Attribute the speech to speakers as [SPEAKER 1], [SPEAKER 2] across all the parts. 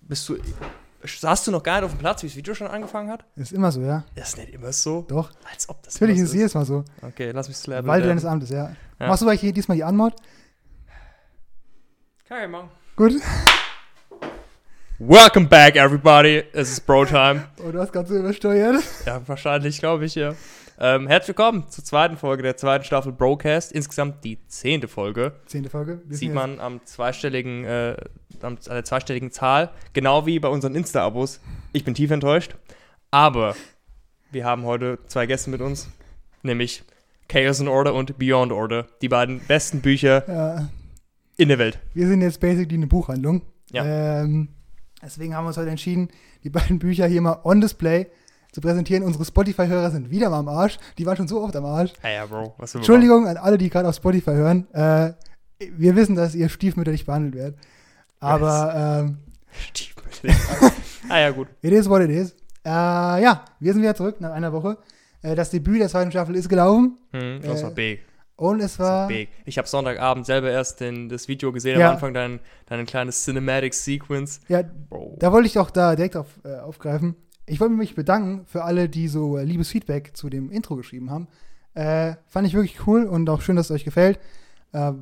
[SPEAKER 1] bist du. Saßt du noch gar nicht auf dem Platz, wie das Video schon angefangen hat?
[SPEAKER 2] Ist immer so, ja?
[SPEAKER 1] Das ist nicht immer so.
[SPEAKER 2] Doch.
[SPEAKER 1] Als ob das
[SPEAKER 2] Natürlich
[SPEAKER 1] immer
[SPEAKER 2] ist es jedes Mal so.
[SPEAKER 1] Okay, lass mich slappen.
[SPEAKER 2] Weil du deines Amtes, ja.
[SPEAKER 1] Ja.
[SPEAKER 2] Machst du eigentlich hier diesmal die Anmod?
[SPEAKER 1] Kann ich machen.
[SPEAKER 2] Gut.
[SPEAKER 1] Welcome back, everybody. Es ist Bro Time.
[SPEAKER 2] Oh, du hast gerade so übersteuert.
[SPEAKER 1] ja, wahrscheinlich, glaube ich, ja. Ähm, herzlich willkommen zur zweiten Folge der zweiten Staffel Broadcast. Insgesamt die zehnte Folge.
[SPEAKER 2] Zehnte Folge. Wir sind
[SPEAKER 1] Sieht
[SPEAKER 2] jetzt-
[SPEAKER 1] man am zweistelligen, äh, am, an der zweistelligen Zahl. Genau wie bei unseren Insta-Abos. Ich bin tief enttäuscht. Aber wir haben heute zwei Gäste mit uns. Nämlich Chaos in Order und Beyond Order. Die beiden besten Bücher
[SPEAKER 2] Ja,
[SPEAKER 1] in der Welt.
[SPEAKER 2] äh, wir sind jetzt basically eine Buchhandlung.
[SPEAKER 1] Ja.
[SPEAKER 2] Ähm, deswegen haben wir uns heute entschieden, die beiden Bücher hier mal on display zu präsentieren. Unsere Spotify-Hörer sind wieder mal am Arsch. Die waren schon so oft am Arsch.
[SPEAKER 1] Ah ja, Bro. Was will man
[SPEAKER 2] Entschuldigung an alle, die gerade auf Spotify hören. Äh, wir wissen, dass ihr stiefmütterlich behandelt werdet. Aber ähm,
[SPEAKER 1] machen? Stiefmütterlich. ah ja, gut.
[SPEAKER 2] It is what it is. Äh, ja, wir sind wieder zurück nach einer Woche. Äh, das Debüt der zweiten Staffel ist gelaufen
[SPEAKER 1] Hm, das war
[SPEAKER 2] Äh,
[SPEAKER 1] big.
[SPEAKER 2] und es
[SPEAKER 1] Das war
[SPEAKER 2] war.
[SPEAKER 1] big. Ich habe Sonntagabend selber erst den, das Video gesehen,
[SPEAKER 2] Ja.
[SPEAKER 1] am Anfang dein, deine kleine Cinematic-Sequence.
[SPEAKER 2] Ja,
[SPEAKER 1] Bro.
[SPEAKER 2] da wollte ich auch da direkt auf, äh, aufgreifen. Ich wollte mich bedanken für alle, die so äh, liebes Feedback zu dem Intro geschrieben haben. Äh, fand ich wirklich cool und auch schön, dass es euch gefällt. Äh,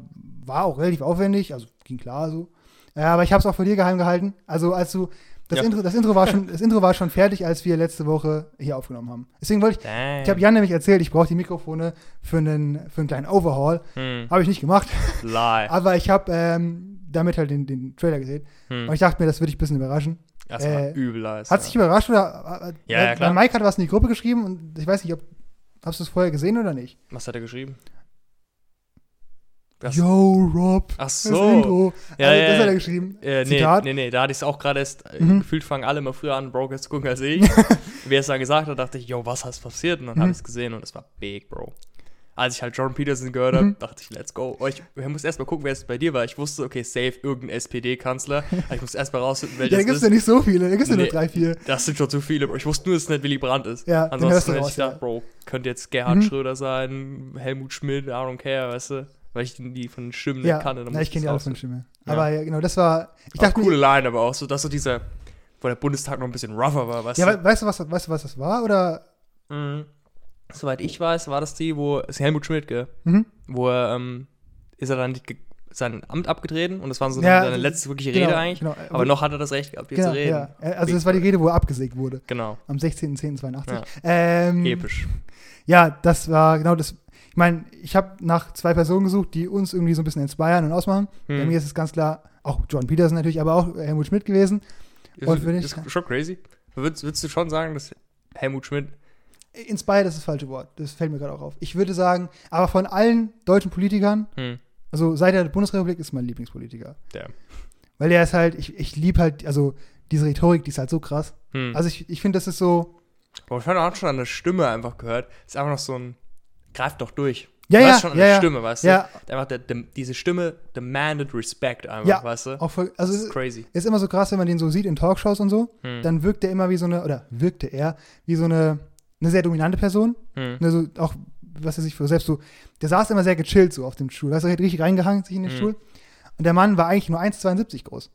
[SPEAKER 2] war auch relativ aufwendig, also ging klar so. Äh, aber ich habe es auch vor dir geheim gehalten. Also als du das
[SPEAKER 1] Ja.
[SPEAKER 2] Intro, das Intro war schon, das Intro war schon fertig, als wir letzte Woche hier aufgenommen haben. Deswegen wollte ich
[SPEAKER 1] Dang.
[SPEAKER 2] Ich habe Jan nämlich erzählt, ich brauche die Mikrofone für einen, für einen kleinen Overhaul.
[SPEAKER 1] hm,
[SPEAKER 2] Habe ich nicht gemacht,
[SPEAKER 1] lie.
[SPEAKER 2] aber ich habe ähm, damit halt den, den Trailer gesehen.
[SPEAKER 1] Hm.
[SPEAKER 2] Und ich dachte mir, das würde ich ein bisschen überraschen.
[SPEAKER 1] Das war
[SPEAKER 2] äh,
[SPEAKER 1] übel nice.
[SPEAKER 2] Hat sich überrascht oder?
[SPEAKER 1] Ja, ja,
[SPEAKER 2] weil
[SPEAKER 1] klar.
[SPEAKER 2] Mike hat was in die Gruppe geschrieben und ich weiß nicht, ob hast du es vorher gesehen oder nicht.
[SPEAKER 1] Was hat er geschrieben? Das,
[SPEAKER 2] Yo, Rob.
[SPEAKER 1] ach
[SPEAKER 2] Das
[SPEAKER 1] so.
[SPEAKER 2] Intro.
[SPEAKER 1] Ja,
[SPEAKER 2] also,
[SPEAKER 1] ja,
[SPEAKER 2] das hat er
[SPEAKER 1] ja.
[SPEAKER 2] geschrieben.
[SPEAKER 1] Äh, nee,
[SPEAKER 2] Zitat.
[SPEAKER 1] nee, nee, da hatte ich es auch gerade erst. äh,
[SPEAKER 2] Mhm.
[SPEAKER 1] Gefühlt fangen alle immer früher an, Broadcast zu gucken als ich. Wer es dann gesagt hat, dachte ich, yo, was ist passiert? Und dann habe
[SPEAKER 2] Mhm.
[SPEAKER 1] ich es gesehen und es war big, Bro. Als ich halt Jordan Peterson gehört habe,
[SPEAKER 2] Mhm.
[SPEAKER 1] dachte ich, let's go. Oh, ich, ich muss erst mal gucken, wer es bei dir war. Ich wusste, okay, safe, irgendein SPD-Kanzler. Aber ich muss erst mal rausfinden,
[SPEAKER 2] Ja, da
[SPEAKER 1] welches
[SPEAKER 2] gibt es
[SPEAKER 1] ist.
[SPEAKER 2] ja nicht so viele, da gibt es ja nur
[SPEAKER 1] Nee.
[SPEAKER 2] drei, vier.
[SPEAKER 1] Das sind schon zu viele, Bro. Ich wusste nur, dass es nicht Willy Brandt ist.
[SPEAKER 2] Ja, den hörst du
[SPEAKER 1] Ansonsten hätte
[SPEAKER 2] raus,
[SPEAKER 1] ich gedacht,
[SPEAKER 2] ja.
[SPEAKER 1] Bro, könnte jetzt Gerhard
[SPEAKER 2] Mhm.
[SPEAKER 1] Schröder sein, Helmut Schmidt, I don't care, weißt du? Weil ich die von den Stimmen
[SPEAKER 2] Ja,
[SPEAKER 1] nicht kannte. dann
[SPEAKER 2] na,
[SPEAKER 1] musste
[SPEAKER 2] ich kenne
[SPEAKER 1] es
[SPEAKER 2] die alle von
[SPEAKER 1] rausfinden.
[SPEAKER 2] Stimme.
[SPEAKER 1] Ja.
[SPEAKER 2] Aber ja, genau, das war. Ich
[SPEAKER 1] Auch
[SPEAKER 2] dachte, mir-
[SPEAKER 1] coole Line, aber auch so, dass so dieser, wo der Bundestag noch ein bisschen rougher war, weißt
[SPEAKER 2] ja,
[SPEAKER 1] du?
[SPEAKER 2] we- weißt du, was, weißt du, was das war? Oder?
[SPEAKER 1] Mhm. Soweit ich weiß, war das die, wo, ist Helmut Schmidt, gell?
[SPEAKER 2] Mhm.
[SPEAKER 1] Wo er, ähm, ist er dann die, ge- sein Amt abgetreten und das war so
[SPEAKER 2] Ja,
[SPEAKER 1] seine
[SPEAKER 2] das-
[SPEAKER 1] letzte wirkliche
[SPEAKER 2] genau,
[SPEAKER 1] Rede eigentlich.
[SPEAKER 2] genau.
[SPEAKER 1] Aber noch hat er das Recht gehabt, hier zu reden.
[SPEAKER 2] Ja. Äh, Also das war die Rede, wo er abgesägt wurde.
[SPEAKER 1] Genau,
[SPEAKER 2] Am 16.10.82.
[SPEAKER 1] Ja.
[SPEAKER 2] Ähm,
[SPEAKER 1] episch.
[SPEAKER 2] Ja, das war genau das. Ich meine, ich habe nach zwei Personen gesucht, die uns irgendwie so ein bisschen inspirieren und ausmachen.
[SPEAKER 1] Hm.
[SPEAKER 2] Bei mir ist es ganz klar, auch John Peterson natürlich, aber auch Helmut Schmidt gewesen. Und
[SPEAKER 1] Ist,
[SPEAKER 2] wenn ich-
[SPEAKER 1] ist schon crazy. Würdest, würdest du schon sagen, dass Helmut Schmidt.
[SPEAKER 2] Inspired ist das falsche Wort. Das fällt mir gerade auch auf. Ich würde sagen, aber von allen deutschen Politikern,
[SPEAKER 1] Hm,
[SPEAKER 2] also seit der Bundesrepublik ist mein Lieblingspolitiker.
[SPEAKER 1] damn.
[SPEAKER 2] Weil der ist halt, ich, ich liebe halt, also diese Rhetorik, die ist halt so krass.
[SPEAKER 1] Hm.
[SPEAKER 2] Also ich, ich finde, das ist so.
[SPEAKER 1] Boah, ich habe auch schon an der Stimme einfach gehört. Ist einfach noch so ein. Greift doch durch.
[SPEAKER 2] Ja,
[SPEAKER 1] du
[SPEAKER 2] ja,
[SPEAKER 1] hörst schon an
[SPEAKER 2] ja,
[SPEAKER 1] der
[SPEAKER 2] ja.
[SPEAKER 1] Stimme, weißt
[SPEAKER 2] Ja.
[SPEAKER 1] du? Einfach der, dem- diese Stimme demanded respect einfach,
[SPEAKER 2] Ja,
[SPEAKER 1] weißt du?
[SPEAKER 2] Auch voll, also es
[SPEAKER 1] Das
[SPEAKER 2] ist
[SPEAKER 1] ist crazy.
[SPEAKER 2] ist immer so krass, wenn man den so sieht in Talkshows und so,
[SPEAKER 1] Hm.
[SPEAKER 2] dann wirkt er immer wie so eine, oder wirkte er wie so eine, eine sehr dominante Person.
[SPEAKER 1] Hm.
[SPEAKER 2] Ne, so auch, was er sich für selbst so, der saß immer sehr gechillt so auf dem Stuhl. Weißt du, er hat richtig reingehangen sich in den
[SPEAKER 1] Hm.
[SPEAKER 2] Stuhl. Und der Mann war eigentlich nur 1,72 groß.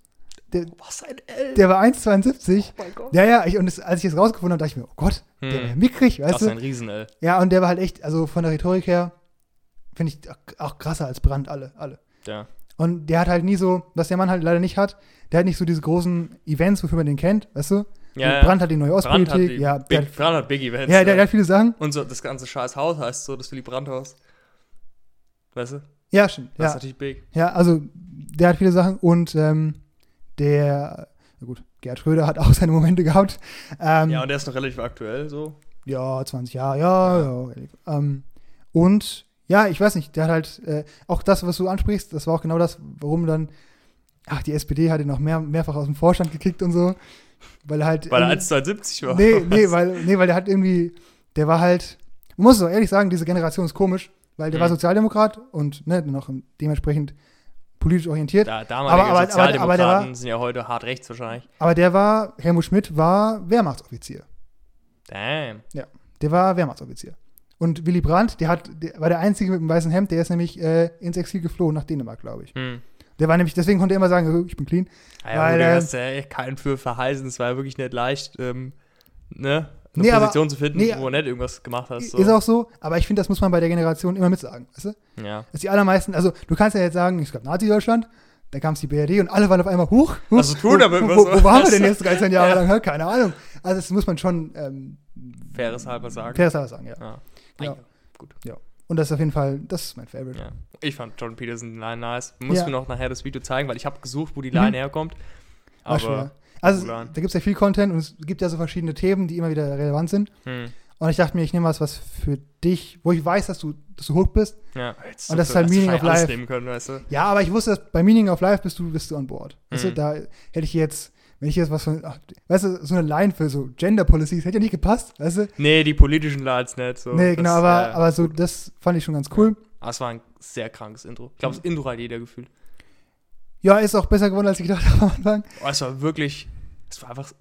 [SPEAKER 1] Was ein L.
[SPEAKER 2] Der war 1,72.
[SPEAKER 1] oh mein Gott.
[SPEAKER 2] Ja, ja, ich, und das, als ich das rausgefunden habe, dachte ich mir, oh Gott, der
[SPEAKER 1] Hm.
[SPEAKER 2] war ja mickrig, weißt
[SPEAKER 1] Das ist
[SPEAKER 2] du?
[SPEAKER 1] ein riesen L.
[SPEAKER 2] Ja, und der war halt echt, also von der Rhetorik her, finde ich auch krasser als Brand, alle, alle.
[SPEAKER 1] Ja.
[SPEAKER 2] Und der hat halt nie so, was der Mann halt leider nicht hat, der hat nicht so diese großen Events, wofür man den kennt, weißt du?
[SPEAKER 1] ja
[SPEAKER 2] Brandt hat die neue
[SPEAKER 1] ja. Brandt hat,
[SPEAKER 2] Ostpolitik,
[SPEAKER 1] die
[SPEAKER 2] ja, der,
[SPEAKER 1] Big, Brandt hat Big Events.
[SPEAKER 2] ja, der, der hat viele Sachen.
[SPEAKER 1] Und so das ganze scheiß Haus heißt so, das Willy Brandt-Haus. Weißt du? Das
[SPEAKER 2] Ja, stimmt.
[SPEAKER 1] ist
[SPEAKER 2] Ja,
[SPEAKER 1] natürlich big.
[SPEAKER 2] ja, also der hat viele Sachen und ähm, der, na gut, Gerhard Schröder hat auch seine Momente gehabt. Ähm,
[SPEAKER 1] Ja, und
[SPEAKER 2] ja,
[SPEAKER 1] der ist noch relativ aktuell so.
[SPEAKER 2] 20 Jahre, ja, ja. Ähm, und ja, ich weiß nicht, der hat halt äh, auch das, was du ansprichst, das war auch genau das, warum dann, ach, die SPD hat ihn noch mehr, mehrfach aus dem Vorstand gekickt und so, weil er halt.
[SPEAKER 1] Weil er
[SPEAKER 2] irgendwie-
[SPEAKER 1] 1,72 war.
[SPEAKER 2] Nee, nee, weil, nee, weil der hat irgendwie, der war halt, man muss es auch ehrlich sagen, diese Generation ist komisch, weil der
[SPEAKER 1] Mhm.
[SPEAKER 2] war Sozialdemokrat und ne, noch dementsprechend politisch orientiert.
[SPEAKER 1] Da, damalige
[SPEAKER 2] Aber- aber- aber- aber der
[SPEAKER 1] Sozialdemokraten
[SPEAKER 2] war-
[SPEAKER 1] sind ja heute hart rechts wahrscheinlich.
[SPEAKER 2] Aber der war, Helmut Schmidt war Wehrmachtsoffizier.
[SPEAKER 1] Damn.
[SPEAKER 2] Der war Wehrmachtsoffizier. Und Willy Brandt, der, hat, der war der Einzige mit dem weißen Hemd, der ist nämlich äh, ins Exil geflohen nach Dänemark, glaube ich.
[SPEAKER 1] Hm.
[SPEAKER 2] Der war nämlich, deswegen konnte er immer sagen, ich bin clean.
[SPEAKER 1] Ah ja,
[SPEAKER 2] Weil,
[SPEAKER 1] Weil, du
[SPEAKER 2] äh,
[SPEAKER 1] hast ja echt keinen für verheißen. Es war ja wirklich nicht leicht, ähm, ne? Eine
[SPEAKER 2] Nee, aber-
[SPEAKER 1] Position zu finden,
[SPEAKER 2] nee,
[SPEAKER 1] wo du nicht irgendwas gemacht hast. So.
[SPEAKER 2] Ist auch so, aber ich finde, das muss man bei der Generation immer mitsagen. Weißt du?
[SPEAKER 1] ja.
[SPEAKER 2] Dass die allermeisten, also du kannst ja jetzt sagen, es gab Nazi-Deutschland, da kam es die BRD und alle waren auf einmal, huch, huch
[SPEAKER 1] Was zu Also tun damit,
[SPEAKER 2] wo,
[SPEAKER 1] was-
[SPEAKER 2] wo, wo waren wir denn jetzt 13 Jahre
[SPEAKER 1] Ja.
[SPEAKER 2] lang? Hä, Keine Ahnung. Also das muss man schon ähm,
[SPEAKER 1] Faires halber sagen.
[SPEAKER 2] fair sagen, ja.
[SPEAKER 1] Ja.
[SPEAKER 2] Genau.
[SPEAKER 1] Ah, Gut.
[SPEAKER 2] Und das ist auf jeden Fall, das ist mein Favorite.
[SPEAKER 1] Ja. Ich fand John Peterson die Line nice. Muss
[SPEAKER 2] Ja.
[SPEAKER 1] mir noch nachher das Video zeigen, weil ich habe gesucht, wo die
[SPEAKER 2] Mhm.
[SPEAKER 1] Line herkommt.
[SPEAKER 2] War schwer.
[SPEAKER 1] Aber
[SPEAKER 2] Also
[SPEAKER 1] Mulan.
[SPEAKER 2] da gibt es ja viel Content und es gibt ja so verschiedene Themen, die immer wieder relevant sind.
[SPEAKER 1] hm,
[SPEAKER 2] Und ich dachte mir, ich nehme was, was für dich, wo ich weiß, dass du, dass du hooked bist.
[SPEAKER 1] ja. also Jetzt
[SPEAKER 2] Und
[SPEAKER 1] hast
[SPEAKER 2] das ist
[SPEAKER 1] du-
[SPEAKER 2] halt
[SPEAKER 1] hast du
[SPEAKER 2] Meaning
[SPEAKER 1] wahrscheinlich
[SPEAKER 2] of
[SPEAKER 1] alles
[SPEAKER 2] Life.
[SPEAKER 1] nehmen können, weißt du?
[SPEAKER 2] Ja, aber ich wusste, dass bei Meaning of Life bist du, bist du on board. Weißt du,
[SPEAKER 1] Mhm.
[SPEAKER 2] da hätte ich jetzt, wenn ich jetzt was von, ach, weißt du, so eine Line für so Gender Policies hätte ja nicht gepasst, weißt du?
[SPEAKER 1] Nee, die politischen Lines nicht. So.
[SPEAKER 2] nee, genau,
[SPEAKER 1] das,
[SPEAKER 2] aber,
[SPEAKER 1] äh,
[SPEAKER 2] aber so, das fand ich schon ganz cool.
[SPEAKER 1] aber es war ein sehr krankes Intro. Ich glaube,
[SPEAKER 2] Mhm.
[SPEAKER 1] das Intro hat jeder gefühlt.
[SPEAKER 2] Ja, ist auch besser geworden, als ich gedacht habe am Anfang.
[SPEAKER 1] Oh, es war wirklich, es war einfach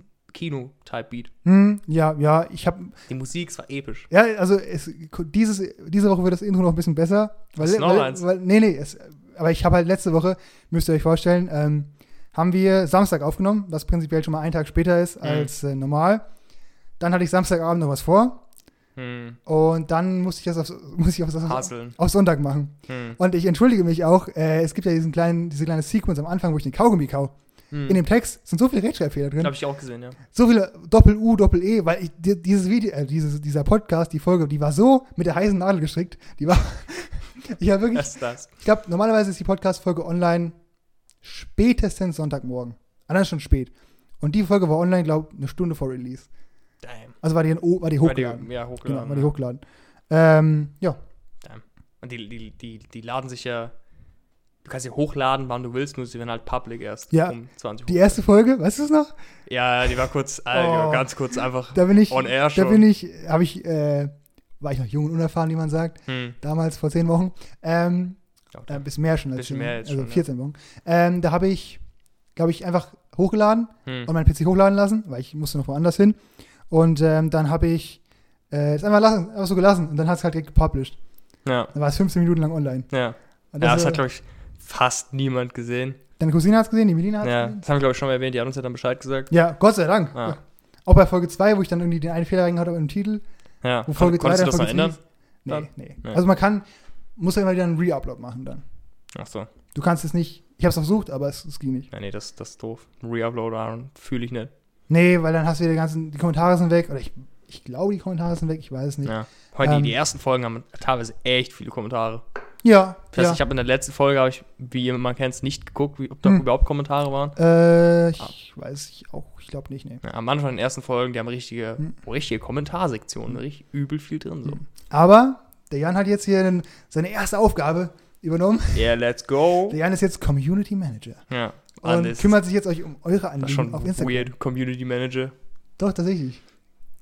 [SPEAKER 1] Kino-Type-Beat.
[SPEAKER 2] Hm, ja, ja, ich habe,
[SPEAKER 1] Die Musik, es war episch.
[SPEAKER 2] ja, also es, dieses, diese Woche wird das Intro noch ein bisschen besser. Weil,
[SPEAKER 1] Hast du noch
[SPEAKER 2] weil,
[SPEAKER 1] eins?
[SPEAKER 2] weil nee, nee, es, aber ich habe halt letzte Woche, müsst ihr euch vorstellen, ähm, haben wir Samstag aufgenommen, was prinzipiell schon mal einen Tag später
[SPEAKER 1] Mhm.
[SPEAKER 2] ist als äh, normal. Dann hatte ich Samstagabend noch was vor.
[SPEAKER 1] Hm.
[SPEAKER 2] Und dann musste ich das auf, muss ich auf, auf,
[SPEAKER 1] Hasseln.
[SPEAKER 2] auf Sonntag machen.
[SPEAKER 1] Hm.
[SPEAKER 2] Und ich entschuldige mich auch, äh, es gibt ja diesen kleinen, diese kleine Sequence am Anfang, wo ich den Kaugummi kau.
[SPEAKER 1] Hm.
[SPEAKER 2] In dem Text sind so viele Rechtschreibfehler drin,
[SPEAKER 1] Habe ich auch gesehen, ja.
[SPEAKER 2] so viele Doppel-U, Doppel-E, weil ich, di- dieses Video, äh, dieses, dieser Podcast, die Folge, die war so mit der heißen Nadel gestrickt. Die war, ich habe wirklich,
[SPEAKER 1] Das ist das.
[SPEAKER 2] ich glaube, normalerweise ist die Podcast-Folge online spätestens Sonntagmorgen. Anders schon spät. Und die Folge war online, glaube eine Stunde vor Release.
[SPEAKER 1] Damn.
[SPEAKER 2] Also war die, in, O- war die
[SPEAKER 1] War die-
[SPEAKER 2] hochgeladen.
[SPEAKER 1] Ja,
[SPEAKER 2] genau,
[SPEAKER 1] hochgeladen.
[SPEAKER 2] war die
[SPEAKER 1] ja.
[SPEAKER 2] hochgeladen. Ähm, ja,
[SPEAKER 1] Und die, die, die, die laden sich ja. Du kannst sie hochladen, wann du willst, nur sie werden halt public erst
[SPEAKER 2] Ja.
[SPEAKER 1] um 20 Uhr.
[SPEAKER 2] Die erste Folge, weißt du es noch?
[SPEAKER 1] ja, die war kurz, äh, die war
[SPEAKER 2] Oh.
[SPEAKER 1] ganz kurz einfach.
[SPEAKER 2] Da bin ich,
[SPEAKER 1] On air
[SPEAKER 2] da
[SPEAKER 1] schon.
[SPEAKER 2] bin ich, habe ich, äh, war ich noch jung und unerfahren, wie man sagt,
[SPEAKER 1] Hm.
[SPEAKER 2] damals vor zehn Wochen, ähm,
[SPEAKER 1] Ja,
[SPEAKER 2] äh, ein bisschen mehr schon, als
[SPEAKER 1] Bisschen
[SPEAKER 2] zehn,
[SPEAKER 1] mehr jetzt
[SPEAKER 2] also
[SPEAKER 1] schon, ja.
[SPEAKER 2] 14 Wochen, ähm, da habe ich, glaube ich, einfach hochgeladen
[SPEAKER 1] Hm.
[SPEAKER 2] und meinen PC hochladen lassen, weil ich musste noch woanders hin und ähm, dann habe ich äh, das einfach, lassen, einfach so gelassen und dann hat es halt direkt gepublished.
[SPEAKER 1] Ja,
[SPEAKER 2] Dann war es 15 Minuten lang online.
[SPEAKER 1] ja.
[SPEAKER 2] Und
[SPEAKER 1] ja,
[SPEAKER 2] das,
[SPEAKER 1] das hat,
[SPEAKER 2] äh,
[SPEAKER 1] glaube ich, fast niemand gesehen.
[SPEAKER 2] deine Cousine hat es gesehen, die Melina hat es
[SPEAKER 1] Ja,
[SPEAKER 2] gesehen.
[SPEAKER 1] das haben wir, glaube ich, schon mal erwähnt. Die hat uns ja dann Bescheid gesagt.
[SPEAKER 2] Ja, Gott sei Dank.
[SPEAKER 1] Ah.
[SPEAKER 2] Ja. Auch bei Folge 2, wo ich dann irgendwie den einen Fehler reingehört habe im Titel,
[SPEAKER 1] Ja.
[SPEAKER 2] Wo Folge
[SPEAKER 1] Kon-
[SPEAKER 2] drei,
[SPEAKER 1] konntest du
[SPEAKER 2] dann
[SPEAKER 1] das noch ändern?
[SPEAKER 2] Folge Nee,
[SPEAKER 1] Dann?
[SPEAKER 2] nee.
[SPEAKER 1] Nee.
[SPEAKER 2] Also man kann, muss ja immer wieder einen Re-Upload machen dann.
[SPEAKER 1] Ach so.
[SPEAKER 2] Du kannst es nicht, ich habe es versucht, aber es, es ging nicht.
[SPEAKER 1] Ja, nee, das, das ist doof. Reupload fühle ich nicht.
[SPEAKER 2] Nee, weil dann hast du wieder die ganzen, die Kommentare sind weg. Oder ich, ich glaube, die Kommentare sind weg, ich weiß es nicht.
[SPEAKER 1] Ja. Heute, die-
[SPEAKER 2] Ähm.
[SPEAKER 1] die ersten Folgen haben teilweise echt viele Kommentare.
[SPEAKER 2] Ja,
[SPEAKER 1] Ich, weiß,
[SPEAKER 2] ja.
[SPEAKER 1] ich habe in der letzten Folge, hab ich, wie ihr immer kennt, nicht geguckt, wie, ob da
[SPEAKER 2] Hm.
[SPEAKER 1] überhaupt Kommentare waren.
[SPEAKER 2] äh, ich
[SPEAKER 1] Ah.
[SPEAKER 2] weiß ich auch, ich glaube nicht, nee.
[SPEAKER 1] Ja, am Anfang in den ersten Folgen, die haben richtige,
[SPEAKER 2] Hm.
[SPEAKER 1] richtige Kommentarsektionen, richtig übel viel drin. So.
[SPEAKER 2] Aber der Jan hat jetzt hier einen, seine erste Aufgabe übernommen.
[SPEAKER 1] Yeah, let's go.
[SPEAKER 2] Der Jan ist jetzt Community Manager
[SPEAKER 1] Ja,
[SPEAKER 2] und
[SPEAKER 1] Alles.
[SPEAKER 2] Ähm, kümmert sich jetzt euch um eure
[SPEAKER 1] das
[SPEAKER 2] Anliegen
[SPEAKER 1] Ah, ist schon
[SPEAKER 2] auf Instagram.
[SPEAKER 1] weird. Community Manager.
[SPEAKER 2] Doch, tatsächlich.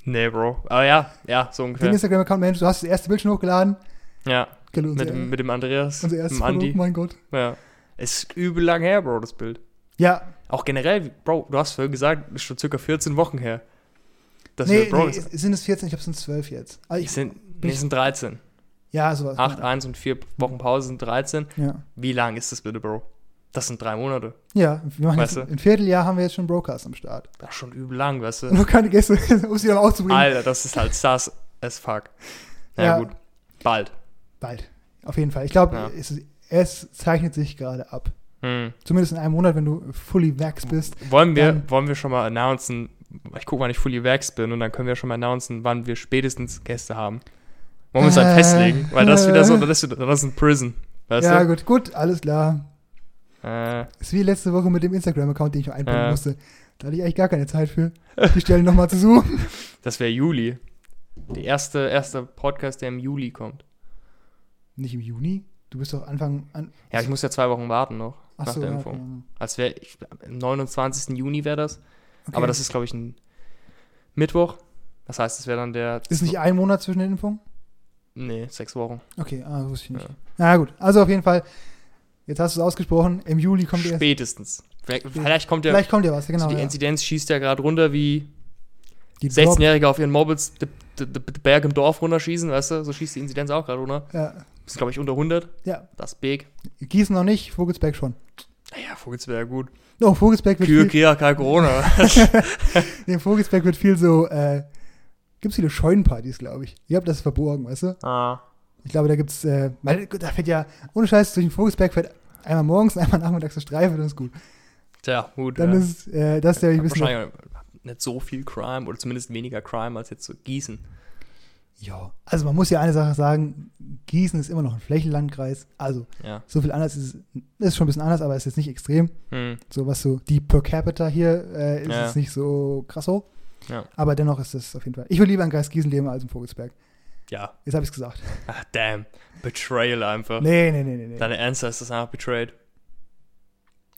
[SPEAKER 1] Nee, Bro. Aber ja, ja, so
[SPEAKER 2] Den
[SPEAKER 1] ungefähr.
[SPEAKER 2] Instagram-Account Manager, du hast das erste Bild schon hochgeladen.
[SPEAKER 1] Ja,
[SPEAKER 2] Gell, unser,
[SPEAKER 1] mit, dem- mit dem Andreas,
[SPEAKER 2] unser erstes
[SPEAKER 1] dem
[SPEAKER 2] Foto,
[SPEAKER 1] Andi.
[SPEAKER 2] mein Gott.
[SPEAKER 1] Ja. Es ist übel lang her, Bro, das Bild.
[SPEAKER 2] Ja,
[SPEAKER 1] Auch generell, Bro, du hast vorhin gesagt, ist schon circa 14 Wochen her. Dass
[SPEAKER 2] nee,
[SPEAKER 1] wir, Bro,
[SPEAKER 2] nee,
[SPEAKER 1] das,
[SPEAKER 2] sind es 14? Ich glaube, es sind 12 jetzt. Also ich,
[SPEAKER 1] es sind, nee, es sind 13.
[SPEAKER 2] ja, sowas.
[SPEAKER 1] 8, 1 und 4 Wochen Pause sind 13.
[SPEAKER 2] Ja.
[SPEAKER 1] Wie lang ist das bitte, Bro? Das sind drei Monate.
[SPEAKER 2] ja, wir machen
[SPEAKER 1] Weißt
[SPEAKER 2] jetzt,
[SPEAKER 1] du?
[SPEAKER 2] im Vierteljahr haben wir jetzt schon Broadcast am Start.
[SPEAKER 1] Das ist schon übel lang, weißt du?
[SPEAKER 2] Noch keine Gäste, um sie dann aufzubringen.
[SPEAKER 1] Alter, das ist halt sass as fuck. Na
[SPEAKER 2] Ja.
[SPEAKER 1] gut, bald.
[SPEAKER 2] Bald. Auf jeden Fall. Ich glaube,
[SPEAKER 1] Ja.
[SPEAKER 2] es, es zeichnet sich gerade ab.
[SPEAKER 1] Hm.
[SPEAKER 2] Zumindest in einem Monat, wenn du fully vax bist.
[SPEAKER 1] Wollen, wir,
[SPEAKER 2] Dann-
[SPEAKER 1] wollen wir schon mal announcen, ich guck, wann ich fully waxed bin und dann können wir schon mal announcen, wann wir spätestens Gäste haben. Wollen wir uns
[SPEAKER 2] Äh,
[SPEAKER 1] dann festlegen? Weil das wieder so,
[SPEAKER 2] äh.
[SPEAKER 1] dann ist, wieder- dann ist ein Prison. Weißt
[SPEAKER 2] ja,
[SPEAKER 1] du?
[SPEAKER 2] gut, gut, alles klar.
[SPEAKER 1] Äh,
[SPEAKER 2] Ist wie letzte Woche mit dem Instagram-Account, den ich noch einbinden
[SPEAKER 1] Ja.
[SPEAKER 2] musste. Da hatte ich eigentlich gar keine Zeit für, die Stelle nochmal zu suchen.
[SPEAKER 1] das wäre Juli. Der erste, erste Podcast, der im Juli kommt.
[SPEAKER 2] Nicht im Juni? Du bist doch Anfang. An,
[SPEAKER 1] Ja, ich muss ja zwei Wochen warten noch
[SPEAKER 2] ach
[SPEAKER 1] nach
[SPEAKER 2] so,
[SPEAKER 1] der
[SPEAKER 2] ja, ähm,
[SPEAKER 1] Impfung.
[SPEAKER 2] keine Ahnung.
[SPEAKER 1] Als wäre ich, am 29. Juni wäre das.
[SPEAKER 2] Okay.
[SPEAKER 1] Aber das ist, glaube ich, ein Mittwoch. Das heißt, es wäre dann der.
[SPEAKER 2] Ist nicht ein Monat zwischen den Impfungen?
[SPEAKER 1] Nee, sechs Wochen.
[SPEAKER 2] Okay, ah, wusste ich nicht.
[SPEAKER 1] Ja.
[SPEAKER 2] Na gut, also auf jeden Fall, jetzt hast du es ausgesprochen, im Juli kommt der.
[SPEAKER 1] Spätestens. Vielleicht, vielleicht kommt ja.
[SPEAKER 2] Vielleicht kommt ja was, genau.
[SPEAKER 1] also die
[SPEAKER 2] ja.
[SPEAKER 1] Inzidenz schießt ja gerade runter, wie
[SPEAKER 2] Die Drop-
[SPEAKER 1] 16-Jährige auf ihren Mobils den Berg im Dorf runterschießen, weißt du? So schießt die Inzidenz auch gerade runter.
[SPEAKER 2] ja,
[SPEAKER 1] Ist, glaube ich, unter 100.
[SPEAKER 2] ja,
[SPEAKER 1] Das ist big.
[SPEAKER 2] Gießen noch nicht, Vogelsberg schon.
[SPEAKER 1] Naja, Vogelsberg gut.
[SPEAKER 2] Oh, Vogelsberg wird
[SPEAKER 1] Kühe
[SPEAKER 2] viel,
[SPEAKER 1] kriegen ja keine Corona.
[SPEAKER 2] nee, Vogelsberg wird viel so, äh, gibt's viele Scheunenpartys, glaube ich. Ich habe das verborgen, weißt du?
[SPEAKER 1] ah.
[SPEAKER 2] Ich glaube, da gibt's, äh, weil da fährt ja, ohne Scheiß, durch den Vogelsberg fährt einmal morgens, einmal nachmittags eine Streife, dann ist gut.
[SPEAKER 1] Tja, gut.
[SPEAKER 2] Dann
[SPEAKER 1] ja.
[SPEAKER 2] ist, äh, das der, ich
[SPEAKER 1] Hat
[SPEAKER 2] bisschen,
[SPEAKER 1] wahrscheinlich nicht so viel Crime oder zumindest weniger Crime als jetzt so Gießen.
[SPEAKER 2] ja. Also man muss ja eine Sache sagen, Gießen ist immer noch ein Flächenlandkreis, also
[SPEAKER 1] Ja.
[SPEAKER 2] so viel anders ist es, ist schon ein bisschen anders, aber ist jetzt nicht extrem.
[SPEAKER 1] Hm.
[SPEAKER 2] So was so, die per capita hier äh, ist
[SPEAKER 1] Ja.
[SPEAKER 2] es nicht so krass hoch.
[SPEAKER 1] Ja.
[SPEAKER 2] Aber dennoch ist es auf jeden Fall. Ich will lieber in Geist-Gießen leben als in Vogelsberg.
[SPEAKER 1] ja.
[SPEAKER 2] Jetzt habe ich es gesagt.
[SPEAKER 1] Ach, damn. Betrayal einfach.
[SPEAKER 2] Nee, nee, nee, nee. nee.
[SPEAKER 1] Deine Ancestors haben einfach betrayed.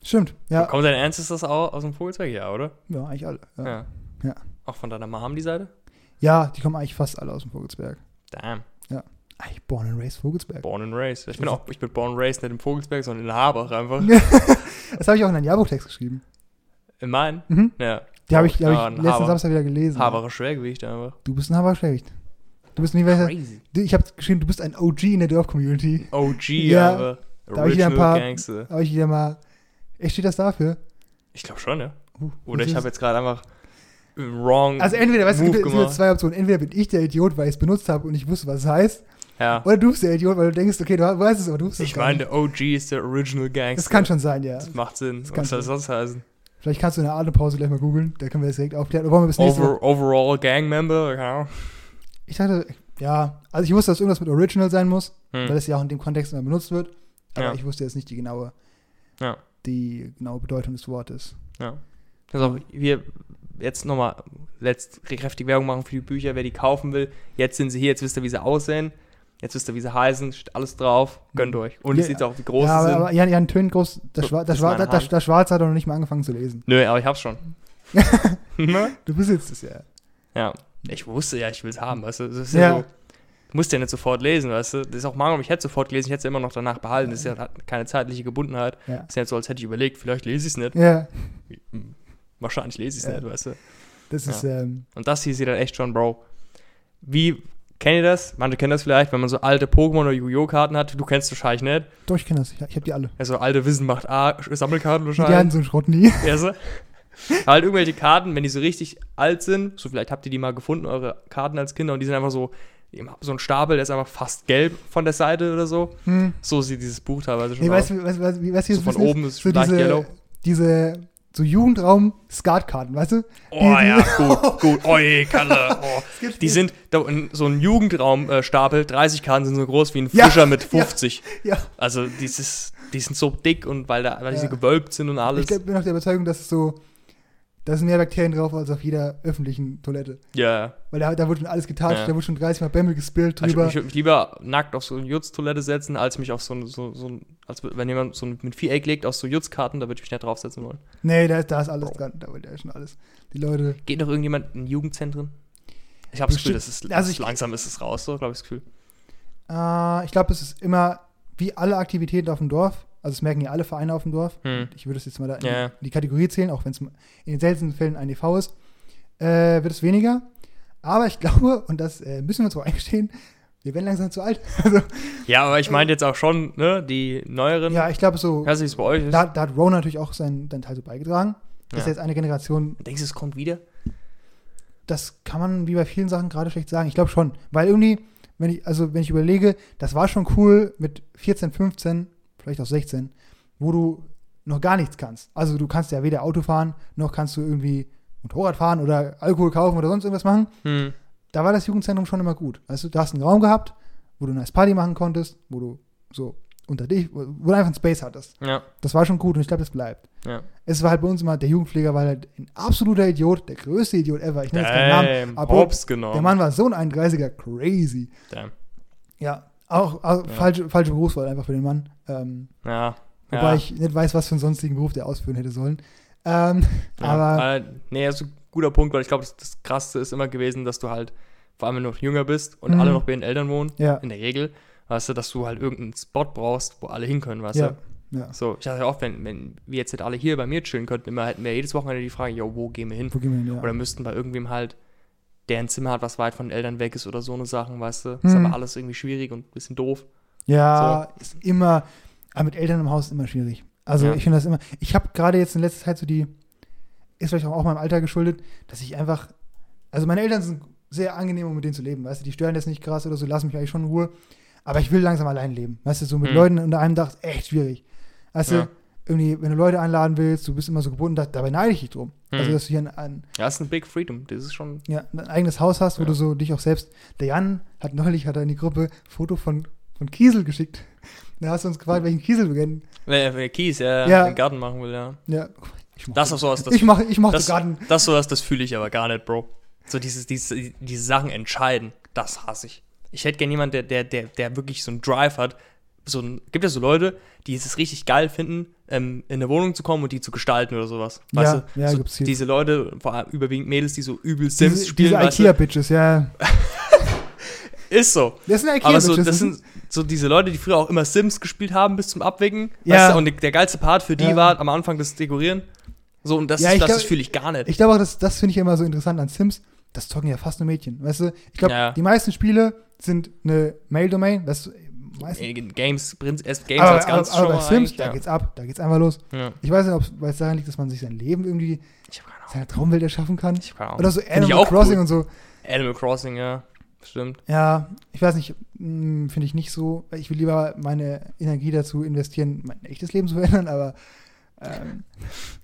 [SPEAKER 2] Stimmt. Ja,
[SPEAKER 1] Kommen deine Ancestors auch aus dem Vogelsberg? Ja, oder?
[SPEAKER 2] ja, eigentlich alle. Ja. Ja. Ja.
[SPEAKER 1] Auch von deiner Mom die Seite?
[SPEAKER 2] die kommen eigentlich fast alle aus dem Vogelsberg.
[SPEAKER 1] Damn.
[SPEAKER 2] Eigentlich born and raised Vogelsberg.
[SPEAKER 1] Born and raised. Ich bin auch, ich bin born and raised nicht im Vogelsberg, sondern in Habach einfach.
[SPEAKER 2] Das habe ich auch in einen Jahrbuchtext geschrieben.
[SPEAKER 1] In Main?
[SPEAKER 2] Mhm.
[SPEAKER 1] Ja.
[SPEAKER 2] Die habe ich, die hab
[SPEAKER 1] Ja,
[SPEAKER 2] ich
[SPEAKER 1] in
[SPEAKER 2] letzten
[SPEAKER 1] Haber.
[SPEAKER 2] Samstag wieder gelesen.
[SPEAKER 1] Habacher Schwergewicht einfach.
[SPEAKER 2] Du bist ein Haber Schlecht. Du bist nie welcher.
[SPEAKER 1] Crazy.
[SPEAKER 2] Du- Ich habe geschrieben, du bist ein OG in der Dorf-Community.
[SPEAKER 1] OG,
[SPEAKER 2] Ja,
[SPEAKER 1] aber
[SPEAKER 2] hab ich wieder ein paar-
[SPEAKER 1] Gangster.
[SPEAKER 2] Aber ich wieder mal. Echt steht das dafür?
[SPEAKER 1] Ich glaube schon, ja.
[SPEAKER 2] Uh,
[SPEAKER 1] Oder
[SPEAKER 2] das
[SPEAKER 1] ich
[SPEAKER 2] ist-
[SPEAKER 1] habe jetzt gerade einfach wrong
[SPEAKER 2] Also entweder, weißt du, es
[SPEAKER 1] Move
[SPEAKER 2] gibt es gibt
[SPEAKER 1] gemacht.
[SPEAKER 2] zwei Optionen. Entweder bin ich der Idiot, weil ich es benutzt habe und ich wusste, was es heißt.
[SPEAKER 1] ja.
[SPEAKER 2] Oder du bist der Idiot, weil du denkst, okay, du weißt es, aber du wusstest es
[SPEAKER 1] Ich
[SPEAKER 2] gar
[SPEAKER 1] meine,
[SPEAKER 2] nicht.
[SPEAKER 1] der OG ist der Original Gangster.
[SPEAKER 2] Das kann schon sein, ja.
[SPEAKER 1] Das macht Sinn.
[SPEAKER 2] Das kann
[SPEAKER 1] Was soll das sonst heißen?
[SPEAKER 2] Vielleicht kannst du in der Atempause gleich mal googeln, da können wir das direkt aufklären. Oder wollen wir bis nächste Woche?
[SPEAKER 1] Over, overall Gang Member? Keine Ahnung.
[SPEAKER 2] Ich dachte, ja, also ich wusste, dass irgendwas mit Original sein muss, weil
[SPEAKER 1] Hm.
[SPEAKER 2] das ja auch in dem Kontext immer benutzt wird. Aber
[SPEAKER 1] Ja.
[SPEAKER 2] ich wusste jetzt nicht die genaue,
[SPEAKER 1] Ja.
[SPEAKER 2] die genaue Bedeutung des Wortes.
[SPEAKER 1] Pass auf, wir jetzt nochmal letzt kräftig Werbung machen für die Bücher, wer die kaufen will. Jetzt sind sie hier, jetzt wisst ihr, wie sie aussehen. Jetzt wisst ihr, wie sie heißen, steht alles drauf. Gönnt euch. Und ihr
[SPEAKER 2] Mhm. Ja.
[SPEAKER 1] seht auch, wie groß
[SPEAKER 2] ja,
[SPEAKER 1] sie
[SPEAKER 2] aber,
[SPEAKER 1] sind.
[SPEAKER 2] aber Jan, Jan Tönen groß, das,
[SPEAKER 1] So,
[SPEAKER 2] Schwa das,
[SPEAKER 1] ist
[SPEAKER 2] Schwa
[SPEAKER 1] meine
[SPEAKER 2] das, das,
[SPEAKER 1] Hand.
[SPEAKER 2] das Schwarz hat er noch nicht mal angefangen zu lesen.
[SPEAKER 1] Nö, aber ich hab's schon. Ne?
[SPEAKER 2] Du besitzt es ja.
[SPEAKER 1] ja. Ich wusste ja, ich will's haben, weißt du. Das ist ja.
[SPEAKER 2] Ja.
[SPEAKER 1] so. Du musst ja nicht sofort lesen, weißt du. Das ist auch Mangel, ich hätte sofort gelesen, ich hätte es ja immer noch danach behalten. Das ist ja hat keine zeitliche Gebundenheit.
[SPEAKER 2] Ja.
[SPEAKER 1] Ist ja nicht so, als hätte ich überlegt, vielleicht lese ich es nicht.
[SPEAKER 2] Ja,
[SPEAKER 1] Wahrscheinlich lese ich es
[SPEAKER 2] Ja.
[SPEAKER 1] nicht, weißt du.
[SPEAKER 2] das
[SPEAKER 1] Ja.
[SPEAKER 2] ist, ähm,
[SPEAKER 1] Und das hier sieht dann echt schon, Bro. Wie, kennt ihr das? Manche kennen das vielleicht, wenn man so alte Pokémon oder Yu-Gi-Oh! Karten hat. Du kennst wahrscheinlich nicht.
[SPEAKER 2] doch, ich kenne das, ich, ich habe die alle.
[SPEAKER 1] Also alte Wissen macht A, äh, Sammelkarten
[SPEAKER 2] Die hatten
[SPEAKER 1] wahrscheinlich.
[SPEAKER 2] so einen Schrott nie.
[SPEAKER 1] Ja, so. halt irgendwelche Karten, wenn die so richtig alt sind, so vielleicht habt ihr die mal gefunden, eure Karten als Kinder, und die sind einfach so, die haben so ein Stapel, der ist einfach fast gelb von der Seite oder so.
[SPEAKER 2] Hm.
[SPEAKER 1] So sieht dieses Buch teilweise schon
[SPEAKER 2] Nee,
[SPEAKER 1] aus.
[SPEAKER 2] weißt du, weißt du, weißt du, weißt du,
[SPEAKER 1] so
[SPEAKER 2] wie das
[SPEAKER 1] von oben ist
[SPEAKER 2] so
[SPEAKER 1] leicht
[SPEAKER 2] diese,
[SPEAKER 1] yellow.
[SPEAKER 2] diese, so Jugendraum-Skatkarten, weißt du?
[SPEAKER 1] Oh
[SPEAKER 2] die-
[SPEAKER 1] ja, gut, gut. Oi, Kalle. Oh. Die sind da, in so ein Jugendraumstapel, 30 Karten sind so groß wie ein
[SPEAKER 2] Ja,
[SPEAKER 1] Fischer mit
[SPEAKER 2] ja.
[SPEAKER 1] 50.
[SPEAKER 2] Ja,
[SPEAKER 1] Also dieses, die sind so dick und weil, da, weil die
[SPEAKER 2] Ja.
[SPEAKER 1] so gewölbt sind und alles.
[SPEAKER 2] ich glaub, bin auch der Überzeugung, dass es so, da sind mehr Bakterien drauf als auf jeder öffentlichen Toilette.
[SPEAKER 1] ja,
[SPEAKER 2] Weil da, da wurde schon alles getauscht,
[SPEAKER 1] Ja. Also
[SPEAKER 2] da wurde schon 30 Mal Bämmel gespillt
[SPEAKER 1] ich, ich
[SPEAKER 2] drüber.
[SPEAKER 1] würde mich lieber nackt auf so eine Jutztoilette setzen, als mich auf so ein, so, so ein als wenn jemand so ein, mit Viereck legt auf so Jutzkarten, da würde ich mich nicht draufsetzen wollen.
[SPEAKER 2] nee, da ist, da ist alles
[SPEAKER 1] Bro.
[SPEAKER 2] dran, da wurde ja schon alles. Die Leute,
[SPEAKER 1] Geht noch irgendjemand in Jugendzentren? Ich habe das Gefühl, das ist,
[SPEAKER 2] Bestimmt. Also ich-
[SPEAKER 1] langsam ist es raus, so glaube ich das Gefühl.
[SPEAKER 2] äh, ich glaube, es ist immer wie alle Aktivitäten auf dem Dorf, also es merken ja alle Vereine auf dem Dorf.
[SPEAKER 1] Hm.
[SPEAKER 2] Ich würde es jetzt mal da in,
[SPEAKER 1] Ja.
[SPEAKER 2] die Kategorie zählen, auch wenn es in den seltensten Fällen ein EV ist, äh, wird es weniger. Aber ich glaube, und das äh, müssen wir uns auch eingestehen, wir werden langsam zu alt. Also,
[SPEAKER 1] Ja, aber ich meine jetzt auch schon, ne, die neueren.
[SPEAKER 2] ja, ich glaube so,
[SPEAKER 1] Ich weiß nicht, wie es bei euch ist.
[SPEAKER 2] da, da hat Ron natürlich auch seinen, seinen Teil so beigetragen. Dass
[SPEAKER 1] Ja.
[SPEAKER 2] jetzt eine Generation,
[SPEAKER 1] Denkst du, es kommt wieder?
[SPEAKER 2] das kann man wie bei vielen Sachen gerade schlecht sagen. Ich glaube schon. Weil irgendwie, wenn ich, also wenn ich überlege, das war schon cool mit 14, 15, vielleicht auch 16, wo du noch gar nichts kannst. Also du kannst ja weder Auto fahren, noch kannst du irgendwie Motorrad fahren oder Alkohol kaufen oder sonst irgendwas machen.
[SPEAKER 1] Hm.
[SPEAKER 2] Da war das Jugendzentrum schon immer gut. Weißt du, du hast einen Raum gehabt, wo du eine nice Party machen konntest, wo du so unter dich, wo wo du einfach einen Space hattest.
[SPEAKER 1] Ja,
[SPEAKER 2] Das war schon gut und ich glaube, das bleibt.
[SPEAKER 1] ja.
[SPEAKER 2] Es war halt bei uns immer, der Jugendpfleger war halt ein absoluter Idiot, der größte Idiot ever. Ich nenne jetzt keinen Namen.
[SPEAKER 1] Damn, genau.
[SPEAKER 2] aber-
[SPEAKER 1] Hops genommen.
[SPEAKER 2] Der Mann war so ein 31er, crazy.
[SPEAKER 1] Damn.
[SPEAKER 2] Ja, auch, auch
[SPEAKER 1] Ja.
[SPEAKER 2] Falsche, falsche Berufswahl einfach für den Mann. Ähm,
[SPEAKER 1] Ja.
[SPEAKER 2] wobei
[SPEAKER 1] ja.
[SPEAKER 2] ich nicht weiß, was für einen sonstigen Beruf der ausführen hätte sollen. Ähm,
[SPEAKER 1] Ja,
[SPEAKER 2] aber
[SPEAKER 1] äh, nee, das ist ein guter Punkt, weil ich glaube, das, das Krasseste ist immer gewesen, dass du halt, vor allem wenn du noch jünger bist und
[SPEAKER 2] Mhm.
[SPEAKER 1] alle noch bei den Eltern wohnen,
[SPEAKER 2] ja,
[SPEAKER 1] in der Regel, weißt du, dass du halt irgendeinen Spot brauchst, wo alle hin können, weißt
[SPEAKER 2] ja,
[SPEAKER 1] du?
[SPEAKER 2] ja.
[SPEAKER 1] So, ich dachte ja oft, wenn, wenn wir jetzt nicht alle hier bei mir chillen könnten, immer hätten wir jedes Wochenende die Frage, yo, wo gehen wir hin?
[SPEAKER 2] Wo gehen wir hin? Ja.
[SPEAKER 1] Oder müssten bei irgendwem halt, der ein Zimmer hat, was weit von den Eltern weg ist oder so eine Sachen, weißt du? Ist
[SPEAKER 2] Mhm.
[SPEAKER 1] aber alles irgendwie schwierig und ein bisschen doof.
[SPEAKER 2] Ja, ist immer, aber mit Eltern im Haus ist immer schwierig. Also
[SPEAKER 1] Ja.
[SPEAKER 2] ich finde das immer. Ich habe gerade jetzt in letzter Zeit so die, ist vielleicht auch meinem Alter geschuldet, dass ich einfach, also meine Eltern sind sehr angenehm, um mit denen zu leben, weißt du, die stören das nicht krass oder so, lassen mich eigentlich schon in Ruhe. Aber ich will langsam allein leben. Weißt du, so mit
[SPEAKER 1] Hm.
[SPEAKER 2] Leuten unter einem Dach ist echt schwierig. Weißt
[SPEAKER 1] Ja.
[SPEAKER 2] du, irgendwie, wenn du Leute einladen willst, du bist immer so gebunden, da, dabei neide ich dich drum. Also,
[SPEAKER 1] Hm.
[SPEAKER 2] dass du hier ein, ein,
[SPEAKER 1] Das ist ein Big Freedom. Das ist schon.
[SPEAKER 2] ja, ein eigenes Haus hast, wo
[SPEAKER 1] Ja.
[SPEAKER 2] du so dich auch selbst. Der Jan hat neulich hat er in die Gruppe ein Foto von, von Kiesel geschickt. Da hast du uns gefragt, welchen Kiesel wir kennen.
[SPEAKER 1] Wenn wenn der Kies äh,
[SPEAKER 2] Ja.
[SPEAKER 1] den Garten machen will, ja.
[SPEAKER 2] Ja, ich mach
[SPEAKER 1] Das ist sowas, das,
[SPEAKER 2] ich mache ich mach
[SPEAKER 1] das,
[SPEAKER 2] den Garten.
[SPEAKER 1] das sowas, das fühle ich aber gar nicht, Bro. So dieses, dieses, diese Sachen entscheiden, das hasse ich. Ich hätte gern jemanden, der, der, der, der wirklich so einen Drive hat. So ein, gibt ja so Leute, die es richtig geil finden, ähm, in eine Wohnung zu kommen und die zu gestalten oder sowas.
[SPEAKER 2] Ja,
[SPEAKER 1] Weißt du?
[SPEAKER 2] ja,
[SPEAKER 1] so
[SPEAKER 2] gibt's hier.
[SPEAKER 1] Diese Leute, vor allem überwiegend Mädels, die so übel Sims
[SPEAKER 2] Diese,
[SPEAKER 1] spielen,
[SPEAKER 2] diese
[SPEAKER 1] weißt
[SPEAKER 2] IKEA-Bitches, ja.
[SPEAKER 1] du? Ist so.
[SPEAKER 2] Das sind IKEA-Bitches.
[SPEAKER 1] Aber so, das
[SPEAKER 2] sind-
[SPEAKER 1] sind so diese Leute, die früher auch immer Sims gespielt haben bis zum Abwicken.
[SPEAKER 2] Ja.
[SPEAKER 1] Weißt du, und der geilste Part für die
[SPEAKER 2] Ja.
[SPEAKER 1] war am Anfang das Dekorieren. So, und das,
[SPEAKER 2] Ja,
[SPEAKER 1] ist-
[SPEAKER 2] ich
[SPEAKER 1] das,
[SPEAKER 2] glaub-
[SPEAKER 1] das fühle ich gar nicht.
[SPEAKER 2] ich glaube auch, das, das finde ich immer so interessant an Sims. Das zocken ja fast nur Mädchen. Weißt du, ich glaube,
[SPEAKER 1] Ja.
[SPEAKER 2] die meisten Spiele sind eine Mail-Domain. Weißt du, meistens.
[SPEAKER 1] In Games, Prinz, erst Games
[SPEAKER 2] Also Aber,
[SPEAKER 1] als Ganzes
[SPEAKER 2] aber, aber bei
[SPEAKER 1] schon mal
[SPEAKER 2] Sims,
[SPEAKER 1] eigentlich,
[SPEAKER 2] da
[SPEAKER 1] ja.
[SPEAKER 2] geht's ab. Da geht's einfach los.
[SPEAKER 1] Ja.
[SPEAKER 2] Ich weiß nicht, ob es daran liegt, dass man sich sein Leben irgendwie,
[SPEAKER 1] Ich hab keine Ahnung.
[SPEAKER 2] seine Traumwelt erschaffen kann.
[SPEAKER 1] Ich hab keine Ahnung.
[SPEAKER 2] Oder so
[SPEAKER 1] Find ich
[SPEAKER 2] Animal
[SPEAKER 1] auch
[SPEAKER 2] Crossing
[SPEAKER 1] cool.
[SPEAKER 2] und so.
[SPEAKER 1] Animal Crossing, ja. Stimmt.
[SPEAKER 2] Ja, ich weiß nicht, hm, finde ich nicht so. Ich will lieber meine Energie dazu investieren, mein echtes Leben zu verändern, aber. Ähm,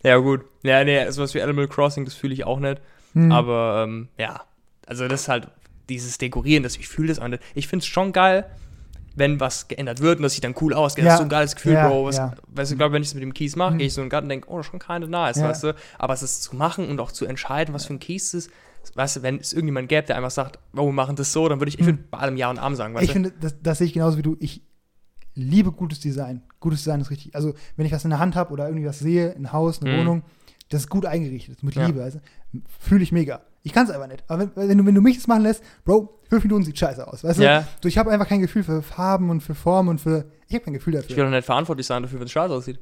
[SPEAKER 1] Ja, gut. Ja, nee, sowas wie Animal Crossing, das fühle ich auch nicht.
[SPEAKER 2] hm.
[SPEAKER 1] Aber, ähm, ja. Also, das ist halt dieses Dekorieren, das, ich fühle das auch nicht. Ich finde es schon geil, wenn was geändert wird und das sieht dann cool aus. gell?
[SPEAKER 2] Ja.
[SPEAKER 1] Das ist so ein geiles Gefühl,
[SPEAKER 2] Ja,
[SPEAKER 1] Bro. Was,
[SPEAKER 2] ja.
[SPEAKER 1] Weißt du, ich glaube, wenn ich es mit dem Kies mache,
[SPEAKER 2] Mhm.
[SPEAKER 1] gehe ich so in den Garten und denke, oh, schon keine nice,
[SPEAKER 2] Ja.
[SPEAKER 1] weißt du. Aber es ist zu machen und auch zu entscheiden, was für ein Kies es ist. Weißt du, wenn es irgendjemand gäbe, der einfach sagt, oh, wir machen das so, dann würde ich, ich
[SPEAKER 2] Mhm.
[SPEAKER 1] würde bei allem Ja und Arm sagen, weißt
[SPEAKER 2] Ich
[SPEAKER 1] du.
[SPEAKER 2] finde, das, das sehe ich genauso wie du. Ich liebe gutes Design. Gutes Design ist richtig. Also, wenn ich was in der Hand habe oder irgendwie was sehe, ein Haus, eine
[SPEAKER 1] Mhm.
[SPEAKER 2] Wohnung, das ist gut eingerichtet, mit
[SPEAKER 1] Ja.
[SPEAKER 2] Liebe. Also, Fühle ich mega. Ich kann es einfach nicht. Aber wenn, wenn, du, wenn du mich das machen lässt, Bro, fünf Minuten sieht scheiße aus. Weißt
[SPEAKER 1] Ja.
[SPEAKER 2] du? So, ich habe einfach kein Gefühl für Farben und für Formen und für. Ich habe kein Gefühl dafür.
[SPEAKER 1] Ich will doch nicht verantwortlich sein dafür, wenn es scheiße aussieht.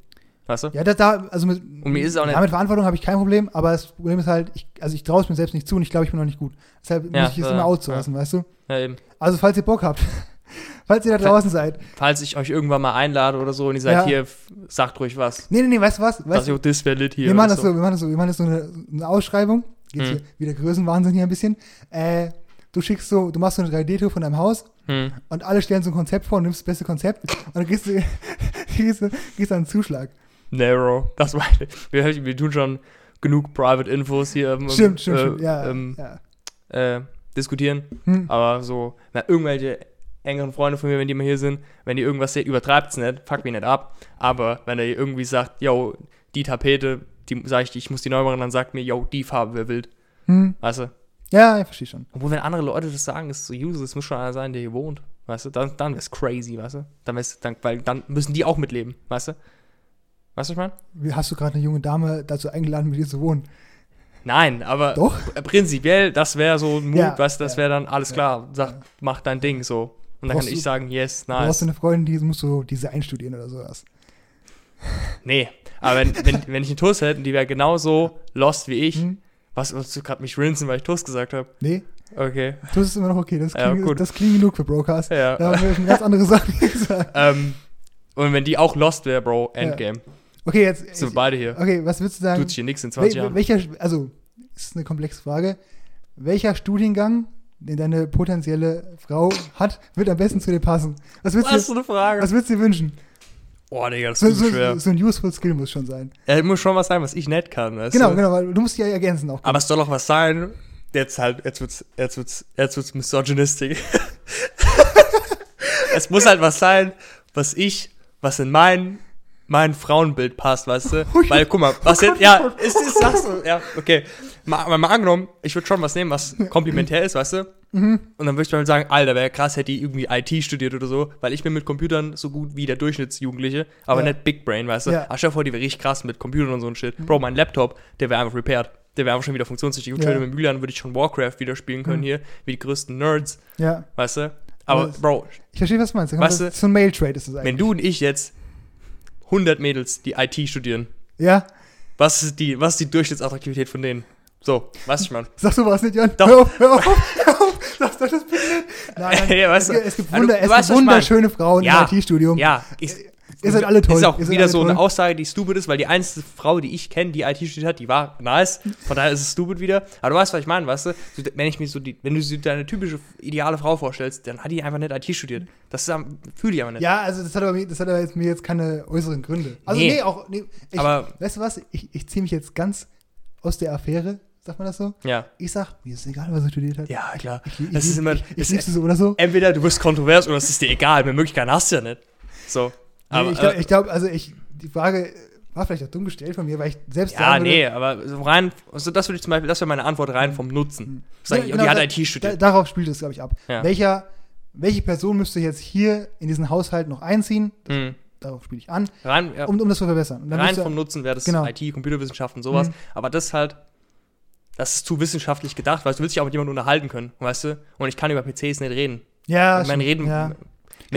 [SPEAKER 1] Weißt du?
[SPEAKER 2] Ja, da, da also mit,
[SPEAKER 1] Und mir ist es auch nicht-
[SPEAKER 2] damit Verantwortung habe ich kein Problem, aber das Problem ist halt, ich, also ich traue es mir selbst nicht zu und ich glaube, ich bin noch nicht gut. Deshalb
[SPEAKER 1] Ja,
[SPEAKER 2] muss ich es
[SPEAKER 1] äh,
[SPEAKER 2] immer outsourcen, weißt du?
[SPEAKER 1] Ja, eben.
[SPEAKER 2] Also falls ihr Bock habt, falls ihr da draußen seid.
[SPEAKER 1] Falls ich euch irgendwann mal einlade oder so und ihr seid
[SPEAKER 2] Ja.
[SPEAKER 1] hier, f- sagt ruhig was.
[SPEAKER 2] Nee, nee, nee, weißt du was?
[SPEAKER 1] Dass
[SPEAKER 2] Weißt,
[SPEAKER 1] ihr
[SPEAKER 2] du,
[SPEAKER 1] auch das werdet hier.
[SPEAKER 2] wir machen
[SPEAKER 1] oder
[SPEAKER 2] das so, wir machen das so, wir machen das so eine, eine Ausschreibung. Geht's
[SPEAKER 1] Hm.
[SPEAKER 2] hier wieder Größenwahnsinn hier ein bisschen. Äh, du schickst so, du machst so eine 3D-Tour von deinem Haus
[SPEAKER 1] Hm.
[SPEAKER 2] und alle stellen so ein Konzept vor und nimmst das beste Konzept und dann gehst du, gehst du, gehst du einen Zuschlag.
[SPEAKER 1] Narrow. Das meine ich. Wir, wir tun schon genug Private Infos hier. ähm,
[SPEAKER 2] stimmt, stimmt,
[SPEAKER 1] äh,
[SPEAKER 2] stimmt. Ja,
[SPEAKER 1] ähm,
[SPEAKER 2] ja.
[SPEAKER 1] äh, diskutieren.
[SPEAKER 2] Hm.
[SPEAKER 1] Aber so, na, irgendwelche engeren Freunde von mir, wenn die mal hier sind, wenn die irgendwas seht, übertreibt's nicht, fuck mich nicht ab. Aber wenn er irgendwie sagt, yo, die Tapete, die sag ich, ich muss die neu machen, dann sagt mir, yo, die Farbe wäre wild.
[SPEAKER 2] Hm.
[SPEAKER 1] Weißt du?
[SPEAKER 2] ja, ich verstehe schon.
[SPEAKER 1] Obwohl, wenn andere Leute das sagen, ist so useless, es muss schon einer sein, der hier wohnt. Weißt du, dann, dann wär's crazy, weißt du? Dann wär's, dann, weil dann müssen die auch mitleben, weißt du? Weißt du, was ich meine?
[SPEAKER 2] Wie- Hast du gerade eine junge Dame dazu eingeladen, mit dir zu wohnen?
[SPEAKER 1] Nein, aber
[SPEAKER 2] Doch?
[SPEAKER 1] pr- prinzipiell, das wäre so ein Mut,
[SPEAKER 2] Ja,
[SPEAKER 1] weißt du, das
[SPEAKER 2] ja.
[SPEAKER 1] wäre dann alles klar, sag, mach dein Ding so. Und dann
[SPEAKER 2] Brauchst
[SPEAKER 1] kann
[SPEAKER 2] du-
[SPEAKER 1] ich sagen, yes,
[SPEAKER 2] Du brauchst
[SPEAKER 1] nice.
[SPEAKER 2] du eine Freundin, die musst du Design studieren oder sowas.
[SPEAKER 1] Nee, aber wenn, wenn, wenn ich einen Tuss hätte, und die wäre genauso lost wie ich,
[SPEAKER 2] Hm?
[SPEAKER 1] was, willst du gerade mich rinsen, weil ich Tuss gesagt habe?
[SPEAKER 2] Nee,
[SPEAKER 1] Okay,
[SPEAKER 2] das ist immer noch okay. Das
[SPEAKER 1] Ja,
[SPEAKER 2] klingt,
[SPEAKER 1] gut.
[SPEAKER 2] das klingt genug für Brocast.
[SPEAKER 1] ja.
[SPEAKER 2] Da haben wir schon ganz andere Sachen gesagt.
[SPEAKER 1] ähm, und wenn die auch lost wäre, Bro, Endgame.
[SPEAKER 2] Okay, jetzt.
[SPEAKER 1] Sind wir beide hier.
[SPEAKER 2] okay, was würdest du sagen?
[SPEAKER 1] Tut sich hier nichts in 20
[SPEAKER 2] Wel
[SPEAKER 1] Jahren.
[SPEAKER 2] welcher, also, es ist eine komplexe Frage. Welcher Studiengang, den deine potenzielle Frau hat, wird am besten zu dir passen? Was würdest,
[SPEAKER 1] Was
[SPEAKER 2] du,
[SPEAKER 1] für eine Frage.
[SPEAKER 2] was würdest du dir wünschen?
[SPEAKER 1] Boah, Digga, das
[SPEAKER 2] So,
[SPEAKER 1] ist
[SPEAKER 2] so,
[SPEAKER 1] so, schwer.
[SPEAKER 2] so ein useful Skill muss schon sein.
[SPEAKER 1] Er muss schon was sein, was ich nicht kann. Weißt
[SPEAKER 2] Genau,
[SPEAKER 1] du?
[SPEAKER 2] genau, weil du musst dich ja ergänzen auch.
[SPEAKER 1] Aber es soll auch was sein. Jetzt halt, jetzt wird's, jetzt wird's, jetzt wird's misogynistisch. es muss halt was sein, was ich, was in mein, mein Frauenbild passt, weißt du? Weil, guck
[SPEAKER 2] Oh
[SPEAKER 1] mal, was jetzt, ja, ist, ist, sagst du, ja, okay. Mal, aber mal angenommen, ich würde schon was nehmen, was komplementär ist, weißt du?
[SPEAKER 2] Mhm.
[SPEAKER 1] Und dann würde ich mal sagen, Alter, wäre krass, hätte die irgendwie IT studiert oder so, weil ich bin mit Computern so gut wie der Durchschnittsjugendliche, aber
[SPEAKER 2] Ja.
[SPEAKER 1] nicht Big Brain, weißt du?
[SPEAKER 2] Ja. Mhm.
[SPEAKER 1] Ach, stell dir vor, die wäre richtig krass mit Computern und so ein Shit. Bro, mein Laptop, der wäre einfach repaired. Der wäre einfach schon wieder funktionstüchtig. Gut,
[SPEAKER 2] Ja.
[SPEAKER 1] schön mit Mühlein würde ich schon Warcraft wieder spielen können hier, wie die größten Nerds,
[SPEAKER 2] Ja,
[SPEAKER 1] weißt du? Aber
[SPEAKER 2] Was?
[SPEAKER 1] Bro,
[SPEAKER 2] ich verstehe, was du meinst. Da kommt
[SPEAKER 1] Weißt
[SPEAKER 2] das-
[SPEAKER 1] du,
[SPEAKER 2] so ein Mail-Trade ist das
[SPEAKER 1] wenn
[SPEAKER 2] eigentlich.
[SPEAKER 1] du und ich jetzt 100 Mädels, die IT studieren,
[SPEAKER 2] ja,
[SPEAKER 1] was ist die, was ist die Durchschnittsattraktivität von denen? So, weiß ich, Mann.
[SPEAKER 2] Sag sowas nicht, Jan.
[SPEAKER 1] Doch.
[SPEAKER 2] Hör auf, hör auf, hör auf. Sag doch das bitte nicht. Nein, nein.
[SPEAKER 1] Ja, weißt
[SPEAKER 2] es,
[SPEAKER 1] du.
[SPEAKER 2] gibt- es gibt,
[SPEAKER 1] Ja, du-
[SPEAKER 2] Wunder,
[SPEAKER 1] du
[SPEAKER 2] es
[SPEAKER 1] weißt, was
[SPEAKER 2] gibt
[SPEAKER 1] ich mein.
[SPEAKER 2] wunderschöne Frauen
[SPEAKER 1] Ja.
[SPEAKER 2] im IT-Studium.
[SPEAKER 1] Ja, ich,
[SPEAKER 2] Ihr seid alle toll.
[SPEAKER 1] Ist auch
[SPEAKER 2] Ihr seid
[SPEAKER 1] wieder
[SPEAKER 2] alle
[SPEAKER 1] so
[SPEAKER 2] toll.
[SPEAKER 1] eine Aussage, die stupid ist, weil die einzige Frau, die ich kenne, die IT studiert hat, die war nice. Von daher ist es stupid wieder. Aber du weißt, was ich meine, weißt du? So, Wenn ich mir so die, wenn du so deine typische ideale Frau vorstellst, dann hat die einfach nicht IT studiert. Das ist am- fühle ich aber nicht.
[SPEAKER 2] Ja, also das hat, aber, mir- das hat aber jetzt, mir jetzt keine äußeren Gründe. Also nee,
[SPEAKER 1] Nee.
[SPEAKER 2] auch. Nee, ich,
[SPEAKER 1] Aber-
[SPEAKER 2] weißt du was? Ich, ich ziehe mich jetzt ganz aus der Affäre, sagt man das so?
[SPEAKER 1] Ja.
[SPEAKER 2] Ich sag, mir ist egal, was er studiert hat.
[SPEAKER 1] Ja, klar.
[SPEAKER 2] Ich, ich,
[SPEAKER 1] das ist immer.
[SPEAKER 2] ich, ich, ich
[SPEAKER 1] es-
[SPEAKER 2] lieb's so oder so.
[SPEAKER 1] entweder du bist kontrovers oder es ist dir egal. Mehr Möglichkeiten hast du ja nicht. So. Aber, äh,
[SPEAKER 2] nee, ich glaube, glaub, also ich, die Frage war vielleicht auch dumm gestellt von mir, weil ich selbst
[SPEAKER 1] ja,
[SPEAKER 2] sagen würde,
[SPEAKER 1] nee, aber so rein, also das würde ich zum Beispiel, das wäre meine Antwort rein vom Nutzen. Sag
[SPEAKER 2] Ja,
[SPEAKER 1] ich,
[SPEAKER 2] genau,
[SPEAKER 1] die hat
[SPEAKER 2] da-
[SPEAKER 1] IT
[SPEAKER 2] da,
[SPEAKER 1] studiert.
[SPEAKER 2] darauf spielt es, glaube ich, ab.
[SPEAKER 1] Ja.
[SPEAKER 2] Welcher, welche Person müsste jetzt hier in diesen Haushalt noch einziehen?
[SPEAKER 1] Mhm.
[SPEAKER 2] Darauf spiele ich an,
[SPEAKER 1] Rein, ja,
[SPEAKER 2] um, um das zu verbessern. Und dann
[SPEAKER 1] rein
[SPEAKER 2] müsste-
[SPEAKER 1] vom Nutzen wäre das
[SPEAKER 2] Genau.
[SPEAKER 1] IT, Computerwissenschaften, sowas. Aber das halt, das ist zu wissenschaftlich gedacht, weil du willst dich auch mit jemandem unterhalten können, weißt du? Und ich kann über PCs nicht reden.
[SPEAKER 2] ja,
[SPEAKER 1] ich meine,
[SPEAKER 2] stimmt,
[SPEAKER 1] reden,
[SPEAKER 2] ja.
[SPEAKER 1] wenn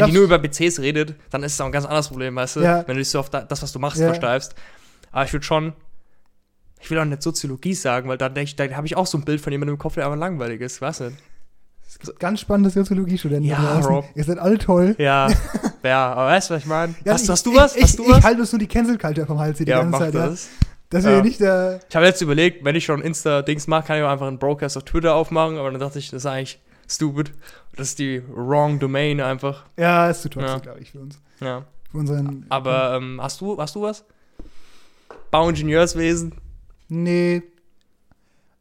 [SPEAKER 1] die
[SPEAKER 2] Glaubst-
[SPEAKER 1] nur über PCs redet, dann ist es auch ein ganz anderes Problem, weißt du?
[SPEAKER 2] Ja.
[SPEAKER 1] Wenn du dich so auf da- das, was du machst,
[SPEAKER 2] Ja.
[SPEAKER 1] versteifst. Aber ich würde schon, ich will auch nicht Soziologie sagen, weil da, denk ich- da habe ich auch so ein Bild von jemandem im Kopf, der aber langweilig ist, weißt du?
[SPEAKER 2] Es gibt ganz spannende Soziologiestudenten. da
[SPEAKER 1] Ja,
[SPEAKER 2] draußen.
[SPEAKER 1] Rob.
[SPEAKER 2] Ihr seid alle toll.
[SPEAKER 1] Ja, ja, aber weißt du, was ich meine?
[SPEAKER 2] Ja,
[SPEAKER 1] hast,
[SPEAKER 2] ich-
[SPEAKER 1] hast du
[SPEAKER 2] ich-
[SPEAKER 1] was?
[SPEAKER 2] Ich,
[SPEAKER 1] hast du
[SPEAKER 2] ich,
[SPEAKER 1] was?
[SPEAKER 2] halte uns nur die Cancel Culture vom Hals hier die
[SPEAKER 1] ja,
[SPEAKER 2] ganze
[SPEAKER 1] mach
[SPEAKER 2] Zeit. Ja.
[SPEAKER 1] das.
[SPEAKER 2] Dass wir
[SPEAKER 1] Ja.
[SPEAKER 2] hier nicht äh,
[SPEAKER 1] Ich habe jetzt überlegt, wenn ich schon Insta-Dings mache, kann ich auch einfach einen Broadcast auf Twitter aufmachen, aber dann dachte ich, das ist eigentlich stupid. Das ist die wrong Domain einfach.
[SPEAKER 2] Ja, ist zu toxic,
[SPEAKER 1] Ja.
[SPEAKER 2] glaube ich, für uns.
[SPEAKER 1] Ja.
[SPEAKER 2] Für unseren.
[SPEAKER 1] Aber ähm, hast du, hast du was? Bauingenieurswesen?
[SPEAKER 2] Nee.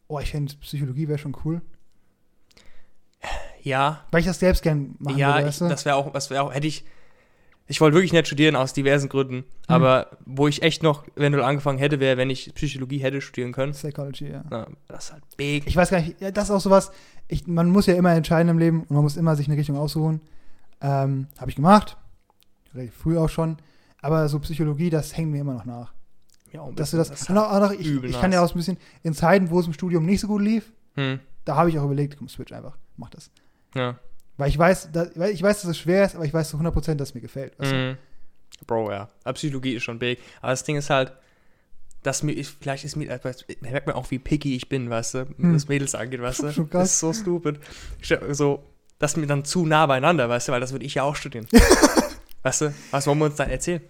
[SPEAKER 2] Oh, ich finde, Psychologie wäre schon cool.
[SPEAKER 1] Ja.
[SPEAKER 2] Weil ich das selbst gern machen
[SPEAKER 1] ja,
[SPEAKER 2] würde,
[SPEAKER 1] ich,
[SPEAKER 2] weißt du?
[SPEAKER 1] das wäre auch, das wäre auch, hätte ich, ich wollte wirklich nicht studieren aus diversen Gründen,
[SPEAKER 2] Hm.
[SPEAKER 1] aber wo ich echt noch eventuell angefangen hätte, wäre, wenn ich Psychologie hätte studieren können.
[SPEAKER 2] Psychology, ja.
[SPEAKER 1] Na, das ist halt big.
[SPEAKER 2] Ich weiß gar nicht, ja, das ist auch sowas, ich, man muss ja immer entscheiden im Leben und man muss immer sich eine Richtung aussuchen. Ähm, Habe ich gemacht, relativ früh auch schon. Aber so Psychologie, das hängt mir immer noch nach.
[SPEAKER 1] Ja, ein
[SPEAKER 2] Dass du
[SPEAKER 1] bisschen,
[SPEAKER 2] das,
[SPEAKER 1] ist
[SPEAKER 2] und
[SPEAKER 1] halt,
[SPEAKER 2] auch, auch noch, ich,
[SPEAKER 1] übel
[SPEAKER 2] ich kann ja
[SPEAKER 1] nice.
[SPEAKER 2] auch so ein bisschen in Zeiten, wo es im Studium nicht so gut lief,
[SPEAKER 1] hm,
[SPEAKER 2] da habe ich auch überlegt, komm, switch einfach, mach das.
[SPEAKER 1] ja.
[SPEAKER 2] Weil ich weiß, da, weil ich weiß, dass es schwer ist, aber ich weiß zu 100%, dass es mir gefällt. Also, Weißt du?
[SPEAKER 1] Mhm. Bro, ja. Aber Psychologie ist schon big. Aber das Ding ist halt, dass mir, ich, vielleicht ist mir, etwas- ich merkt man auch, wie picky ich bin, weißt du,
[SPEAKER 2] Hm.
[SPEAKER 1] was Mädels angeht, weißt du.
[SPEAKER 2] Schon krass.
[SPEAKER 1] das ist so stupid. Ich stell- So, das ist mir dann zu nah beieinander, weißt du, weil das würde ich ja auch studieren. weißt du, was wollen wir uns dann erzählen?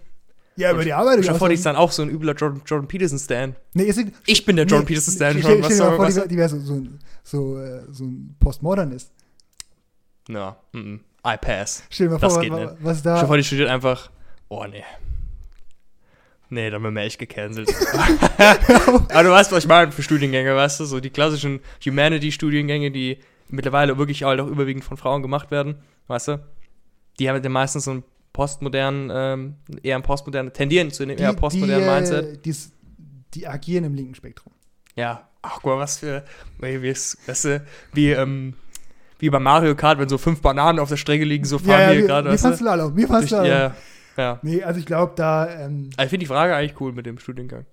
[SPEAKER 2] Ja, über die Arbeit.
[SPEAKER 1] Ich
[SPEAKER 2] über
[SPEAKER 1] stell vor, die
[SPEAKER 2] die
[SPEAKER 1] ist dann auch so ein übler Jordan, Jordan Peterson-Stan.
[SPEAKER 2] nee, ist, nee,
[SPEAKER 1] Ich bin der Jordan Peterson-Stan
[SPEAKER 2] stell,
[SPEAKER 1] schon.
[SPEAKER 2] stell
[SPEAKER 1] Was
[SPEAKER 2] dir mal
[SPEAKER 1] soll
[SPEAKER 2] vor,
[SPEAKER 1] was?
[SPEAKER 2] die, die wäre so, so, ein- so, äh, so ein Postmodernist.
[SPEAKER 1] Na, mm, I pass.
[SPEAKER 2] Stell dir mal
[SPEAKER 1] Das
[SPEAKER 2] vor,
[SPEAKER 1] geht
[SPEAKER 2] was,
[SPEAKER 1] nicht.
[SPEAKER 2] was
[SPEAKER 1] Ich stell
[SPEAKER 2] da.
[SPEAKER 1] vor, die studiert einfach. Oh, nee. Nee, dann werden wir echt gecancelt. Aber du weißt, was ich meine für Studiengänge, weißt du? So die klassischen Humanity-Studiengänge, die mittlerweile wirklich halt auch überwiegend von Frauen gemacht werden, weißt du? Die haben ja meistens so einen postmodernen, ähm, eher einen postmodernen, tendieren zu einem eher
[SPEAKER 2] die, die,
[SPEAKER 1] postmodernen Mindset.
[SPEAKER 2] äh, die, die agieren im linken Spektrum.
[SPEAKER 1] Ja, ach guck mal, was für, wie, wie, es- weißt du, wie, ähm, wie bei Mario Kart, wenn so fünf Bananen auf der Strecke liegen, so fahren
[SPEAKER 2] ja,
[SPEAKER 1] wir
[SPEAKER 2] mir-
[SPEAKER 1] gerade,
[SPEAKER 2] Mir
[SPEAKER 1] weißt
[SPEAKER 2] fand's
[SPEAKER 1] du?
[SPEAKER 2] lala. Mir fand's
[SPEAKER 1] Durch,
[SPEAKER 2] lala.
[SPEAKER 1] ja, ja.
[SPEAKER 2] Nee, also ich glaube, da. Ähm,
[SPEAKER 1] Also ich finde die Frage eigentlich cool mit dem Studiengang.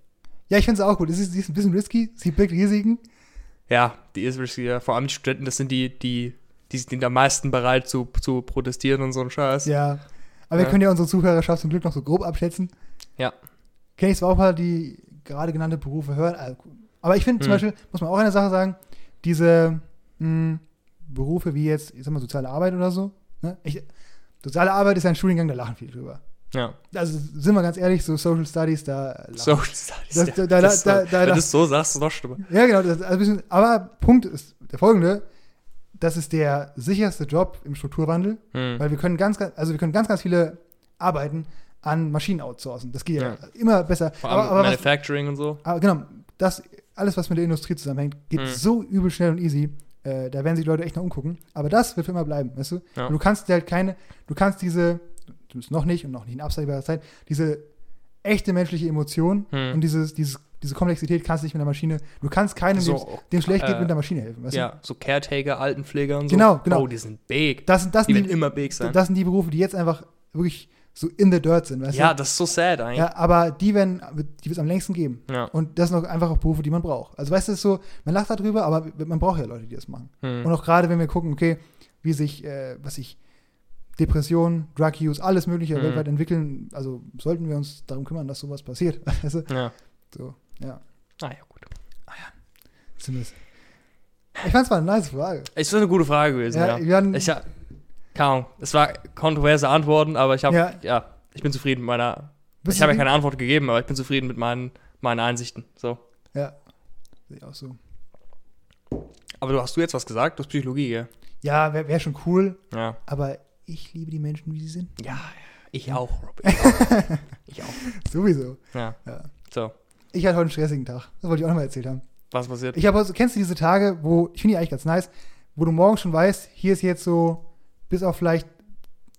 [SPEAKER 2] ja, ich find's auch gut. Es ist, sie ist ein bisschen risky. Sie birgt Risiken.
[SPEAKER 1] Ja, die ist wirklich, ja, vor allem die Studenten, das sind die, die, die sind am meisten bereit zu, zu protestieren und so ein Scheiß.
[SPEAKER 2] Ja. Aber wir
[SPEAKER 1] Ja.
[SPEAKER 2] können ja unsere Zuhörerschaft zum Glück noch so grob abschätzen.
[SPEAKER 1] Ja.
[SPEAKER 2] Kenne ich zwar auch ein paar, die gerade genannte Berufe hören. also- Aber ich finde zum
[SPEAKER 1] Hm.
[SPEAKER 2] Beispiel, muss man auch eine Sache sagen, diese mh, Berufe wie jetzt, ich sag mal, soziale Arbeit oder so. Ne? Ich, soziale Arbeit ist ja ein Studiengang, da lachen viele drüber.
[SPEAKER 1] Ja.
[SPEAKER 2] Also sind wir ganz ehrlich, so Social Studies, da lachen
[SPEAKER 1] Social Studies.
[SPEAKER 2] Das-
[SPEAKER 1] ja.
[SPEAKER 2] da- da-
[SPEAKER 1] das,
[SPEAKER 2] da-
[SPEAKER 1] da,
[SPEAKER 2] da-
[SPEAKER 1] wenn
[SPEAKER 2] da-
[SPEAKER 1] du es so sagst, ist doch schlimmer.
[SPEAKER 2] Ja, genau. Das, also ein bisschen, aber Punkt ist der folgende: Das ist der sicherste Job im Strukturwandel,
[SPEAKER 1] Hm.
[SPEAKER 2] weil wir können ganz, ganz, also wir können ganz, ganz viele Arbeiten an Maschinen outsourcen. Das geht ja,
[SPEAKER 1] Ja.
[SPEAKER 2] immer besser.
[SPEAKER 1] Vor allem
[SPEAKER 2] Aber, aber, was,
[SPEAKER 1] Manufacturing und so.
[SPEAKER 2] aber genau, das alles, was mit der Industrie zusammenhängt, geht
[SPEAKER 1] Mhm.
[SPEAKER 2] so übel schnell und easy. Äh, da werden sich Leute echt noch umgucken. Aber das wird für immer bleiben, weißt du?
[SPEAKER 1] Ja.
[SPEAKER 2] Und Du kannst dir halt keine, du kannst diese, du bist noch nicht und noch nicht in absehbarer Zeit, diese echte menschliche Emotion
[SPEAKER 1] Hm.
[SPEAKER 2] und dieses, dieses, diese Komplexität kannst du nicht mit einer Maschine, du kannst keine
[SPEAKER 1] So,
[SPEAKER 2] dem schlecht geht
[SPEAKER 1] äh,
[SPEAKER 2] mit der Maschine helfen. Weißt du?
[SPEAKER 1] ja, so Caretaker, Altenpfleger und so.
[SPEAKER 2] Genau, genau.
[SPEAKER 1] Oh, die sind big.
[SPEAKER 2] Das, sind- das,
[SPEAKER 1] Die
[SPEAKER 2] sind
[SPEAKER 1] werden
[SPEAKER 2] die,
[SPEAKER 1] immer big sein.
[SPEAKER 2] das sind die Berufe, die jetzt einfach wirklich so in the dirt sind. Weißt
[SPEAKER 1] ja,
[SPEAKER 2] du?
[SPEAKER 1] das ist so sad eigentlich.
[SPEAKER 2] Also ja, aber die werden, die wird es am längsten geben.
[SPEAKER 1] Ja.
[SPEAKER 2] Und das sind auch einfach auch Berufe, die man braucht. Also weißt du, es ist so, man lacht darüber, aber man braucht ja Leute, die das machen.
[SPEAKER 1] Hm.
[SPEAKER 2] Und auch gerade, wenn wir gucken, okay, wie sich, äh, was sich Depressionen, Drug Use, alles Mögliche
[SPEAKER 1] Mhm.
[SPEAKER 2] weltweit entwickeln, also sollten wir uns darum kümmern, dass sowas passiert. Also Weißt du?
[SPEAKER 1] Ja.
[SPEAKER 2] So, ja.
[SPEAKER 1] Ah, ja, gut.
[SPEAKER 2] Zumindest. Ich fand es mal eine nice Frage.
[SPEAKER 1] Es ist eine gute Frage gewesen, Also, ja.
[SPEAKER 2] wir hatten-
[SPEAKER 1] Ich hab, keine Ahnung, es war kontroverse Antworten, aber ich habe,
[SPEAKER 2] Ja.
[SPEAKER 1] ja. ich bin zufrieden mit meiner.
[SPEAKER 2] Bist
[SPEAKER 1] ich habe ja
[SPEAKER 2] zufrieden?
[SPEAKER 1] keine Antwort gegeben, aber ich bin zufrieden mit meinen, meinen Einsichten. So.
[SPEAKER 2] Ja, sehe ich auch so.
[SPEAKER 1] Aber du hast du jetzt was gesagt? Du hast Psychologie, gell?
[SPEAKER 2] Ja, wäre wär schon cool,
[SPEAKER 1] Ja.
[SPEAKER 2] aber ich liebe die Menschen, wie sie sind.
[SPEAKER 1] Ja, ich auch, Rob. Ich auch. ich auch.
[SPEAKER 2] Sowieso.
[SPEAKER 1] Ja.
[SPEAKER 2] Ja.
[SPEAKER 1] So,
[SPEAKER 2] Ich hatte heute einen stressigen Tag. Das wollte ich auch nochmal erzählt haben.
[SPEAKER 1] was passiert?
[SPEAKER 2] Ich habe also, kennst du diese Tage, wo, ich finde die eigentlich ganz nice, wo du morgens schon weißt, hier ist jetzt so, bis auf vielleicht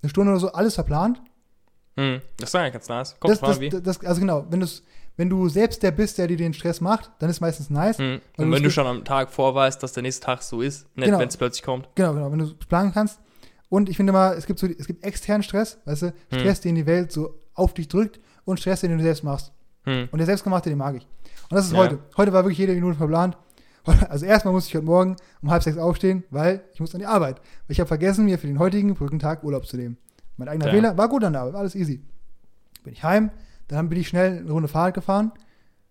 [SPEAKER 2] eine Stunde oder so, alles verplant.
[SPEAKER 1] Hm, Das ist eigentlich ganz nice. Kommt
[SPEAKER 2] Das,
[SPEAKER 1] drauf
[SPEAKER 2] das,
[SPEAKER 1] an, wie.
[SPEAKER 2] das, also genau, wenn, du's- wenn du selbst der bist, der dir den Stress macht, dann ist meistens nice.
[SPEAKER 1] Hm.
[SPEAKER 2] weil
[SPEAKER 1] Und
[SPEAKER 2] du
[SPEAKER 1] wenn du
[SPEAKER 2] es-
[SPEAKER 1] schon am Tag vorweist, dass der nächste Tag so ist, nicht
[SPEAKER 2] Genau.
[SPEAKER 1] wenn es plötzlich kommt.
[SPEAKER 2] Genau, genau, wenn du planen kannst. Und ich finde mal, es gibt so, es gibt externen Stress, weißt du, Stress, den die Welt so auf dich drückt und Stress, den du selbst machst.
[SPEAKER 1] Hm.
[SPEAKER 2] Und der selbstgemachte, den mag ich. Und das ist
[SPEAKER 1] Ja.
[SPEAKER 2] heute. Heute war wirklich jede Minute verplant. Heute- Also erstmal musste ich heute Morgen um halb sechs aufstehen, weil ich muss an die Arbeit. Weil ich habe vergessen, mir für den heutigen Brückentag Urlaub zu nehmen. Mein eigener
[SPEAKER 1] Ja.
[SPEAKER 2] Fehler, war gut an der Arbeit, war alles easy. Bin ich heim, dann bin ich schnell eine Runde Fahrrad gefahren.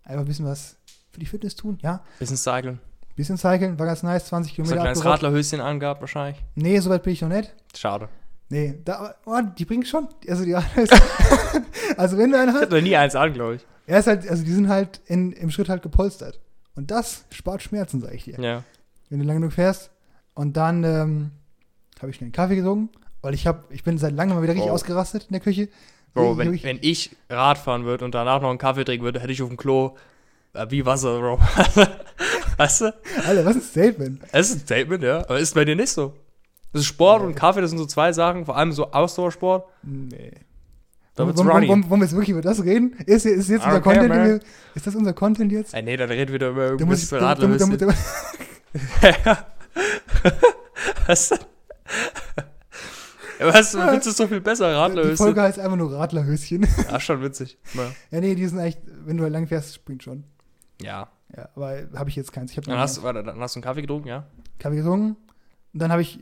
[SPEAKER 2] Einfach ein bisschen was für die Fitness tun, ja.
[SPEAKER 1] Bisschen cyclen.
[SPEAKER 2] Ein bisschen cyclen, war ganz nice, 20
[SPEAKER 1] Hast du ein
[SPEAKER 2] Kilometer
[SPEAKER 1] kleines
[SPEAKER 2] abgerockt.
[SPEAKER 1] Radlerhöschen angehabt wahrscheinlich.
[SPEAKER 2] Nee, soweit bin ich noch nicht.
[SPEAKER 1] Schade.
[SPEAKER 2] Nee, da, aber- oh, die bringt schon. Also, die, also, also wenn du einen
[SPEAKER 1] Ich
[SPEAKER 2] hast,
[SPEAKER 1] hatte noch nie eins an, glaube ich.
[SPEAKER 2] er ist halt, also die sind halt in, im Schritt halt gepolstert. Und das spart Schmerzen, sag ich dir.
[SPEAKER 1] Ja.
[SPEAKER 2] Wenn du lang genug fährst. Und dann ähm, habe ich schnell einen Kaffee getrunken, weil ich habe, ich bin seit langem mal wieder richtig
[SPEAKER 1] Wow.
[SPEAKER 2] ausgerastet in der Küche.
[SPEAKER 1] Oh. Bro,
[SPEAKER 2] Ich-
[SPEAKER 1] wenn,
[SPEAKER 2] ich,
[SPEAKER 1] wenn ich Rad fahren würde und danach noch einen Kaffee trinken würde, hätte ich auf dem Klo äh, wie Wasser, Bro. weißt du?
[SPEAKER 2] Alter, was ist ein Statement?
[SPEAKER 1] Es ist ein Statement, ja. Aber ist bei dir nicht so. Das ist Sport und Kaffee, das sind so zwei Sachen, vor allem so Ausdauersport.
[SPEAKER 2] Nee.
[SPEAKER 1] Da
[SPEAKER 2] Wollen,
[SPEAKER 1] wird's
[SPEAKER 2] wollen, wollen,
[SPEAKER 1] running.
[SPEAKER 2] wollen wir jetzt wirklich über das reden? Ist, ist jetzt unser
[SPEAKER 1] Okay,
[SPEAKER 2] Content, den
[SPEAKER 1] man.
[SPEAKER 2] wir, ist das unser Content jetzt?
[SPEAKER 1] Ey, nee, dann reden wir da über
[SPEAKER 2] Da muss
[SPEAKER 1] irgendwas
[SPEAKER 2] ich, da, da, da,
[SPEAKER 1] Radlerhöschen.
[SPEAKER 2] da,
[SPEAKER 1] Was? Was? Du findest es so viel besser,
[SPEAKER 2] die
[SPEAKER 1] Radlerhöschen?
[SPEAKER 2] Folge heißt einfach nur Radlerhöschen.
[SPEAKER 1] Ah, schon witzig. Ja.
[SPEAKER 2] Ja, nee, die sind echt, wenn du halt lang fährst, springt schon.
[SPEAKER 1] ja.
[SPEAKER 2] Ja, aber habe ich jetzt keins. Ich habe
[SPEAKER 1] Dann
[SPEAKER 2] noch
[SPEAKER 1] hast, du, warte, dann hast du einen Kaffee getrunken, ja?
[SPEAKER 2] einen Kaffee getrunken. Und dann habe ich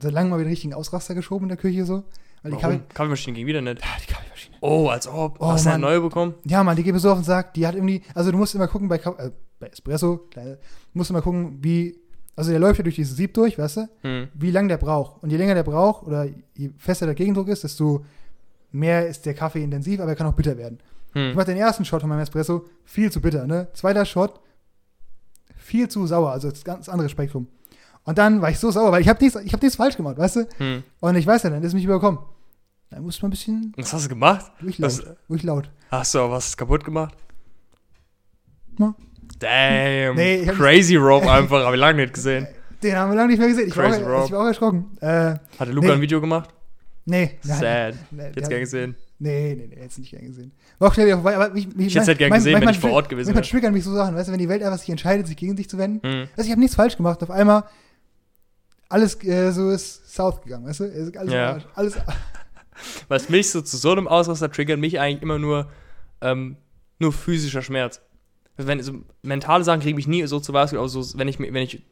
[SPEAKER 2] seit langem mal wieder richtigen Ausraster geschoben in der Küche so. Weil die, Kaffee,
[SPEAKER 1] Warum? Kaffeemaschine ging wieder nicht.
[SPEAKER 2] ah, die Kaffeemaschine.
[SPEAKER 1] Oh, als ob.
[SPEAKER 2] Oh,
[SPEAKER 1] hast du eine
[SPEAKER 2] Mann.
[SPEAKER 1] neue bekommen?
[SPEAKER 2] Ja, Mann, die geht mir so auf den Sack. Die hat irgendwie, also du musst immer gucken bei, Ka- äh, bei Espresso, kleine, musst immer gucken, wie, also der läuft ja durch dieses Sieb durch, weißt du,
[SPEAKER 1] Hm.
[SPEAKER 2] wie lang der braucht. Und je länger der braucht oder je fester der Gegendruck ist, desto mehr ist der Kaffee intensiv, aber er kann auch bitter werden. Ich
[SPEAKER 1] Hm.
[SPEAKER 2] mach den ersten Shot von meinem Espresso viel zu bitter, ne? Zweiter Shot viel zu sauer, also das ganz andere Spektrum. Und dann war ich so sauer, weil ich habe nichts, ich hab nichts falsch gemacht, weißt du?
[SPEAKER 1] Hm.
[SPEAKER 2] Und ich weiß ja, dann ist mich überkommen. Dann musste man ein bisschen
[SPEAKER 1] Was hast du gemacht?
[SPEAKER 2] durchlaut,
[SPEAKER 1] äh,
[SPEAKER 2] durchlaut.
[SPEAKER 1] Hast du auch was kaputt gemacht?
[SPEAKER 2] Na.
[SPEAKER 1] Damn.
[SPEAKER 2] Nee, ich hab-
[SPEAKER 1] Crazy Rob einfach, habe ich lange nicht gesehen.
[SPEAKER 2] Den haben wir lange nicht mehr gesehen. Ich, war,
[SPEAKER 1] Crazy
[SPEAKER 2] auch,
[SPEAKER 1] Rob.
[SPEAKER 2] ich war auch erschrocken. Äh,
[SPEAKER 1] Hatte Luca
[SPEAKER 2] Nee.
[SPEAKER 1] ein Video gemacht?
[SPEAKER 2] nee, nein,
[SPEAKER 1] Sad.
[SPEAKER 2] nee, der
[SPEAKER 1] Jetzt
[SPEAKER 2] hat-
[SPEAKER 1] gern gesehen.
[SPEAKER 2] Nee, nee, nee, jetzt nicht gern gesehen. War auch schnell wieder vorbei, aber mich, mich,
[SPEAKER 1] Ich hätt's halt gern
[SPEAKER 2] mein-
[SPEAKER 1] gesehen, wenn
[SPEAKER 2] manchmal
[SPEAKER 1] ich vor
[SPEAKER 2] tri-
[SPEAKER 1] Ort gewesen
[SPEAKER 2] Manchmal
[SPEAKER 1] wär.
[SPEAKER 2] triggern mich so Sachen, weißt du, wenn die Welt einfach sich entscheidet, sich gegen dich zu wenden,
[SPEAKER 1] Hm.
[SPEAKER 2] Also ich habe nichts falsch gemacht. Auf einmal alles äh, so ist south gegangen, weißt du? Es ist Alles,
[SPEAKER 1] Ja.
[SPEAKER 2] am Arsch. alles
[SPEAKER 1] Was mich so zu so einem Ausraster triggert, mich eigentlich immer nur, ähm, nur physischer Schmerz. Also Wenn, so mentale Sachen kriegen mich nie so zu Basket, aber so, wenn ich, mir- wenn ich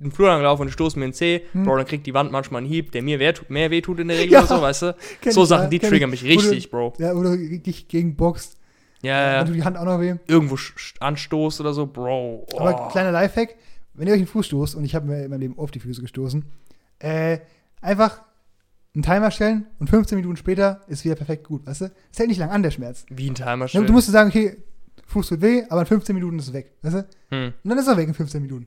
[SPEAKER 1] den Flur lang laufe und ich stoße mir den Zeh,
[SPEAKER 2] Hm.
[SPEAKER 1] Bro, dann kriegt die Wand manchmal einen Hieb, der mir weh, mehr wehtut in der Regel
[SPEAKER 2] Ja.
[SPEAKER 1] oder so, weißt du?
[SPEAKER 2] kenn
[SPEAKER 1] So
[SPEAKER 2] ich,
[SPEAKER 1] Sachen,
[SPEAKER 2] ja,
[SPEAKER 1] die
[SPEAKER 2] kenn
[SPEAKER 1] triggern mich
[SPEAKER 2] ich. Wo
[SPEAKER 1] richtig, Bro.
[SPEAKER 2] Du, ja, oder dich gegen boxt
[SPEAKER 1] Ja, ja,
[SPEAKER 2] und du
[SPEAKER 1] ja.
[SPEAKER 2] die Hand auch noch weh.
[SPEAKER 1] Irgendwo sch- sch- anstoßt oder so, Bro. Oh.
[SPEAKER 2] Aber kleiner Lifehack, wenn ihr euch den Fuß stoßt, und ich habe mir in meinem Leben oft die Füße gestoßen, äh, einfach einen Timer stellen und 15 Minuten später ist wieder perfekt gut, weißt du? Es hält nicht lang an, der Schmerz. Ne,
[SPEAKER 1] Wie ein Timer
[SPEAKER 2] Du
[SPEAKER 1] stellen.
[SPEAKER 2] musst dir sagen, okay, Fuß tut weh, aber in 15 Minuten ist es weg, weißt du?
[SPEAKER 1] hm.
[SPEAKER 2] Und dann ist er weg in 15 Minuten.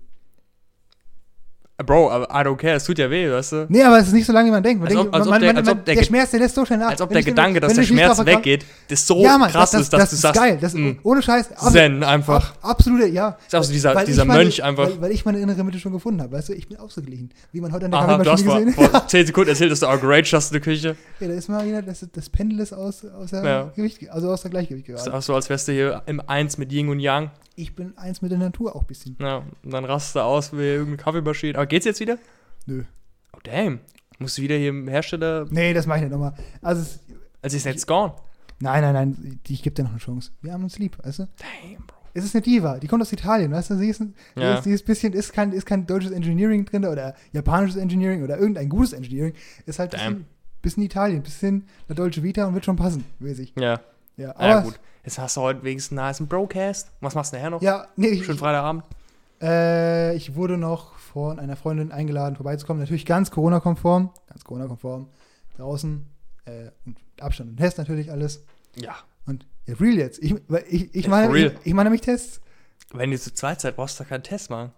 [SPEAKER 1] Äh, Bro, aber I don't care, es tut ja weh, weißt du?
[SPEAKER 2] Nee, aber es ist nicht so lange, wie man denkt. Man
[SPEAKER 1] Als
[SPEAKER 2] denkt
[SPEAKER 1] ob- als
[SPEAKER 2] man,
[SPEAKER 1] ob der-
[SPEAKER 2] man,
[SPEAKER 1] als
[SPEAKER 2] man,
[SPEAKER 1] ob der
[SPEAKER 2] der
[SPEAKER 1] Ge-
[SPEAKER 2] Schmerz, der lässt so schnell nach.
[SPEAKER 1] Als ob
[SPEAKER 2] Wenn
[SPEAKER 1] der
[SPEAKER 2] ich-
[SPEAKER 1] Gedanke, dass
[SPEAKER 2] wenn
[SPEAKER 1] der
[SPEAKER 2] ich nicht
[SPEAKER 1] Schmerz
[SPEAKER 2] drauf verkrampf-
[SPEAKER 1] weggeht, das so
[SPEAKER 2] ja, Mann,
[SPEAKER 1] krass
[SPEAKER 2] das,
[SPEAKER 1] ist, dass du
[SPEAKER 2] ist
[SPEAKER 1] sagst,
[SPEAKER 2] geil. Das ist
[SPEAKER 1] mm,
[SPEAKER 2] ohne Scheiß. ab-
[SPEAKER 1] Zen einfach.
[SPEAKER 2] ab- Absolute, ja.
[SPEAKER 1] Ist auch so dieser-
[SPEAKER 2] Weil
[SPEAKER 1] dieser
[SPEAKER 2] ich meine,
[SPEAKER 1] Mönch einfach.
[SPEAKER 2] Weil, weil ich meine innere Mitte schon gefunden habe, weißt du, ich bin ausgeglichen. Wie man heute an der
[SPEAKER 1] Aha, du hast
[SPEAKER 2] Kaffeemaschine
[SPEAKER 1] vor,
[SPEAKER 2] gesehen hat.
[SPEAKER 1] vor 10 Sekunden erzählt, dass du auch Rage hast in der Küche.
[SPEAKER 2] ja, da ist mal wieder, das, das Pendel ist aus, aus, der
[SPEAKER 1] Ja.
[SPEAKER 2] Gewicht, ge- also aus der Gleichgewicht
[SPEAKER 1] Ist
[SPEAKER 2] geraten.
[SPEAKER 1] auch so, als wärst du hier im Eins mit Yin und Yang.
[SPEAKER 2] Ich bin eins mit der Natur auch ein bisschen.
[SPEAKER 1] Ja, und dann rast du aus wie irgendeine Kaffeemaschine. Aber geht's jetzt wieder?
[SPEAKER 2] Nö.
[SPEAKER 1] Oh, damn. Musst du wieder hier im Hersteller.
[SPEAKER 2] Nee, das mache ich nicht nochmal. Also, es,
[SPEAKER 1] Also ist jetzt gone.
[SPEAKER 2] nein, nein, nein, ich gebe dir noch eine Chance. Wir haben uns lieb, weißt du?
[SPEAKER 1] Damn, Bro.
[SPEAKER 2] Es ist eine Diva, die kommt aus Italien, weißt du? Sie ist, ein, sie
[SPEAKER 1] Ja.
[SPEAKER 2] ist, sie ist bisschen, ist kein, ist kein deutsches Engineering drin oder japanisches Engineering oder irgendein gutes Engineering. Ist halt
[SPEAKER 1] Damn.
[SPEAKER 2] bisschen, bisschen Italien, bisschen eine deutsche Vita und wird schon passen, mäßig.
[SPEAKER 1] Ja,
[SPEAKER 2] Ja, aber
[SPEAKER 1] ja gut. Jetzt hast du heute wenigstens einen nice Broadcast. Was machst du nachher noch?
[SPEAKER 2] Ja, nee, ich,
[SPEAKER 1] Schönen Freitagabend.
[SPEAKER 2] äh, ich wurde noch von einer Freundin eingeladen, vorbeizukommen. Natürlich ganz Corona-konform, ganz Corona-konform draußen. Äh, und Abstand und Test natürlich alles.
[SPEAKER 1] Ja.
[SPEAKER 2] Und ja, real jetzt. Ich, weil ich, ich,
[SPEAKER 1] Ja,
[SPEAKER 2] meine,
[SPEAKER 1] for
[SPEAKER 2] ich,
[SPEAKER 1] real.
[SPEAKER 2] ich meine mich Tests.
[SPEAKER 1] Wenn ihr zu zweit seid, brauchst du da keinen Test machen.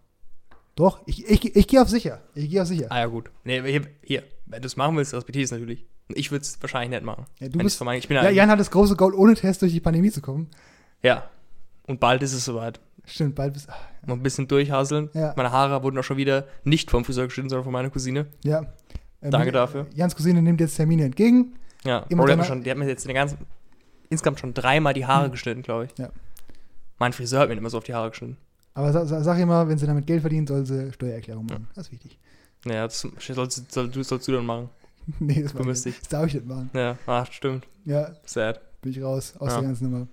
[SPEAKER 2] Doch, ich, ich, ich gehe auf sicher. Ich gehe auf sicher.
[SPEAKER 1] Ah ja, gut. Nee, aber hier, hier wenn du es machen willst, respektiere ich es natürlich. Ich würde es wahrscheinlich nicht machen.
[SPEAKER 2] Ja, du
[SPEAKER 1] Wenn ich's
[SPEAKER 2] bist,
[SPEAKER 1] vermeide- ich bin
[SPEAKER 2] ja,
[SPEAKER 1] ja,
[SPEAKER 2] Jan hat das große Goal, ohne Test durch die Pandemie zu kommen.
[SPEAKER 1] ja. Und bald ist es soweit.
[SPEAKER 2] Stimmt, bald bist ah,
[SPEAKER 1] Noch ein bisschen durchhasseln.
[SPEAKER 2] Ja.
[SPEAKER 1] Meine Haare wurden auch schon wieder nicht vom Friseur geschnitten, sondern von meiner Cousine.
[SPEAKER 2] Ja. Ähm,
[SPEAKER 1] Danke dafür.
[SPEAKER 2] Jans Cousine nimmt jetzt Termine entgegen.
[SPEAKER 1] Ja, Bro,
[SPEAKER 2] Immer
[SPEAKER 1] die hat, mir
[SPEAKER 2] deiner-
[SPEAKER 1] schon, die hat mir jetzt den ganzen, insgesamt schon dreimal die Haare geschnitten, glaube ich.
[SPEAKER 2] Hm. Ja.
[SPEAKER 1] Mein Friseur hat mir immer so auf die Haare geschnitten.
[SPEAKER 2] Aber sa sa sag immer, wenn sie damit Geld verdient, soll sie Steuererklärung machen. Das ist wichtig.
[SPEAKER 1] Ja, das sollst, soll, du- sollst du dann machen.
[SPEAKER 2] nee, das,
[SPEAKER 1] Bemüß
[SPEAKER 2] ich,
[SPEAKER 1] dich.
[SPEAKER 2] das darf ich nicht machen.
[SPEAKER 1] Ja, ach, stimmt.
[SPEAKER 2] Ja,
[SPEAKER 1] Sad.
[SPEAKER 2] bin ich raus aus
[SPEAKER 1] Ja.
[SPEAKER 2] der ganzen Nummer.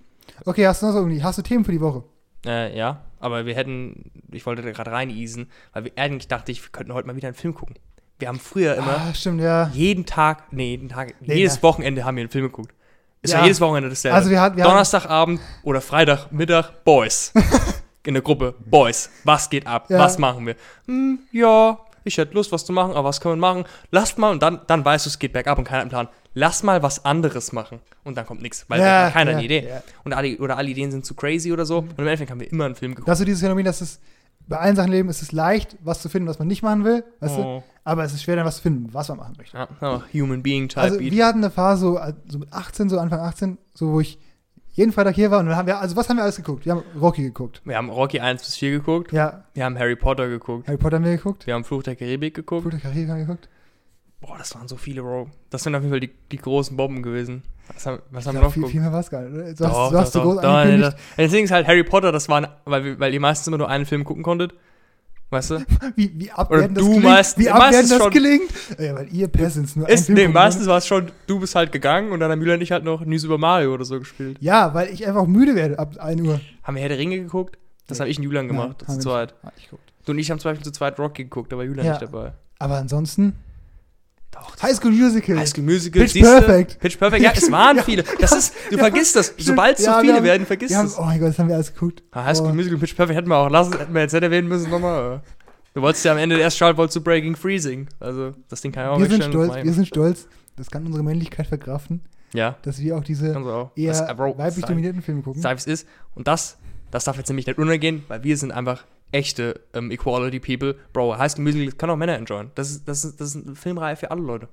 [SPEAKER 2] Okay, hast du noch so irgendwie? Hast du Themen für die Woche?
[SPEAKER 1] Äh, ja, aber wir hätten, ich wollte da gerade reineasen, weil wir eigentlich dachte ich, wir könnten heute mal wieder einen Film gucken. Wir haben früher immer
[SPEAKER 2] Ah, stimmt, ja.
[SPEAKER 1] jeden Tag, nee, jeden Tag,
[SPEAKER 2] Nee,
[SPEAKER 1] jedes
[SPEAKER 2] ja.
[SPEAKER 1] Wochenende haben wir einen Film geguckt. Es
[SPEAKER 2] Ja.
[SPEAKER 1] war jedes Wochenende dasselbe.
[SPEAKER 2] Also wir hatten- wir hatten-
[SPEAKER 1] Donnerstagabend oder Freitagmittag, Boys. In der Gruppe, Boys, was geht ab?
[SPEAKER 2] Ja.
[SPEAKER 1] Was machen wir? Hm, ja, ich hätte Lust, was zu machen, aber was können wir machen? Lasst mal, und dann, dann weißt du, es geht bergab und keiner hat einen Plan. Lass mal was anderes machen. Und dann kommt nichts, weil
[SPEAKER 2] Ja,
[SPEAKER 1] keiner
[SPEAKER 2] ja,
[SPEAKER 1] eine Idee.
[SPEAKER 2] ja. Mhm.
[SPEAKER 1] Und alle, oder alle Ideen sind zu crazy oder so. Und im Endeffekt haben wir immer einen Film geguckt.
[SPEAKER 2] Das ist so dieses Phänomen, dass es bei allen Sachen im Leben ist es leicht, was zu finden, was man nicht machen will, weißt
[SPEAKER 1] Oh.
[SPEAKER 2] du? Aber es ist schwer, dann was zu finden, was man machen möchte.
[SPEAKER 1] Ja, oh, Human Being Type
[SPEAKER 2] Also
[SPEAKER 1] Beat.
[SPEAKER 2] wir hatten eine Phase so, äh, so mit 18, so Anfang 18, so wo ich jeden Freitag hier war und dann haben wir, also was haben wir alles geguckt? Wir haben Rocky geguckt.
[SPEAKER 1] Wir haben Rocky 1 bis 4 geguckt.
[SPEAKER 2] Ja,
[SPEAKER 1] Wir haben Harry Potter geguckt.
[SPEAKER 2] Harry Potter haben wir geguckt.
[SPEAKER 1] Wir haben Fluch der Karibik geguckt.
[SPEAKER 2] Fluch der Karibik haben wir geguckt.
[SPEAKER 1] Boah, das waren so viele, Bro. Das sind auf jeden Fall die, die großen Bomben gewesen. Was haben, was
[SPEAKER 2] Ich
[SPEAKER 1] haben wir
[SPEAKER 2] glaub,
[SPEAKER 1] noch
[SPEAKER 2] viel,
[SPEAKER 1] geguckt?
[SPEAKER 2] viel mehr war es gar nicht. oder? Du
[SPEAKER 1] Doch,
[SPEAKER 2] hast, du hast so
[SPEAKER 1] doch,
[SPEAKER 2] groß
[SPEAKER 1] doch, doch, nee,
[SPEAKER 2] angekündigt.
[SPEAKER 1] das, das Ding ist halt Harry Potter, das waren, weil, wir- weil ihr meistens immer nur einen Film gucken konntet. Weißt du?
[SPEAKER 2] Wie, wie abwertend
[SPEAKER 1] Oder
[SPEAKER 2] das
[SPEAKER 1] du
[SPEAKER 2] gelingt.
[SPEAKER 1] meist-
[SPEAKER 2] wie
[SPEAKER 1] meist
[SPEAKER 2] abwertend
[SPEAKER 1] ist
[SPEAKER 2] das
[SPEAKER 1] schon-
[SPEAKER 2] gelingt. Ja, weil ihr Peasants nur einen
[SPEAKER 1] Ist,
[SPEAKER 2] Film
[SPEAKER 1] nee,
[SPEAKER 2] gucken ne?
[SPEAKER 1] meistens
[SPEAKER 2] könnt.
[SPEAKER 1] war es schon, du bist halt gegangen und dann haben Müller und ich halt noch News über Mario oder so gespielt.
[SPEAKER 2] Ja, weil ich einfach müde werde ab 1 Uhr.
[SPEAKER 1] Haben wir Herr der Ringe geguckt? Das
[SPEAKER 2] Nee.
[SPEAKER 1] habe ich und Julian gemacht,
[SPEAKER 2] Nein, haben
[SPEAKER 1] zu
[SPEAKER 2] wir
[SPEAKER 1] zweit.
[SPEAKER 2] nicht. Ah, ich guckt.
[SPEAKER 1] Du und ich haben zum Beispiel zu zweit Rocky geguckt, da war Julian
[SPEAKER 2] Ja.
[SPEAKER 1] nicht dabei.
[SPEAKER 2] Aber ansonsten,
[SPEAKER 1] Doch,
[SPEAKER 2] High School Musical.
[SPEAKER 1] High School Musical,
[SPEAKER 2] Äh, Pitch
[SPEAKER 1] siehste?
[SPEAKER 2] Perfect.
[SPEAKER 1] Pitch Perfect, ja, es waren
[SPEAKER 2] Ja,
[SPEAKER 1] viele. Das ist, du vergisst das.
[SPEAKER 2] Stimmt.
[SPEAKER 1] Sobald es
[SPEAKER 2] Ja,
[SPEAKER 1] so
[SPEAKER 2] wir
[SPEAKER 1] viele
[SPEAKER 2] haben-
[SPEAKER 1] werden, vergisst
[SPEAKER 2] wir haben,
[SPEAKER 1] es.
[SPEAKER 2] oh mein Gott, das haben wir alles geguckt.
[SPEAKER 1] Ah, High School
[SPEAKER 2] oh.
[SPEAKER 1] Musical, Pitch Perfect hätten wir auch lassen, hätten wir jetzt nicht erwähnen müssen, nochmal. äh. Du wolltest ja am Ende erst schauen, wolltest du Breaking Freezing. Also, das Ding kann ja auch
[SPEAKER 2] Wir sind
[SPEAKER 1] wegstellen.
[SPEAKER 2] stolz,
[SPEAKER 1] Mein-
[SPEAKER 2] wir sind stolz. Das kann unsere Männlichkeit verkraften,
[SPEAKER 1] Ja,
[SPEAKER 2] dass wir auch diese
[SPEAKER 1] kannst du auch.
[SPEAKER 2] eher
[SPEAKER 1] Das- äh, Bro,
[SPEAKER 2] weiblich
[SPEAKER 1] sag-
[SPEAKER 2] dominierten Filme gucken.
[SPEAKER 1] Sag, wie es ist. Und das, das darf jetzt nämlich nicht untergehen, weil wir sind einfach echte ähm, Equality People. Bro, High School Musical kann auch Männer enjoyen. Das ist, das ist, das ist eine Filmreihe für alle Leute.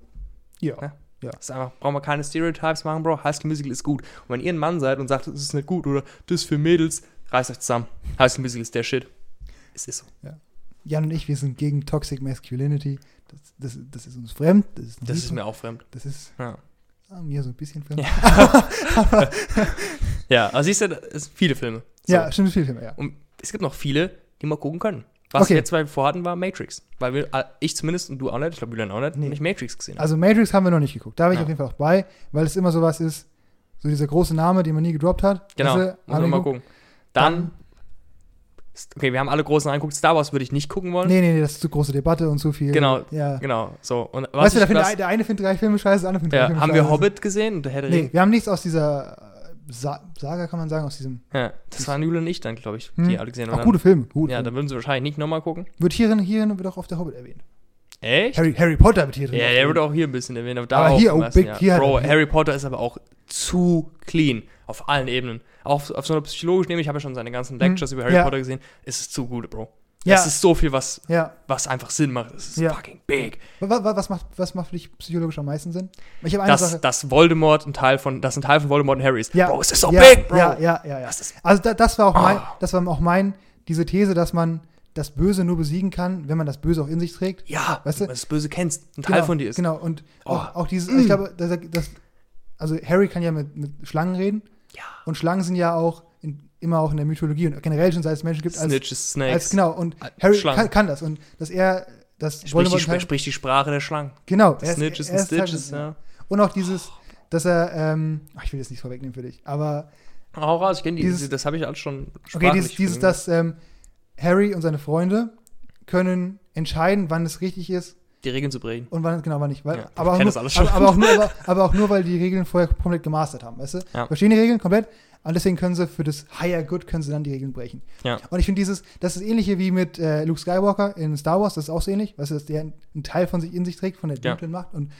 [SPEAKER 2] Ja.
[SPEAKER 1] Das ist einfach, brauchen wir keine Stereotypes machen, Bro. High School Musical ist gut. Und wenn ihr ein Mann seid und sagt, das ist nicht gut oder das ist für Mädels, reißt euch zusammen. High School Musical ist der Shit. Es ist so.
[SPEAKER 2] Jan und ich, wir sind gegen Toxic Masculinity. Das, das, das ist uns fremd. Das ist,
[SPEAKER 1] Das ist mir auch fremd.
[SPEAKER 2] das ist
[SPEAKER 1] Ja,
[SPEAKER 2] ah, mir so ein bisschen fremd.
[SPEAKER 1] Ja. ja also siehst du, es sind viele Filme. So.
[SPEAKER 2] Ja, stimmt, viel Filme, ja.
[SPEAKER 1] Und es gibt noch viele, die man gucken können. Was
[SPEAKER 2] Okay.
[SPEAKER 1] wir jetzt zwei vorhatten, war Matrix. Weil wir, äh, ich zumindest und du auch nicht, ich glaube, Julian auch nicht,
[SPEAKER 2] Nee.
[SPEAKER 1] nicht Matrix gesehen haben.
[SPEAKER 2] Also Matrix haben wir noch nicht geguckt. Da war ich
[SPEAKER 1] Ja.
[SPEAKER 2] auf jeden Fall auch bei, weil es immer sowas ist, so dieser große Name, den man nie gedroppt hat.
[SPEAKER 1] Genau,
[SPEAKER 2] Weißt du,
[SPEAKER 1] muss
[SPEAKER 2] haben
[SPEAKER 1] man
[SPEAKER 2] wir
[SPEAKER 1] mal
[SPEAKER 2] geguckt?
[SPEAKER 1] gucken. Dann, okay, wir haben alle großen angeguckt. Star Wars würde ich nicht gucken wollen.
[SPEAKER 2] Nee, nee, nee, das ist zu große Debatte und zu viel.
[SPEAKER 1] Genau.
[SPEAKER 2] Ja.
[SPEAKER 1] Genau, so. Und was
[SPEAKER 2] Weißt du,
[SPEAKER 1] ich-
[SPEAKER 2] da findet
[SPEAKER 1] was-
[SPEAKER 2] ein- der eine findet drei Filme scheiße, der andere findet drei
[SPEAKER 1] ja,
[SPEAKER 2] Filme
[SPEAKER 1] haben
[SPEAKER 2] scheiße.
[SPEAKER 1] wir Hobbit gesehen? Und der Herr der
[SPEAKER 2] Nee,
[SPEAKER 1] Ringe?
[SPEAKER 2] wir haben nichts aus dieser äh, Sa Saga, kann man sagen, aus diesem.
[SPEAKER 1] Ja, das waren Jule und ich Genau, dann, glaube ich,
[SPEAKER 2] Hm.
[SPEAKER 1] die alle gesehen
[SPEAKER 2] Auch
[SPEAKER 1] haben.
[SPEAKER 2] gute Filme. Gute
[SPEAKER 1] Ja,
[SPEAKER 2] Filme.
[SPEAKER 1] dann würden sie wahrscheinlich nicht nochmal gucken.
[SPEAKER 2] Wird hierin, hierin wird auch auf der Hobbit erwähnt.
[SPEAKER 1] Echt?
[SPEAKER 2] Harry, Harry Potter wird hierin.
[SPEAKER 1] ja, der wird auch hier ein bisschen erwähnt. Aber, da
[SPEAKER 2] Aber
[SPEAKER 1] auch
[SPEAKER 2] hier,
[SPEAKER 1] am
[SPEAKER 2] oh,
[SPEAKER 1] meisten,
[SPEAKER 2] Big- hier hat
[SPEAKER 1] Bro,
[SPEAKER 2] er-
[SPEAKER 1] Harry Potter ist aber auch zu clean. Auf allen Ebenen. Auch auf so einer psychologischen Ebene, ich habe ja schon seine ganzen Lectures über Harry
[SPEAKER 2] Mhm. Ja.
[SPEAKER 1] Potter gesehen, ist es zu gut, Bro.
[SPEAKER 2] Ja.
[SPEAKER 1] Es ist so viel, was,
[SPEAKER 2] Ja.
[SPEAKER 1] was einfach Sinn macht. Es ist
[SPEAKER 2] Ja.
[SPEAKER 1] fucking big.
[SPEAKER 2] Was, was, macht, was macht für dich psychologisch am meisten Sinn? Ich habe eine
[SPEAKER 1] Dass,
[SPEAKER 2] Sache.
[SPEAKER 1] dass Voldemort ein Teil von, dass ein Teil von Voldemort und Harry ist.
[SPEAKER 2] Ja.
[SPEAKER 1] Bro, es ist so
[SPEAKER 2] ja,
[SPEAKER 1] big, Bro.
[SPEAKER 2] Ja, ja, ja. ja.
[SPEAKER 1] Das ist-
[SPEAKER 2] also da, das war auch
[SPEAKER 1] Ah.
[SPEAKER 2] mein, das war auch mein, diese These, dass man das Böse nur besiegen kann, wenn man das Böse auch in sich trägt.
[SPEAKER 1] Ja,
[SPEAKER 2] Weißt du?
[SPEAKER 1] weil du das Böse kennst, ein
[SPEAKER 2] genau,
[SPEAKER 1] Teil von dir ist.
[SPEAKER 2] Genau, und auch,
[SPEAKER 1] Oh.
[SPEAKER 2] auch dieses, also ich glaube, dass, er- dass, also Harry kann ja mit, mit Schlangen reden.
[SPEAKER 1] Ja.
[SPEAKER 2] Und Schlangen sind ja auch in, immer auch in der Mythologie und generell schon, seit es Menschen gibt, als,
[SPEAKER 1] Snitches, Snakes.
[SPEAKER 2] als genau. Und
[SPEAKER 1] Als
[SPEAKER 2] Harry
[SPEAKER 1] Schlangen.
[SPEAKER 2] kann, kann das. Und dass er, das
[SPEAKER 1] Sprich die,
[SPEAKER 2] kann-
[SPEAKER 1] Spr- sprich die Sprache der Schlangen.
[SPEAKER 2] Genau. er ist-
[SPEAKER 1] Snitches
[SPEAKER 2] er
[SPEAKER 1] und
[SPEAKER 2] ist Teil
[SPEAKER 1] Stitches,
[SPEAKER 2] des-
[SPEAKER 1] ja.
[SPEAKER 2] Und auch dieses, dass er, ähm, ach, ich will jetzt nichts vorwegnehmen für dich, aber
[SPEAKER 1] Hau raus, ich kenne die.
[SPEAKER 2] Dieses-
[SPEAKER 1] das habe ich alles schon
[SPEAKER 2] okay,
[SPEAKER 1] sprachlich
[SPEAKER 2] dieses, dieses
[SPEAKER 1] gefunden.
[SPEAKER 2] dass ähm, Harry und seine Freunde können entscheiden, wann es richtig ist
[SPEAKER 1] Die Regeln zu brechen.
[SPEAKER 2] und wann genau wann nicht. Weil,
[SPEAKER 1] Ja, ich
[SPEAKER 2] aber, auch
[SPEAKER 1] kenn
[SPEAKER 2] nur,
[SPEAKER 1] das alles schon.
[SPEAKER 2] Aber, aber, auch nur, aber, aber auch nur, weil die Regeln vorher komplett gemastert haben, weißt du?
[SPEAKER 1] Ja.
[SPEAKER 2] Verstehen die Regeln komplett und deswegen können sie für das Higher Good können sie dann die Regeln brechen.
[SPEAKER 1] Ja.
[SPEAKER 2] Und ich finde dieses, das ist ähnliche wie mit äh, Luke Skywalker in Star Wars, das ist auch so ähnlich, weißt du, dass der einen Teil von sich in sich trägt, von der
[SPEAKER 1] Ja.
[SPEAKER 2] dunklen Macht und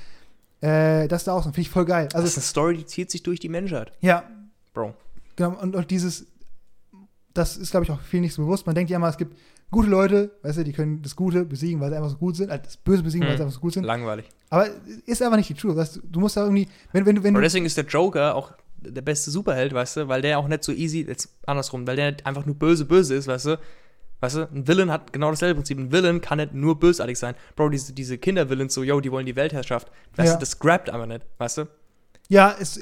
[SPEAKER 2] äh, das da auch sind. Finde ich voll geil.
[SPEAKER 1] Das
[SPEAKER 2] Also,
[SPEAKER 1] ist eine Story, die zieht sich durch die Menschheit.
[SPEAKER 2] ja,
[SPEAKER 1] Bro.
[SPEAKER 2] Genau, und, und dieses, das ist, glaube ich, auch vielen nicht so bewusst. Man denkt ja immer, es gibt gute Leute, weißt du, die können das Gute besiegen, weil sie einfach so gut sind, also das Böse besiegen, weil sie
[SPEAKER 1] Hm.
[SPEAKER 2] einfach so gut sind.
[SPEAKER 1] Langweilig.
[SPEAKER 2] Aber ist einfach nicht die Truth. Weißt du, du musst da irgendwie, wenn, wenn, du- wenn
[SPEAKER 1] Und
[SPEAKER 2] du.
[SPEAKER 1] deswegen ist der Joker auch der beste Superheld, weißt du, weil der auch nicht so easy, jetzt andersrum, weil der nicht einfach nur böse, böse ist, weißt du. Weißt du, ein Villain hat genau dasselbe Prinzip. Ein Villain kann nicht nur bösartig sein. Bro, diese, diese Kinder-Villains so, yo, die wollen die Weltherrschaft. Weißt
[SPEAKER 2] Ja.
[SPEAKER 1] du, das grabt einfach nicht, weißt du.
[SPEAKER 2] Ja, es.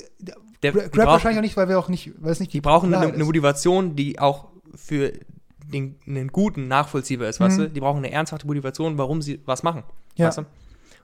[SPEAKER 2] Der,
[SPEAKER 1] Der
[SPEAKER 2] Grab
[SPEAKER 1] braucht-
[SPEAKER 2] wahrscheinlich auch nicht, weil wir auch nicht, weil es nicht
[SPEAKER 1] Die brauchen eine,
[SPEAKER 2] Klarheit
[SPEAKER 1] eine
[SPEAKER 2] ist.
[SPEAKER 1] Motivation, die auch für den, einen guten nachvollziehbar ist, weißt
[SPEAKER 2] Mhm.
[SPEAKER 1] du? Die brauchen eine ernsthafte Motivation, warum sie was machen.
[SPEAKER 2] Ja.
[SPEAKER 1] Weißt du?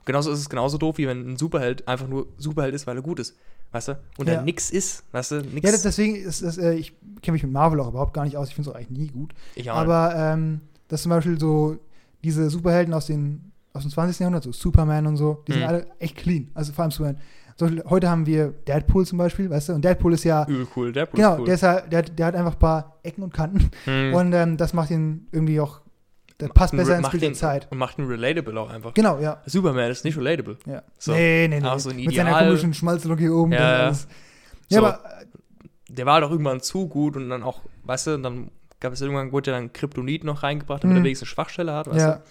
[SPEAKER 1] Genauso ist es genauso doof, wie wenn ein Superheld einfach nur Superheld ist, weil er gut ist. Weißt du? Und
[SPEAKER 2] Ja.
[SPEAKER 1] er nix ist, weißt du? Nix.
[SPEAKER 2] Ja, das- deswegen ist das, äh, ich kenne mich mit Marvel auch überhaupt gar nicht aus, ich finde es auch eigentlich nie gut.
[SPEAKER 1] ich auch nicht.
[SPEAKER 2] Aber ähm, dass zum Beispiel so diese Superhelden aus, den, aus dem 20. Jahrhundert, so Superman und so, die sind
[SPEAKER 1] Mhm.
[SPEAKER 2] alle echt clean. Also vor allem Superman. Zum Beispiel, heute haben wir Deadpool zum Beispiel, weißt du? Und Deadpool ist ja,
[SPEAKER 1] übel cool. Der Bruce
[SPEAKER 2] genau,
[SPEAKER 1] cool.
[SPEAKER 2] der, ist ja der, hat- der hat einfach ein paar Ecken und Kanten.
[SPEAKER 1] Hm.
[SPEAKER 2] Und ähm, das macht ihn irgendwie auch, der passt
[SPEAKER 1] Macht ihn-
[SPEAKER 2] besser ins
[SPEAKER 1] macht
[SPEAKER 2] Bild der
[SPEAKER 1] ihn-
[SPEAKER 2] Zeit.
[SPEAKER 1] Und macht ihn relatable auch einfach.
[SPEAKER 2] Genau, ja.
[SPEAKER 1] Superman ist nicht relatable.
[SPEAKER 2] ja.
[SPEAKER 1] So.
[SPEAKER 2] Nee, nee, nee.
[SPEAKER 1] Auch so ein
[SPEAKER 2] Mit seiner
[SPEAKER 1] Ideal.
[SPEAKER 2] komischen Schmalzlook hier oben.
[SPEAKER 1] Ja,
[SPEAKER 2] das
[SPEAKER 1] ja.
[SPEAKER 2] alles. ja
[SPEAKER 1] So.
[SPEAKER 2] aber äh,
[SPEAKER 1] Der war doch irgendwann zu gut und dann auch, weißt du, und dann gab es irgendwann, wurde ja dann Kryptonit noch reingebracht, damit
[SPEAKER 2] Mhm.
[SPEAKER 1] er wenigstens eine Schwachstelle hat, weißt
[SPEAKER 2] ja,
[SPEAKER 1] du?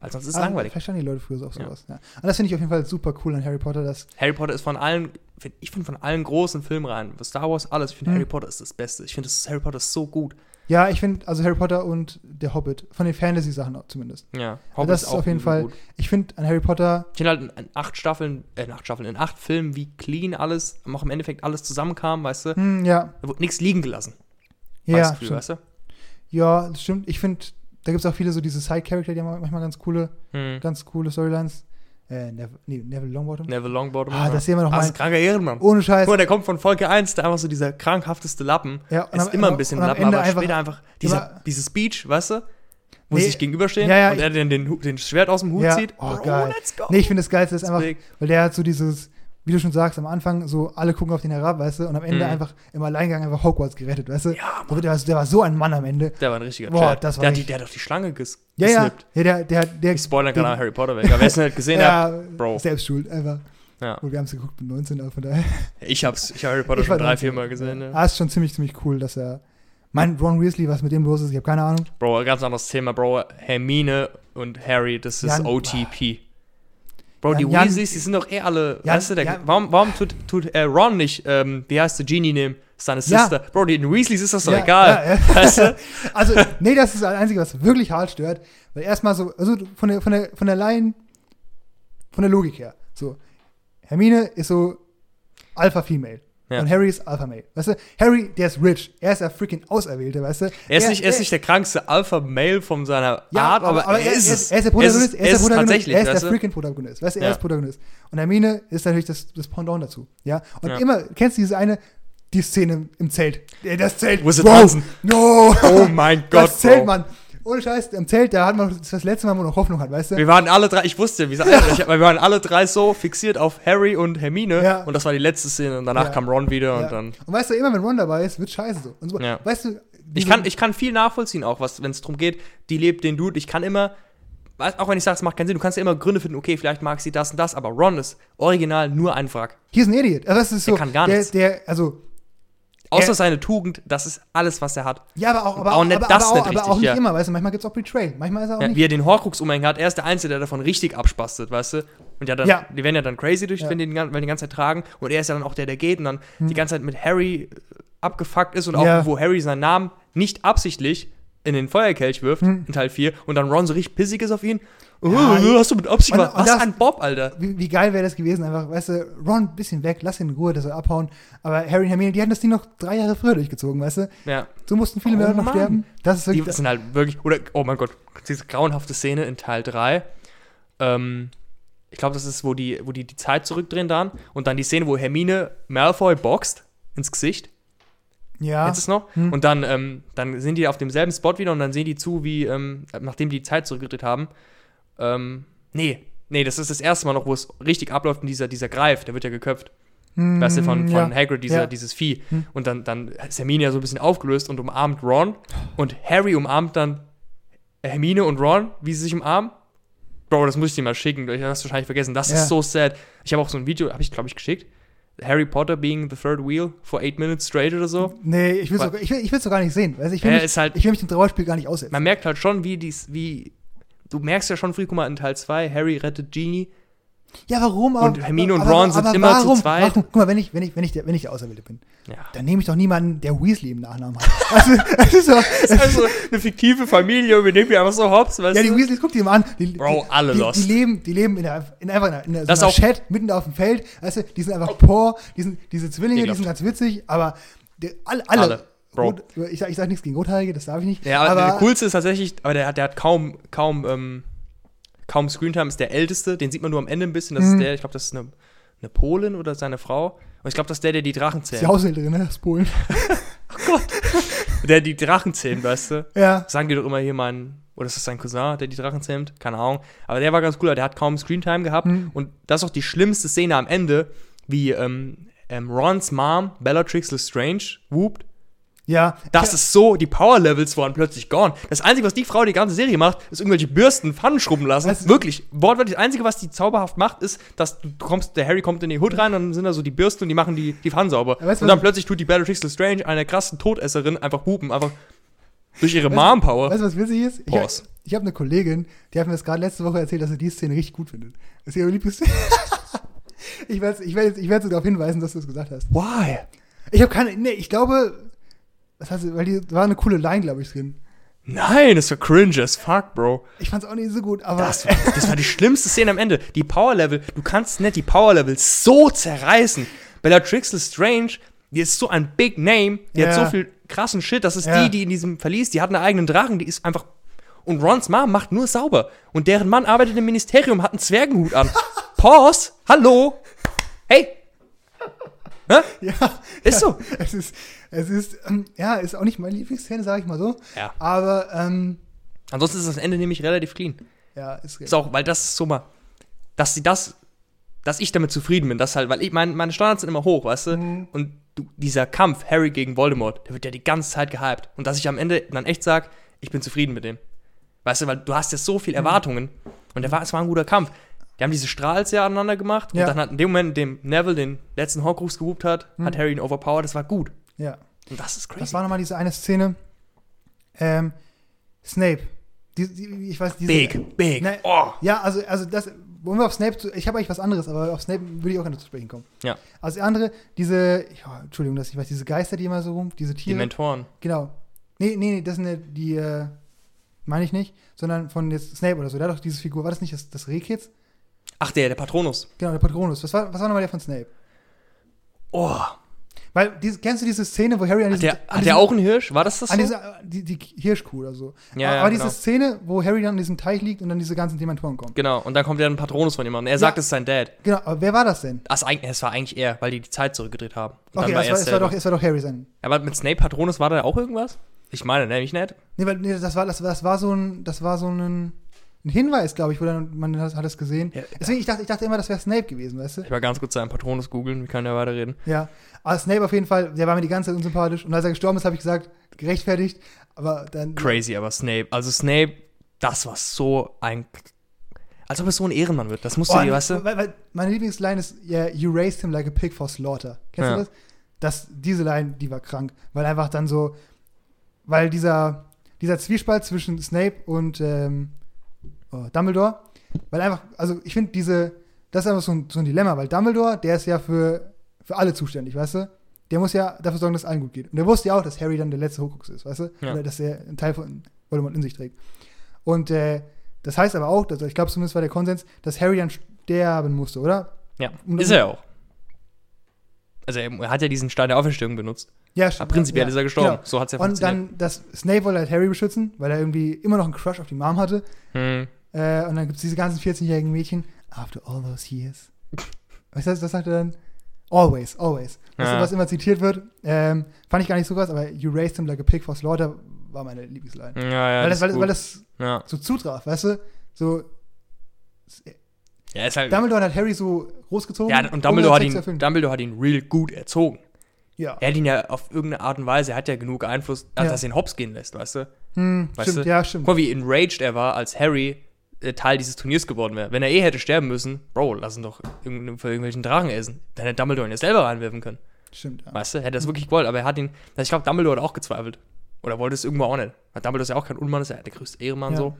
[SPEAKER 1] Weil sonst ist es
[SPEAKER 2] Ah,
[SPEAKER 1] langweilig.
[SPEAKER 2] Verstanden die Leute früher so auch
[SPEAKER 1] Ja.
[SPEAKER 2] sowas. Ja. Und das finde ich auf jeden Fall super cool an Harry Potter, dass
[SPEAKER 1] Harry Potter ist von allen, find, ich finde von allen großen Filmreihen, Star Wars, alles, ich finde
[SPEAKER 2] Mhm.
[SPEAKER 1] Harry Potter ist das Beste. Ich finde das- Harry Potter ist so gut.
[SPEAKER 2] Ja, ich finde, also Harry Potter und der Hobbit, von den Fantasy-Sachen zumindest.
[SPEAKER 1] Ja,
[SPEAKER 2] Also das ist auf jeden
[SPEAKER 1] übel
[SPEAKER 2] Fall-
[SPEAKER 1] Gut.
[SPEAKER 2] Ich finde an Harry Potter,
[SPEAKER 1] Ich finde halt in, in acht Staffeln, äh, in acht Staffeln, in acht Filmen, wie clean alles, auch im Endeffekt alles zusammenkam, weißt du,
[SPEAKER 2] hm, ja,
[SPEAKER 1] da wurde nichts liegen gelassen.
[SPEAKER 2] ja,
[SPEAKER 1] das Gefühl,
[SPEAKER 2] stimmt.
[SPEAKER 1] weißt du?
[SPEAKER 2] ja, das stimmt. Ich finde, da gibt es auch viele so diese Side-Character, die haben manchmal ganz coole,
[SPEAKER 1] Hm.
[SPEAKER 2] ganz coole Storylines. Äh, Neville, nee, Neville Longbottom.
[SPEAKER 1] Neville Longbottom.
[SPEAKER 2] Ah, das sehen wir noch
[SPEAKER 1] ah, das
[SPEAKER 2] mal. Oh,
[SPEAKER 1] ist ein kranker Ehrenmann.
[SPEAKER 2] Ohne Scheiß.
[SPEAKER 1] Guck mal, der kommt von Folge 1, da einfach so dieser krankhafteste Lappen.
[SPEAKER 2] Ja, und
[SPEAKER 1] ist
[SPEAKER 2] am-
[SPEAKER 1] immer
[SPEAKER 2] und-
[SPEAKER 1] ein bisschen
[SPEAKER 2] und am
[SPEAKER 1] Lappen,
[SPEAKER 2] Ende
[SPEAKER 1] aber
[SPEAKER 2] einfach-
[SPEAKER 1] später einfach dieser,
[SPEAKER 2] immer-
[SPEAKER 1] dieses Speech, weißt du? Wo
[SPEAKER 2] Nee,
[SPEAKER 1] sie sich gegenüberstehen
[SPEAKER 2] ja, ja,
[SPEAKER 1] und er den, den, Hu- den Schwert aus dem Hut
[SPEAKER 2] Ja,
[SPEAKER 1] zieht.
[SPEAKER 2] oh, geil.
[SPEAKER 1] let's go.
[SPEAKER 2] Nee, ich finde das Geilste ist einfach,
[SPEAKER 1] Deswegen.
[SPEAKER 2] weil der hat so dieses, wie du schon sagst, am Anfang so alle gucken auf den herab, weißt du, und am Ende
[SPEAKER 1] Mhm.
[SPEAKER 2] einfach im Alleingang einfach Hogwarts gerettet, weißt du.
[SPEAKER 1] Ja,
[SPEAKER 2] der, war, der war so ein Mann am Ende.
[SPEAKER 1] Der war ein richtiger
[SPEAKER 2] Boah,
[SPEAKER 1] Chad.
[SPEAKER 2] das war
[SPEAKER 1] der, hat die,
[SPEAKER 2] richtig-
[SPEAKER 1] der hat auf die Schlange ges
[SPEAKER 2] Ja, ja,
[SPEAKER 1] gesnippt.
[SPEAKER 2] ja, der, der, der,
[SPEAKER 1] Ich spoilern kann
[SPEAKER 2] den-
[SPEAKER 1] auch Harry Potter weg. Aber Wer es nicht gesehen hat,
[SPEAKER 2] ja,
[SPEAKER 1] Bro.
[SPEAKER 2] selbst schuld, einfach.
[SPEAKER 1] Ja.
[SPEAKER 2] Gut, wir haben es geguckt mit 19, aber von daher.
[SPEAKER 1] ich hab's, ich hab Harry Potter
[SPEAKER 2] Ich war
[SPEAKER 1] schon drei,
[SPEAKER 2] 19.
[SPEAKER 1] vier Mal gesehen.
[SPEAKER 2] Ja.
[SPEAKER 1] Ne?
[SPEAKER 2] Ah, ist schon ziemlich, ziemlich cool, dass er. Mein Ron Weasley, was mit dem los ist, ich habe keine Ahnung.
[SPEAKER 1] Bro, ganz anderes Thema, Bro. Hermine und Harry, das ist
[SPEAKER 2] Jan-
[SPEAKER 1] OTP. Bro,
[SPEAKER 2] Jan-
[SPEAKER 1] die
[SPEAKER 2] Jan-
[SPEAKER 1] Weasleys, die sind doch eh alle.
[SPEAKER 2] Jan-
[SPEAKER 1] weißt du, der,
[SPEAKER 2] Jan-
[SPEAKER 1] warum, warum tut, tut äh, Ron nicht, ähm, wie heißt der Genie nehmen? Seine
[SPEAKER 2] Ja.
[SPEAKER 1] Sister. Bro, den Weasleys ist das doch
[SPEAKER 2] Ja,
[SPEAKER 1] egal.
[SPEAKER 2] ja, ja.
[SPEAKER 1] Weißt du?
[SPEAKER 2] Also, nee, das ist das Einzige, was wirklich hart stört. Weil erstmal so, also von der, von der, von der Laien, von der Logik her. So, Hermine ist so Alpha-Female.
[SPEAKER 1] Ja.
[SPEAKER 2] Und Harry ist Alpha-Male. Weißt du, Harry, der ist rich. Er ist der freaking Auserwählte, weißt du.
[SPEAKER 1] Er ist, nicht, er ist nicht der krankste Alpha-Male von seiner
[SPEAKER 2] Ja,
[SPEAKER 1] Art, aber, er ist es.
[SPEAKER 2] Er ist
[SPEAKER 1] Es
[SPEAKER 2] der Protagonist, er ist der Protagonist,
[SPEAKER 1] tatsächlich,
[SPEAKER 2] er ist der
[SPEAKER 1] weißt du?
[SPEAKER 2] freaking Protagonist, weißt du, er
[SPEAKER 1] Ja.
[SPEAKER 2] ist Protagonist. Und Hermine ist natürlich das, das Pendant dazu, ja. Und
[SPEAKER 1] Ja.
[SPEAKER 2] immer, kennst du diese eine, die Szene im, im Zelt, Äh, das Zelt,
[SPEAKER 1] Wo sie
[SPEAKER 2] Wow.
[SPEAKER 1] tanzen.
[SPEAKER 2] no,
[SPEAKER 1] Oh mein Gott,
[SPEAKER 2] das Zelt,
[SPEAKER 1] Bro.
[SPEAKER 2] Mann. Ohne Scheiß, im Zelt, da hat man das, ist das letzte Mal, wo man noch Hoffnung hat, weißt du.
[SPEAKER 1] Wir waren alle drei, ich wusste, wie gesagt, ich, wir waren alle drei so fixiert auf Harry und Hermine
[SPEAKER 2] Ja.
[SPEAKER 1] und das war die letzte Szene und danach
[SPEAKER 2] Ja.
[SPEAKER 1] kam Ron wieder
[SPEAKER 2] ja.
[SPEAKER 1] und dann.
[SPEAKER 2] und weißt du, immer wenn Ron dabei ist, wird scheiße so. Und so
[SPEAKER 1] Ja.
[SPEAKER 2] Weißt du,
[SPEAKER 1] Ich
[SPEAKER 2] diese-
[SPEAKER 1] kann, ich kann viel nachvollziehen, auch was, wenn es darum geht, die lebt den Dude. Ich kann immer, weiß- auch wenn ich sage, es macht keinen Sinn, du kannst ja immer Gründe finden, okay, vielleicht mag sie das und das, aber Ron ist original nur ein Wrack.
[SPEAKER 2] hier ist ein Idiot. Also, das ist so,
[SPEAKER 1] Der kann gar
[SPEAKER 2] der,
[SPEAKER 1] nichts.
[SPEAKER 2] der, also,
[SPEAKER 1] Außer
[SPEAKER 2] Er-
[SPEAKER 1] seine Tugend, das ist alles, was er hat.
[SPEAKER 2] ja, aber auch, aber,
[SPEAKER 1] Auch nicht
[SPEAKER 2] aber,
[SPEAKER 1] das
[SPEAKER 2] aber,
[SPEAKER 1] nicht
[SPEAKER 2] auch, aber
[SPEAKER 1] richtig,
[SPEAKER 2] auch nicht
[SPEAKER 1] ja.
[SPEAKER 2] immer, weißt du, manchmal gibt's auch Betrayal, manchmal ist er auch
[SPEAKER 1] Ja,
[SPEAKER 2] nicht.
[SPEAKER 1] wie er den Horcrux umhängen hat, er ist der Einzige, der davon richtig abspastet, weißt du? Und ja, dann,
[SPEAKER 2] Ja.
[SPEAKER 1] die werden ja dann crazy durch,
[SPEAKER 2] Ja. Hm.
[SPEAKER 1] wenn die den gan- wenn die ganze Zeit tragen. Und er ist ja dann auch der, der geht und dann die ganze Zeit mit Harry äh, abgefuckt ist und auch,
[SPEAKER 2] Ja.
[SPEAKER 1] wo Harry seinen Namen nicht absichtlich in den Feuerkelch wirft, in Teil 4, und dann Ron so richtig pissig ist auf ihn. Oh,
[SPEAKER 2] Hm. Ja.
[SPEAKER 1] hast du mit Absicht
[SPEAKER 2] Und-
[SPEAKER 1] gemacht?
[SPEAKER 2] und
[SPEAKER 1] Was
[SPEAKER 2] das-
[SPEAKER 1] ein Bob, Alter.
[SPEAKER 2] wie, wie geil wäre das gewesen, einfach, weißt du, Ron, bisschen weg, lass ihn in Ruhe, dass er abhauen. Aber Harry und Hermine, die hatten das Ding noch drei Jahre früher durchgezogen, weißt du?
[SPEAKER 1] Ja.
[SPEAKER 2] So mussten viele
[SPEAKER 1] Oh
[SPEAKER 2] mehr noch
[SPEAKER 1] Mann.
[SPEAKER 2] sterben. Das ist
[SPEAKER 1] Die
[SPEAKER 2] wirklich.
[SPEAKER 1] sind halt wirklich, oder, oh mein Gott, diese grauenhafte Szene in Teil 3. Ähm, ich glaube, das ist, wo die, wo die die Zeit zurückdrehen dann. Und dann die Szene, wo Hermine Malfoy boxt ins Gesicht.
[SPEAKER 2] ja.
[SPEAKER 1] Jetzt ist noch.
[SPEAKER 2] Hm.
[SPEAKER 1] Und dann, ähm, dann sind die auf demselben Spot wieder und dann sehen die zu, wie, ähm, nachdem die die Zeit zurückgedreht haben. Ähm, nee, nee, das ist das erste Mal noch, wo es richtig abläuft und dieser, dieser Greif, der wird ja geköpft.
[SPEAKER 2] Hm,
[SPEAKER 1] Weißt du, von,
[SPEAKER 2] ja.
[SPEAKER 1] von Hagrid, dieser,
[SPEAKER 2] Ja.
[SPEAKER 1] dieses Vieh.
[SPEAKER 2] Hm.
[SPEAKER 1] Und dann, dann ist Hermine ja so ein bisschen aufgelöst und umarmt Ron. Und Harry umarmt dann Hermine und Ron, wie sie sich umarmen. Bro, das muss ich dir mal schicken. Du hast wahrscheinlich vergessen. Das
[SPEAKER 2] Ja.
[SPEAKER 1] ist so sad. Ich habe auch so ein Video, habe ich, glaube ich, geschickt. Harry Potter being the third wheel for eight minutes straight oder so.
[SPEAKER 2] Nee, ich will
[SPEAKER 1] Wa-
[SPEAKER 2] es ich will, ich will's doch gar nicht sehen. Weißt, du, ich, will
[SPEAKER 1] Ja,
[SPEAKER 2] mich,
[SPEAKER 1] ist halt-
[SPEAKER 2] ich will mich dem Trauerspiel gar nicht aussetzen.
[SPEAKER 1] Man merkt halt schon, wie dies, wie. Du merkst ja schon früh, guck mal, in Teil 2, Harry rettet Genie.
[SPEAKER 2] Ja, warum? Aber,
[SPEAKER 1] Und Hermine und
[SPEAKER 2] aber-
[SPEAKER 1] Ron sind
[SPEAKER 2] aber
[SPEAKER 1] immer zu
[SPEAKER 2] warum,
[SPEAKER 1] zweit.
[SPEAKER 2] Warum? Guck mal, wenn ich, wenn ich, wenn ich, der, wenn ich der Auserwählte bin,
[SPEAKER 1] Ja.
[SPEAKER 2] dann nehme ich doch niemanden, der Weasley im Nachnamen hat. Also, das ist doch,
[SPEAKER 1] Das ist also eine fiktive Familie und wir nehmen die einfach so hops, weißt
[SPEAKER 2] ja, die
[SPEAKER 1] du?
[SPEAKER 2] Weasleys, guck dir mal an. Die,
[SPEAKER 1] Bro,
[SPEAKER 2] die,
[SPEAKER 1] alle
[SPEAKER 2] die,
[SPEAKER 1] lost.
[SPEAKER 2] Die leben, die leben in, der, in einfach in, einer- in einer-
[SPEAKER 1] Das
[SPEAKER 2] so einer
[SPEAKER 1] auch-
[SPEAKER 2] Chat, mitten auf dem Feld. Weißt du, die sind einfach poor, die sind, diese Zwillinge, die
[SPEAKER 1] Ekelhaft.
[SPEAKER 2] sind ganz witzig, aber die, alle, alle.
[SPEAKER 1] Alle, Bro.
[SPEAKER 2] Rot, ich, sag, ich sag nichts gegen Rothaarige, das darf ich nicht.
[SPEAKER 1] Ja, aber, der coolste ist tatsächlich, aber der hat, der hat kaum, kaum, ähm, kaum Screentime, ist der älteste, den sieht man nur am Ende ein bisschen, das
[SPEAKER 2] Mhm.
[SPEAKER 1] ist der, ich glaube, das ist eine, eine Polin oder seine Frau. Und ich glaube, das ist der, der die Drachen
[SPEAKER 2] ist
[SPEAKER 1] zählt.
[SPEAKER 2] die Haushälterin, ne, aus Polen.
[SPEAKER 1] Der die Drachen zähmt, weißt du?
[SPEAKER 2] Ja,
[SPEAKER 1] Sagen die doch immer hier mein, oder ist das sein Cousin, der die Drachen zähmt? Keine Ahnung. Aber der war ganz cool, der hat kaum Screentime gehabt.
[SPEAKER 2] Mhm.
[SPEAKER 1] Und das ist auch die schlimmste Szene am Ende, wie ähm, ähm, Rons Mom, Bellatrix Lestrange, whoopt.
[SPEAKER 2] ja.
[SPEAKER 1] Das ist so, die Power Levels waren plötzlich gone. Das Einzige, was die Frau die ganze Serie macht, ist irgendwelche Bürsten, Pfannen schrubben lassen.
[SPEAKER 2] Das-
[SPEAKER 1] Wirklich, wortwörtlich, das Einzige, was die zauberhaft macht, ist, dass du kommst, der Harry kommt in die Hood rein und dann sind da so die Bürsten und die machen die, die Pfannen sauber.
[SPEAKER 2] Ja, weißt du,
[SPEAKER 1] und dann
[SPEAKER 2] was-
[SPEAKER 1] plötzlich tut die Bellatrix Lestrange, eine krassen Todesserin, einfach hupen, einfach durch ihre Mom-Power.
[SPEAKER 2] Weißt du, was witzig ist? Ich
[SPEAKER 1] Pause.
[SPEAKER 2] habe hab eine Kollegin, die hat mir das gerade letzte Woche erzählt, dass sie die Szene richtig gut findet. Das ist ihre Lieblingsszene. ich werde ich werd, ich werd sie darauf hinweisen, dass du es gesagt hast.
[SPEAKER 1] Why?
[SPEAKER 2] Ich habe keine. Nee, ich glaube. Was heißt, weil die da war eine coole Line, glaube ich, drin.
[SPEAKER 1] Nein, das war cringe as fuck, Bro.
[SPEAKER 2] Ich fand's auch nicht so gut, aber.
[SPEAKER 1] Das, das war die schlimmste Szene am Ende. Die Power Level, du kannst nicht die Power Level so zerreißen. Bellatrix Lestrange, die ist so ein Big Name, die hat
[SPEAKER 2] Ja.
[SPEAKER 1] so viel krassen Shit. Das ist
[SPEAKER 2] Ja.
[SPEAKER 1] die, die in diesem Verlies, die hat einen eigenen Drachen, die ist einfach. Und Rons Mom macht nur sauber. Und deren Mann arbeitet im Ministerium, hat einen Zwergenhut an. Pause, hallo, hey. Hä?
[SPEAKER 2] ja,
[SPEAKER 1] Ist so.
[SPEAKER 2] Es ist, es ist, ähm, ja, ist auch nicht meine Lieblingsszene, sage ich mal so.
[SPEAKER 1] Ja.
[SPEAKER 2] Aber, ähm,
[SPEAKER 1] Ansonsten ist das Ende nämlich relativ clean.
[SPEAKER 2] ja, ist
[SPEAKER 1] Ist auch, weil das ist so mal, dass sie das, dass ich damit zufrieden bin, das halt, weil ich, mein, meine Standards sind immer hoch, weißt du?
[SPEAKER 2] Mhm.
[SPEAKER 1] Und du, dieser Kampf, Harry gegen Voldemort, der wird ja die ganze Zeit gehypt. Und dass ich am Ende dann echt sag, ich bin zufrieden mit dem. Weißt du, weil du hast ja so
[SPEAKER 2] Mhm.
[SPEAKER 1] viel Erwartungen. Und der war, es war ein guter Kampf. Die haben diese Strahls ja aneinander gemacht.
[SPEAKER 2] Ja.
[SPEAKER 1] Und dann hat in dem Moment, in dem Neville den letzten Horcrux gehupt hat, hat Harry ihn overpowered. Das war gut.
[SPEAKER 2] Ja.
[SPEAKER 1] Und das ist crazy.
[SPEAKER 2] Das war nochmal diese eine Szene. Ähm, Snape. Die, die, ich weiß, diese,
[SPEAKER 1] big, big.
[SPEAKER 2] Ne-
[SPEAKER 1] oh.
[SPEAKER 2] Ja, also, also das, wollen wir auf Snape zu, ich habe eigentlich was anderes, aber auf Snape würde ich auch gerne zu sprechen kommen.
[SPEAKER 1] Ja,
[SPEAKER 2] Also andere, diese, ja, Entschuldigung, dass ich weiß, diese Geister, die immer so rum, diese
[SPEAKER 1] die
[SPEAKER 2] Tiere.
[SPEAKER 1] Mentoren.
[SPEAKER 2] Genau. Nee, nee, nee, das sind ja die, äh, meine ich nicht, sondern von jetzt Snape oder so. Der hat doch diese Figur, war das nicht das, das Rehkitz?
[SPEAKER 1] Ach, der, der Patronus.
[SPEAKER 2] Genau, der Patronus. Was war, was war nochmal der von Snape?
[SPEAKER 1] Oh.
[SPEAKER 2] Weil, diese, kennst du diese Szene, wo Harry an
[SPEAKER 1] Hat der,
[SPEAKER 2] diesem, an
[SPEAKER 1] hat der
[SPEAKER 2] diesem-
[SPEAKER 1] auch einen Hirsch? War das das so?
[SPEAKER 2] Also an dieser, die, die Hirschkuh oder so.
[SPEAKER 1] Ja, ja,
[SPEAKER 2] Aber diese
[SPEAKER 1] genau.
[SPEAKER 2] Szene, wo Harry dann an diesem Teich liegt und dann diese ganzen Dementoren kommen.
[SPEAKER 1] Genau, und dann kommt ja ein Patronus von jemandem. Er sagt, es ist sein Dad.
[SPEAKER 2] Genau, aber wer war das denn?
[SPEAKER 1] Das, eig- es war eigentlich er, weil die die Zeit zurückgedreht haben. Und
[SPEAKER 2] Okay,
[SPEAKER 1] dann war
[SPEAKER 2] es
[SPEAKER 1] er
[SPEAKER 2] war, es, war
[SPEAKER 1] selber.
[SPEAKER 2] doch, es war doch Harry sein.
[SPEAKER 1] Aber mit Snape Patronus war da auch irgendwas? Ich meine nämlich nicht.
[SPEAKER 2] Nee, weil, nee das, war, das, das war so ein, das war so ein, ein Hinweis, glaube ich, wo dann, man das, hat das gesehen.
[SPEAKER 1] Ja.
[SPEAKER 2] Deswegen, ich dachte, ich dachte immer, das wäre Snape gewesen, weißt du?
[SPEAKER 1] Ich war ganz kurz seinen Patronus googeln, wir können ja weiterreden.
[SPEAKER 2] Ja, aber Snape auf jeden Fall, der war mir die ganze Zeit unsympathisch. Und als er gestorben ist, habe ich gesagt, gerechtfertigt. Aber dann.
[SPEAKER 1] Crazy, aber Snape. Also Snape, das war so ein. Als ob es so ein Ehrenmann wird. Das musst du
[SPEAKER 2] Oh,
[SPEAKER 1] dir, weißt du?
[SPEAKER 2] weil, weil meine Lieblingsline ist, yeah, you raised him like a pig for slaughter. Kennst
[SPEAKER 1] Ja.
[SPEAKER 2] du das? das? Diese Line, die war krank. Weil einfach dann so, weil dieser, dieser Zwiespalt zwischen Snape und ähm, oh, Dumbledore, weil einfach, also ich finde diese, das ist einfach so ein, so ein Dilemma, weil Dumbledore, der ist ja für, für alle zuständig, weißt du? Der muss ja dafür sorgen, dass es allen gut geht. Und der wusste ja auch, dass Harry dann der letzte Horcrux ist, weißt du?
[SPEAKER 1] Ja.
[SPEAKER 2] Oder dass er einen Teil von Voldemort in sich trägt. Und äh, das heißt aber auch, dass, ich glaube zumindest war der Konsens, dass Harry dann sterben musste, oder?
[SPEAKER 1] Ja,
[SPEAKER 2] Und-
[SPEAKER 1] ist er ja auch. Also er hat ja diesen Stein der Auferstehung benutzt.
[SPEAKER 2] Ja,
[SPEAKER 1] Aber Ah, prinzipiell
[SPEAKER 2] ja,
[SPEAKER 1] ist er gestorben.
[SPEAKER 2] genau.
[SPEAKER 1] So hat es ja
[SPEAKER 2] Und
[SPEAKER 1] funktioniert.
[SPEAKER 2] dann, dass Snape wollte halt Harry beschützen, weil er irgendwie immer noch einen Crush auf die Mom hatte.
[SPEAKER 1] hm.
[SPEAKER 2] Äh, und dann gibt es diese ganzen 14-jährigen Mädchen. After all those years. Was heißt, das sagt er dann? Always, always. Das,
[SPEAKER 1] Ja.
[SPEAKER 2] was immer zitiert wird. Ähm, fand ich gar nicht so krass, aber you raised him like a pig for slaughter war meine Lieblingsline.
[SPEAKER 1] Ja, ja.
[SPEAKER 2] weil, das, weil,
[SPEAKER 1] ist
[SPEAKER 2] das-
[SPEAKER 1] gut.
[SPEAKER 2] weil das
[SPEAKER 1] ja.
[SPEAKER 2] so zutraf, weißt du? So,
[SPEAKER 1] ja, ist halt.
[SPEAKER 2] Dumbledore hat Harry so großgezogen.
[SPEAKER 1] Ja, und
[SPEAKER 2] ohne
[SPEAKER 1] Dumbledore hat,
[SPEAKER 2] Sex
[SPEAKER 1] ihn,
[SPEAKER 2] zu erfüllen.
[SPEAKER 1] Dumbledore hat ihn real gut erzogen.
[SPEAKER 2] Ja.
[SPEAKER 1] Er hat ihn ja auf irgendeine Art und Weise, er hat ja genug Einfluss, dass
[SPEAKER 2] Ja.
[SPEAKER 1] er ihn hops gehen lässt, weißt du?
[SPEAKER 2] Hm,
[SPEAKER 1] Weißt
[SPEAKER 2] stimmt,
[SPEAKER 1] du?
[SPEAKER 2] ja,
[SPEAKER 1] Guck
[SPEAKER 2] stimmt.
[SPEAKER 1] mal, wie enraged er war, als Harry äh, Teil dieses Turniers geworden wäre. Wenn er eh hätte sterben müssen, Bro, lass ihn doch irgend- für irgendwelchen Drachen essen. Dann hätte Dumbledore ihn ja selber reinwerfen können.
[SPEAKER 2] Stimmt, ja.
[SPEAKER 1] Weißt du, hätte er es wirklich gewollt, aber er hat ihn, also ich glaube, Dumbledore hat auch gezweifelt. Oder wollte es irgendwo auch nicht. Weil Dumbledore ist ja auch kein Unmann, ist ja der größte Ehrenmann
[SPEAKER 2] Ja.
[SPEAKER 1] so.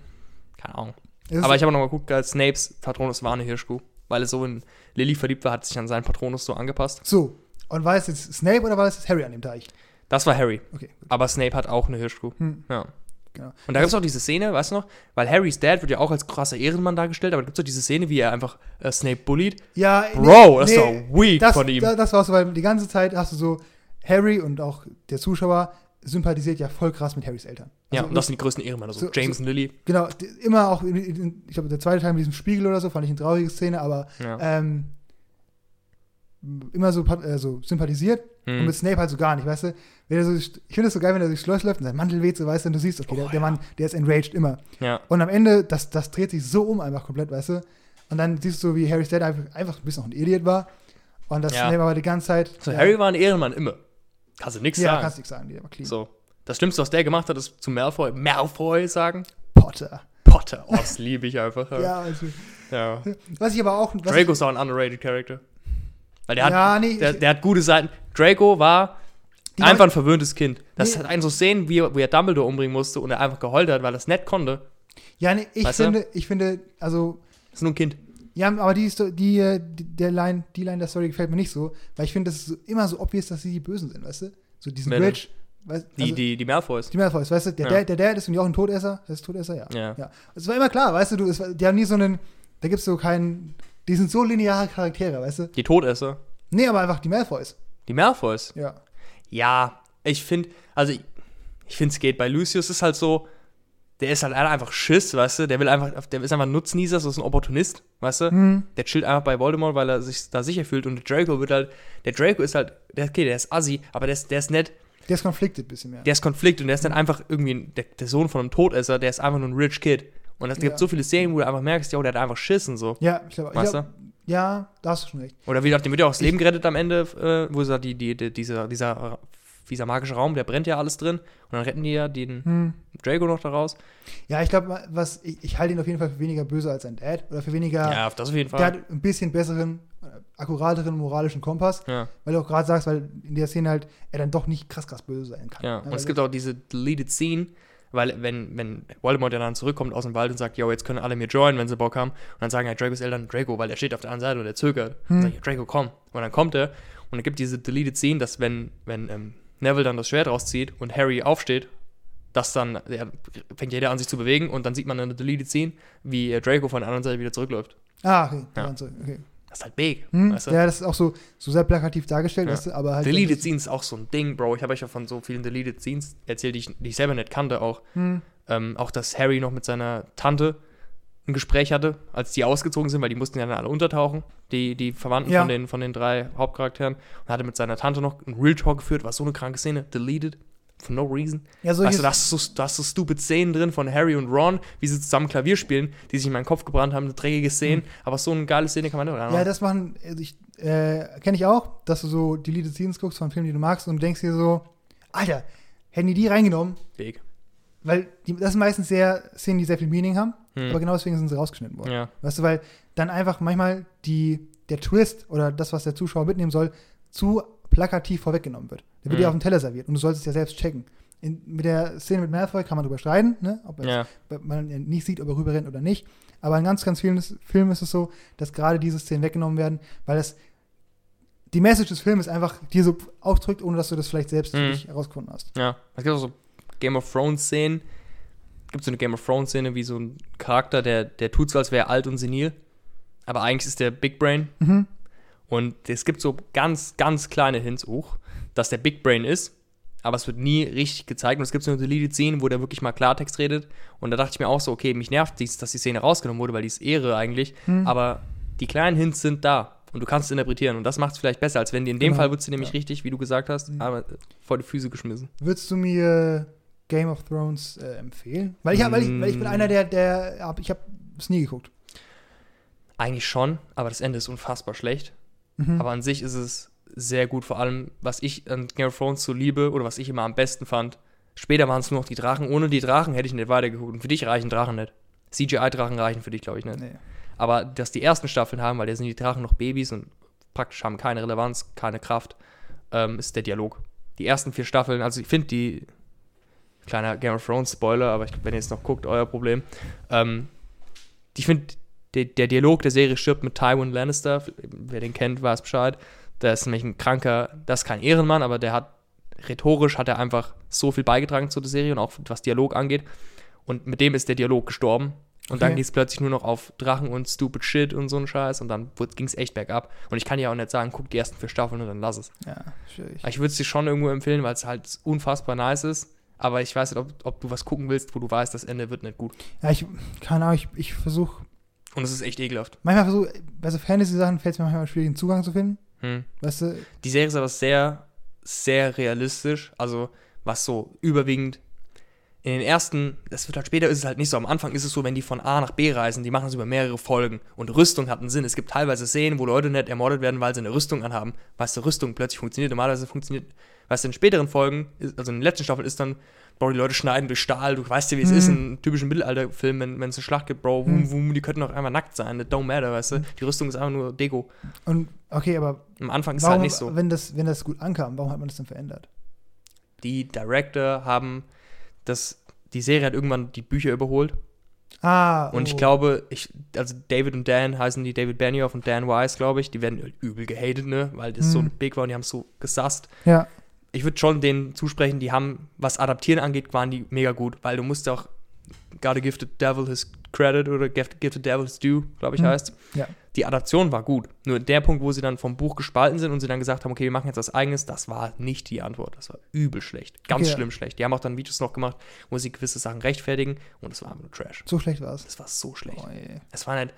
[SPEAKER 1] Keine Ahnung.
[SPEAKER 2] Es ist-
[SPEAKER 1] aber ich habe nochmal geguckt, als Snapes Patronus war eine Hirschkuh. Weil er so in Lily verliebt war, hat sich an seinen Patronus so angepasst.
[SPEAKER 2] so, und war es jetzt Snape oder war es jetzt Harry an dem Teich?
[SPEAKER 1] Das war Harry.
[SPEAKER 2] Okay, gut.
[SPEAKER 1] Aber Snape hat auch eine Hirschkuh.
[SPEAKER 2] Hm.
[SPEAKER 1] Ja.
[SPEAKER 2] Genau.
[SPEAKER 1] Und da gibt es auch diese Szene, weißt du noch? Weil Harrys Dad wird ja auch als krasser Ehrenmann dargestellt, aber da gibt es auch diese Szene, wie er einfach äh, Snape bullied.
[SPEAKER 2] Ja, nee,
[SPEAKER 1] Bro, das ist
[SPEAKER 2] nee,
[SPEAKER 1] doch weak
[SPEAKER 2] das,
[SPEAKER 1] von ihm.
[SPEAKER 2] da- Das war so, weil die ganze Zeit hast du so, Harry und auch der Zuschauer sympathisiert ja voll krass mit Harrys Eltern.
[SPEAKER 1] ja,
[SPEAKER 2] Also,
[SPEAKER 1] und das sind die größten Ehrenmänner. So,
[SPEAKER 2] so-
[SPEAKER 1] James
[SPEAKER 2] so-
[SPEAKER 1] und Lily.
[SPEAKER 2] Genau, d- immer auch, in, in, ich glaube, der zweite Teil mit diesem Spiegel oder so, fand ich eine traurige Szene, aber
[SPEAKER 1] Ja.
[SPEAKER 2] ähm, immer so, pat- äh, so sympathisiert und
[SPEAKER 1] Hm.
[SPEAKER 2] mit Snape halt so gar nicht, weißt du? Wenn er so, ich finde das so geil, wenn er durchs Schloss läuft und sein Mantel weht, so weißt du, und du siehst, okay, der,
[SPEAKER 1] Oh,
[SPEAKER 2] der Mann, der ist enraged immer.
[SPEAKER 1] ja.
[SPEAKER 2] Und am Ende, das, das dreht sich so um einfach komplett, weißt du? Und dann siehst du, wie Harry Stead einfach, einfach ein bisschen auch ein Idiot war. Und das
[SPEAKER 1] Ja.
[SPEAKER 2] Snape aber die ganze Zeit.
[SPEAKER 1] So,
[SPEAKER 2] ja,
[SPEAKER 1] Harry war ein Ehrenmann immer. Kannst du nichts
[SPEAKER 2] Ja,
[SPEAKER 1] sagen.
[SPEAKER 2] kannst nichts sagen, die war clean.
[SPEAKER 1] So. Das Schlimmste, was der gemacht hat, ist zu Malfoy, Malfoy sagen.
[SPEAKER 2] Potter.
[SPEAKER 1] Potter. Oh, das liebe ich einfach. Ja.
[SPEAKER 2] Ja, also,
[SPEAKER 1] ja.
[SPEAKER 2] was ich aber auch. Was
[SPEAKER 1] Draco ist auch ein underrated Character. Weil der
[SPEAKER 2] ich,
[SPEAKER 1] hat,
[SPEAKER 2] ja, nee,
[SPEAKER 1] der,
[SPEAKER 2] ich-
[SPEAKER 1] der hat gute Seiten. Draco war
[SPEAKER 2] die
[SPEAKER 1] einfach ein verwöhntes Kind. Das
[SPEAKER 2] Nee.
[SPEAKER 1] hat einen so sehen, wie, er- wie er Dumbledore umbringen musste und er einfach geheult hat, weil er es nicht konnte.
[SPEAKER 2] ja, nee, ich
[SPEAKER 1] Weißt du?
[SPEAKER 2] finde, ich finde, also,
[SPEAKER 1] Ist nur ein Kind.
[SPEAKER 2] ja, aber die, Sto- die, äh, die, der Line, die Line der Story gefällt mir nicht so, weil ich finde, das ist so, immer so obvious, dass sie die Bösen sind, weißt du? So diesen
[SPEAKER 1] Wer denn?
[SPEAKER 2] Bridge. Weißt,
[SPEAKER 1] Die,
[SPEAKER 2] also-
[SPEAKER 1] die, die Malfoys.
[SPEAKER 2] Die Malfoys, weißt du, der,
[SPEAKER 1] Ja.
[SPEAKER 2] Dad, der Dad ist irgendwie auch ein Todesser. Das ist Todesser, ja.
[SPEAKER 1] Ja.
[SPEAKER 2] Es war immer klar, weißt du, du, es war, die haben nie so einen, da gibt's so keinen, die sind so lineare Charaktere, weißt du?
[SPEAKER 1] Die Todesser.
[SPEAKER 2] Nee, aber einfach die Malfoys,
[SPEAKER 1] Die Malfoys.
[SPEAKER 2] ja.
[SPEAKER 1] Ja, ich finde, also ich, ich finde es geht. Bei Lucius ist halt so, der ist halt einer einfach Schiss, weißt du? Der will einfach, der ist einfach ein Nutznießer, so ist ein Opportunist, weißt du? Der chillt einfach bei Voldemort, weil er sich da sicher fühlt. Und der Draco wird halt, der Draco ist halt, der, okay, der ist assi, aber der ist, der ist nett,
[SPEAKER 2] Der ist konfliktet ein bisschen mehr.
[SPEAKER 1] der ist Konflikt und der ist dann einfach irgendwie ein- der, der Sohn von einem Todesser, der ist einfach nur ein rich kid. Und es gibt
[SPEAKER 2] Ja.
[SPEAKER 1] so viele Szenen, wo du einfach merkst, ja, der hat einfach Schiss und so.
[SPEAKER 2] ja, ich glaube,
[SPEAKER 1] Weißt
[SPEAKER 2] glaub, ja, da hast du schon recht.
[SPEAKER 1] Oder wie gesagt, dem wird ja auch das Leben gerettet am Ende, äh, wo sie die, die, die, dieser, dieser, äh, dieser magische Raum, der brennt ja alles drin. Und dann retten die ja den
[SPEAKER 2] Hm.
[SPEAKER 1] Draco noch daraus.
[SPEAKER 2] Ja, ich glaube, was, ich, ich halte ihn auf jeden Fall für weniger böse als sein Dad oder für weniger,
[SPEAKER 1] Ja, auf das auf jeden
[SPEAKER 2] der
[SPEAKER 1] Fall.
[SPEAKER 2] hat ein bisschen besseren, äh, akkurateren moralischen Kompass,
[SPEAKER 1] Ja,
[SPEAKER 2] weil du auch gerade sagst, weil in der Szene halt er dann doch nicht krass, krass böse sein kann.
[SPEAKER 1] ja. Und
[SPEAKER 2] weil
[SPEAKER 1] es gibt auch diese deleted Scene, weil wenn, wenn Voldemort ja dann zurückkommt aus dem Wald und sagt, yo, jetzt können alle mir joinen, wenn sie Bock haben. Und dann sagen ja Dracos Eltern Draco, weil er steht auf der anderen Seite und er zögert.
[SPEAKER 2] Hm.
[SPEAKER 1] Und sagt, Draco, komm. Und dann kommt er und dann gibt diese deleted Scene, dass wenn, wenn ähm, Neville dann das Schwert rauszieht und Harry aufsteht, dass dann der, fängt jeder an sich zu bewegen und dann sieht man in der deleted Scene, wie äh, Draco von der anderen Seite wieder zurückläuft.
[SPEAKER 2] Ah, okay.
[SPEAKER 1] Ja.
[SPEAKER 2] Ja. okay.
[SPEAKER 1] Das ist halt big,
[SPEAKER 2] Hm?
[SPEAKER 1] weißt du?
[SPEAKER 2] Ja, das ist auch so, so sehr plakativ dargestellt,
[SPEAKER 1] Ja.
[SPEAKER 2] weißt du, aber halt.
[SPEAKER 1] Deleted Scenes ist auch so ein Ding, Bro. Ich habe euch ja von so vielen Deleted Scenes erzählt, die ich, die ich selber nicht kannte auch.
[SPEAKER 2] Hm.
[SPEAKER 1] Ähm, auch, dass Harry noch mit seiner Tante ein Gespräch hatte, als die ausgezogen sind, weil die mussten ja dann alle untertauchen, die, die Verwandten
[SPEAKER 2] Ja.
[SPEAKER 1] von, den, von den drei Hauptcharakteren. Und hatte mit seiner Tante noch ein Real Talk geführt, was so eine kranke Szene. Deleted. For no reason.
[SPEAKER 2] Ja, solche,
[SPEAKER 1] Weißt du, da hast du, so, da hast du stupid Szenen drin von Harry und Ron, wie sie zusammen Klavier spielen, die sich in meinen Kopf gebrannt haben, eine dreckige Szene. Aber so eine geile Szene kann man nicht
[SPEAKER 2] Hm. ja, das machen, also ich, äh, kenne ich auch, dass du so Deleted Scenes guckst von Filmen, die du magst und du denkst dir so, Alter, hätten die die reingenommen,
[SPEAKER 1] Big.
[SPEAKER 2] weil die, das sind meistens sehr Szenen, die sehr viel Meaning haben,
[SPEAKER 1] Hm.
[SPEAKER 2] aber genau deswegen sind sie rausgeschnitten worden.
[SPEAKER 1] Ja.
[SPEAKER 2] Weißt du, weil dann einfach manchmal die, der Twist oder das, was der Zuschauer mitnehmen soll, zu plakativ vorweggenommen wird. Der wird
[SPEAKER 1] Mhm.
[SPEAKER 2] dir auf den Teller serviert und du sollst es ja selbst checken. In, mit der Szene mit Malfoy kann man drüber streiten, ne? ob er
[SPEAKER 1] Ja.
[SPEAKER 2] weil man ja nicht sieht, ob er rüberrennt oder nicht. Aber in ganz, ganz vielen S- Filmen ist es so, dass gerade diese Szenen weggenommen werden, weil das die Message des Films einfach dir so aufdrückt, ohne dass du das vielleicht selbst für
[SPEAKER 1] Mhm.
[SPEAKER 2] dich herausgefunden hast.
[SPEAKER 1] Ja, es gibt auch so Game of Thrones-Szenen. Gibt so eine Game of Thrones-Szene, wie so ein Charakter, der, der tut so, als wäre er alt und senil. Aber eigentlich ist der Big Brain.
[SPEAKER 2] Mhm.
[SPEAKER 1] Und es gibt so ganz, ganz kleine Hints auch, dass der Big Brain ist. Aber es wird nie richtig gezeigt. Und es gibt so eine deleted Szene, wo der wirklich mal Klartext redet. Und da dachte ich mir auch so, okay, mich nervt dies, dass die Szene rausgenommen wurde, weil die ist Ehre eigentlich. Aber die kleinen Hints sind da. Und du kannst es interpretieren. Und das macht es vielleicht besser, als wenn die in dem
[SPEAKER 2] Genau.
[SPEAKER 1] Fall wird sie nämlich richtig, wie du gesagt hast, aber vor die Füße geschmissen.
[SPEAKER 2] Würdest du mir Game of Thrones äh, empfehlen? Weil ich, hab- weil, ich, weil ich bin
[SPEAKER 1] Mm.
[SPEAKER 2] einer, der, der hab, ich habe es nie geguckt.
[SPEAKER 1] Eigentlich schon, aber das Ende ist unfassbar schlecht. Aber an sich ist es sehr gut, vor allem, was ich an Game of Thrones so liebe oder was ich immer am besten fand. Später waren es nur noch die Drachen. Ohne die Drachen hätte ich nicht weitergeguckt. Und für dich reichen Drachen nicht. CGI-Drachen reichen für dich, glaube ich, nicht.
[SPEAKER 2] Nee.
[SPEAKER 1] Aber dass die ersten Staffeln haben, weil da sind die Drachen noch Babys und praktisch haben keine Relevanz, keine Kraft, ähm, ist der Dialog. Die ersten vier Staffeln, also ich finde die, kleiner Game of Thrones Spoiler, aber ich, glaub, wenn ihr jetzt noch guckt, euer Problem. Ähm, ich finde, der, der Dialog der Serie stirbt mit Tywin Lannister, wer den kennt, weiß Bescheid. Der ist nämlich ein kranker, das ist kein Ehrenmann, aber der hat, rhetorisch hat er einfach so viel beigetragen zu der Serie und auch was Dialog angeht. Und mit dem ist der Dialog gestorben. Und dann
[SPEAKER 2] Okay.
[SPEAKER 1] ging es plötzlich nur noch auf Drachen und Stupid Shit und so einen Scheiß. Und dann ging es echt bergab. Und ich kann ja auch nicht sagen, guck die ersten vier Staffeln und dann lass es.
[SPEAKER 2] Ja, schwierig.
[SPEAKER 1] Aber ich würde es dir schon irgendwo empfehlen, weil es halt unfassbar nice ist. Aber ich weiß nicht, ob, ob du was gucken willst, wo du weißt, das Ende wird nicht gut.
[SPEAKER 2] Ja, ich, keine Ahnung, ich, ich versuche,
[SPEAKER 1] Und es ist echt ekelhaft.
[SPEAKER 2] manchmal versuche, bei so Fantasy-Sachen fällt es mir manchmal schwierig, einen Zugang zu finden.
[SPEAKER 1] Hm.
[SPEAKER 2] Weißt du,
[SPEAKER 1] Die Serie ist aber sehr, sehr realistisch. Also, was so überwiegend in den ersten, das wird halt später, ist es halt nicht so. Am Anfang ist es so, wenn die von A nach B reisen, die machen es über mehrere Folgen. Und Rüstung hat einen Sinn. Es gibt teilweise Szenen, wo Leute nicht ermordet werden, weil sie eine Rüstung anhaben. Weißt du, Rüstung plötzlich funktioniert. Normalerweise funktioniert, weißt du, in späteren Folgen, ist- also in den letzten Staffeln ist dann, Bro, die Leute schneiden durch Stahl. Du weißt ja, wie es
[SPEAKER 2] Mhm.
[SPEAKER 1] ist in einem typischen Mittelalterfilm, wenn wenn es eine Schlacht gibt, Bro, wum,
[SPEAKER 2] Mhm.
[SPEAKER 1] wum, die könnten auch einmal nackt sein. It don't matter, weißt du. Die Rüstung ist einfach nur Deko.
[SPEAKER 2] und okay, aber
[SPEAKER 1] Am Anfang ist es
[SPEAKER 2] warum,
[SPEAKER 1] halt nicht so.
[SPEAKER 2] wenn, das, wenn das gut ankam, warum hat man das denn verändert?
[SPEAKER 1] die Director haben das, die Serie hat irgendwann die Bücher überholt.
[SPEAKER 2] Ah,
[SPEAKER 1] Und ich
[SPEAKER 2] oh.
[SPEAKER 1] glaube, ich, also David und Dan heißen die David Benioff und Dan Wise, glaube ich. Die werden übel gehatet, ne? Weil das so
[SPEAKER 2] Hm.
[SPEAKER 1] big war und die haben so gesasst.
[SPEAKER 2] Ja,
[SPEAKER 1] Ich würde schon denen zusprechen, die haben, was Adaptieren angeht, waren die mega gut, weil du musst auch gotta give the devil his credit oder give, give the devil his due, glaube ich,
[SPEAKER 2] Hm.
[SPEAKER 1] heißt.
[SPEAKER 2] Ja.
[SPEAKER 1] Die Adaption war gut. Nur der Punkt, wo sie dann vom Buch gespalten sind und sie dann gesagt haben, okay, wir machen jetzt was eigenes, das war nicht die Antwort. Das war übel schlecht. Ganz
[SPEAKER 2] Okay, ja.
[SPEAKER 1] schlimm schlecht. Die haben auch dann Videos noch gemacht, wo sie gewisse Sachen rechtfertigen und es war einfach nur Trash.
[SPEAKER 2] so schlecht war es.
[SPEAKER 1] Das war so schlecht.
[SPEAKER 2] Oh, je.
[SPEAKER 1] Es war halt.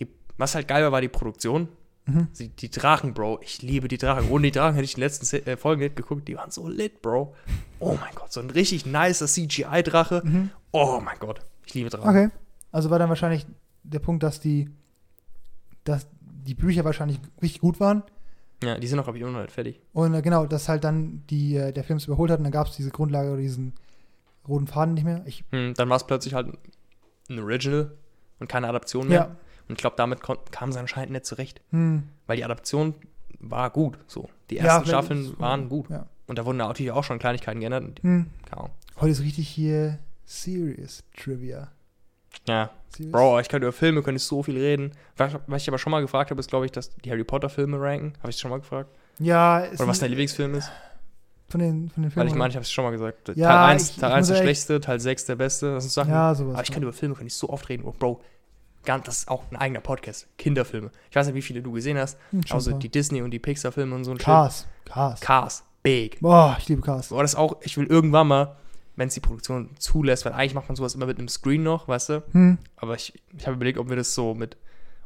[SPEAKER 1] Die, was halt geil war, war die Produktion.
[SPEAKER 2] Mhm.
[SPEAKER 1] Sie, die Drachen, Bro. Ich liebe die Drachen. Ohne die Drachen hätte ich die letzten Se- äh, Folgen nicht geguckt. Die waren so lit, Bro. Oh mein Gott, so ein richtig nicer CGI-Drache.
[SPEAKER 2] Mhm.
[SPEAKER 1] Oh mein Gott, ich liebe Drachen.
[SPEAKER 2] Okay. Also war dann wahrscheinlich der Punkt, dass die, dass die Bücher wahrscheinlich richtig gut waren.
[SPEAKER 1] Ja, die sind auch, glaube ich, immer noch nicht fertig.
[SPEAKER 2] Und äh, genau, dass halt dann die, äh, der Film es überholt hat und dann gab es diese Grundlage oder diesen roten Faden nicht mehr. Ich,
[SPEAKER 1] Hm, dann war es plötzlich halt ein Original und keine Adaption mehr.
[SPEAKER 2] ja.
[SPEAKER 1] Und ich glaube, damit kon- kamen sie anscheinend nicht zurecht.
[SPEAKER 2] Hm.
[SPEAKER 1] Weil die Adaption war gut. So. Die
[SPEAKER 2] Ja,
[SPEAKER 1] ersten
[SPEAKER 2] wenn-
[SPEAKER 1] Staffeln waren gut.
[SPEAKER 2] Ja.
[SPEAKER 1] Und da wurden natürlich auch schon Kleinigkeiten geändert. Und die,
[SPEAKER 2] Hm.
[SPEAKER 1] keine Ahnung.
[SPEAKER 2] Heute ist richtig hier Serious Trivia.
[SPEAKER 1] Ja,
[SPEAKER 2] Serious?
[SPEAKER 1] Bro, ich könnte über Filme, könnte ich so viel reden. Was, was ich aber schon mal gefragt habe, ist, glaube ich, dass die Harry Potter-Filme ranken. Habe ich das schon mal gefragt?
[SPEAKER 2] Ja, ist
[SPEAKER 1] Oder was dein
[SPEAKER 2] ein-
[SPEAKER 1] Lieblingsfilm ist?
[SPEAKER 2] Von den, von den Filmen.
[SPEAKER 1] Weil ich meine,
[SPEAKER 2] oder?
[SPEAKER 1] ich habe es schon mal gesagt.
[SPEAKER 2] Ja,
[SPEAKER 1] Teil 1,
[SPEAKER 2] ich-
[SPEAKER 1] Teil 1
[SPEAKER 2] ich
[SPEAKER 1] der
[SPEAKER 2] muss echt-
[SPEAKER 1] schlechteste, Teil 6 der beste. Das sind Sachen.
[SPEAKER 2] Ja, sowas.
[SPEAKER 1] aber ich kann über Filme, könnte ich so oft reden. Und Bro, ganz, das ist auch ein eigener Podcast. Kinderfilme. Ich weiß nicht, wie viele du gesehen hast.
[SPEAKER 2] Hm, schon
[SPEAKER 1] Außer
[SPEAKER 2] klar.
[SPEAKER 1] die Disney- und die Pixar-Filme und so ein
[SPEAKER 2] Cars. Cars.
[SPEAKER 1] Shit. Cars. Big.
[SPEAKER 2] Boah, ich liebe Cars.
[SPEAKER 1] Boah, das auch, ich will irgendwann mal, wenn es die Produktion zulässt, weil eigentlich macht man sowas immer mit einem Screen noch, weißt du?
[SPEAKER 2] Hm.
[SPEAKER 1] Aber ich, ich habe überlegt, ob wir das so mit,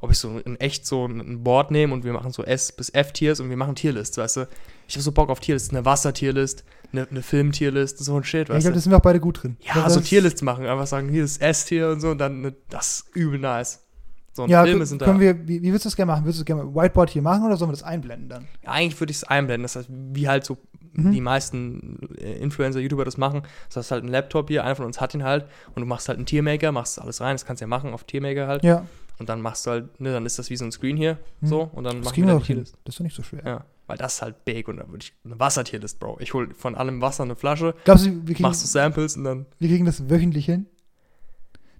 [SPEAKER 1] ob ich so in echt so ein- ein Board nehme und wir machen so S bis F Tiers und wir machen Tierlists, weißt du? Ich habe so Bock auf Tierlist, eine Wasser-Tierlist, eine, eine Film-Tierlist, so ein Shit,
[SPEAKER 2] Ja, ich
[SPEAKER 1] weißt
[SPEAKER 2] glaube,
[SPEAKER 1] du?
[SPEAKER 2] da sind wir auch beide gut drin.
[SPEAKER 1] Ja,
[SPEAKER 2] Das-
[SPEAKER 1] so
[SPEAKER 2] das-
[SPEAKER 1] Tierlists machen, einfach sagen, hier ist S-Tier und so und dann, ne, das ist übel nice. So, und
[SPEAKER 2] Ja,
[SPEAKER 1] Filme
[SPEAKER 2] kö-
[SPEAKER 1] sind da.
[SPEAKER 2] können wir, wie, wie würdest du das gerne machen? Würdest du das gerne mit Whiteboard hier machen oder sollen wir das einblenden dann?
[SPEAKER 1] eigentlich würde ich es einblenden, das heißt, wie halt so
[SPEAKER 2] Mhm.
[SPEAKER 1] die meisten äh, Influencer, YouTuber das machen. Du hast halt einen Laptop hier, einer von uns hat ihn halt und du machst halt einen Tiermaker, machst alles rein, das kannst du ja machen auf Tiermaker halt
[SPEAKER 2] Ja,
[SPEAKER 1] und dann machst du halt, ne, dann ist das wie so ein Screen hier,
[SPEAKER 2] Mhm.
[SPEAKER 1] so und dann
[SPEAKER 2] das
[SPEAKER 1] machen
[SPEAKER 2] kriegen
[SPEAKER 1] wir
[SPEAKER 2] wir
[SPEAKER 1] dann
[SPEAKER 2] doch hin.
[SPEAKER 1] Tierlist.
[SPEAKER 2] Das ist doch nicht so schwer.
[SPEAKER 1] Ja, weil das ist halt big und dann würde ich eine Wassertierlist, Bro. Ich hole von allem Wasser eine Flasche,
[SPEAKER 2] Glaubst du, wir kriegen,
[SPEAKER 1] machst du Samples und dann.
[SPEAKER 2] wir kriegen das wöchentlich hin?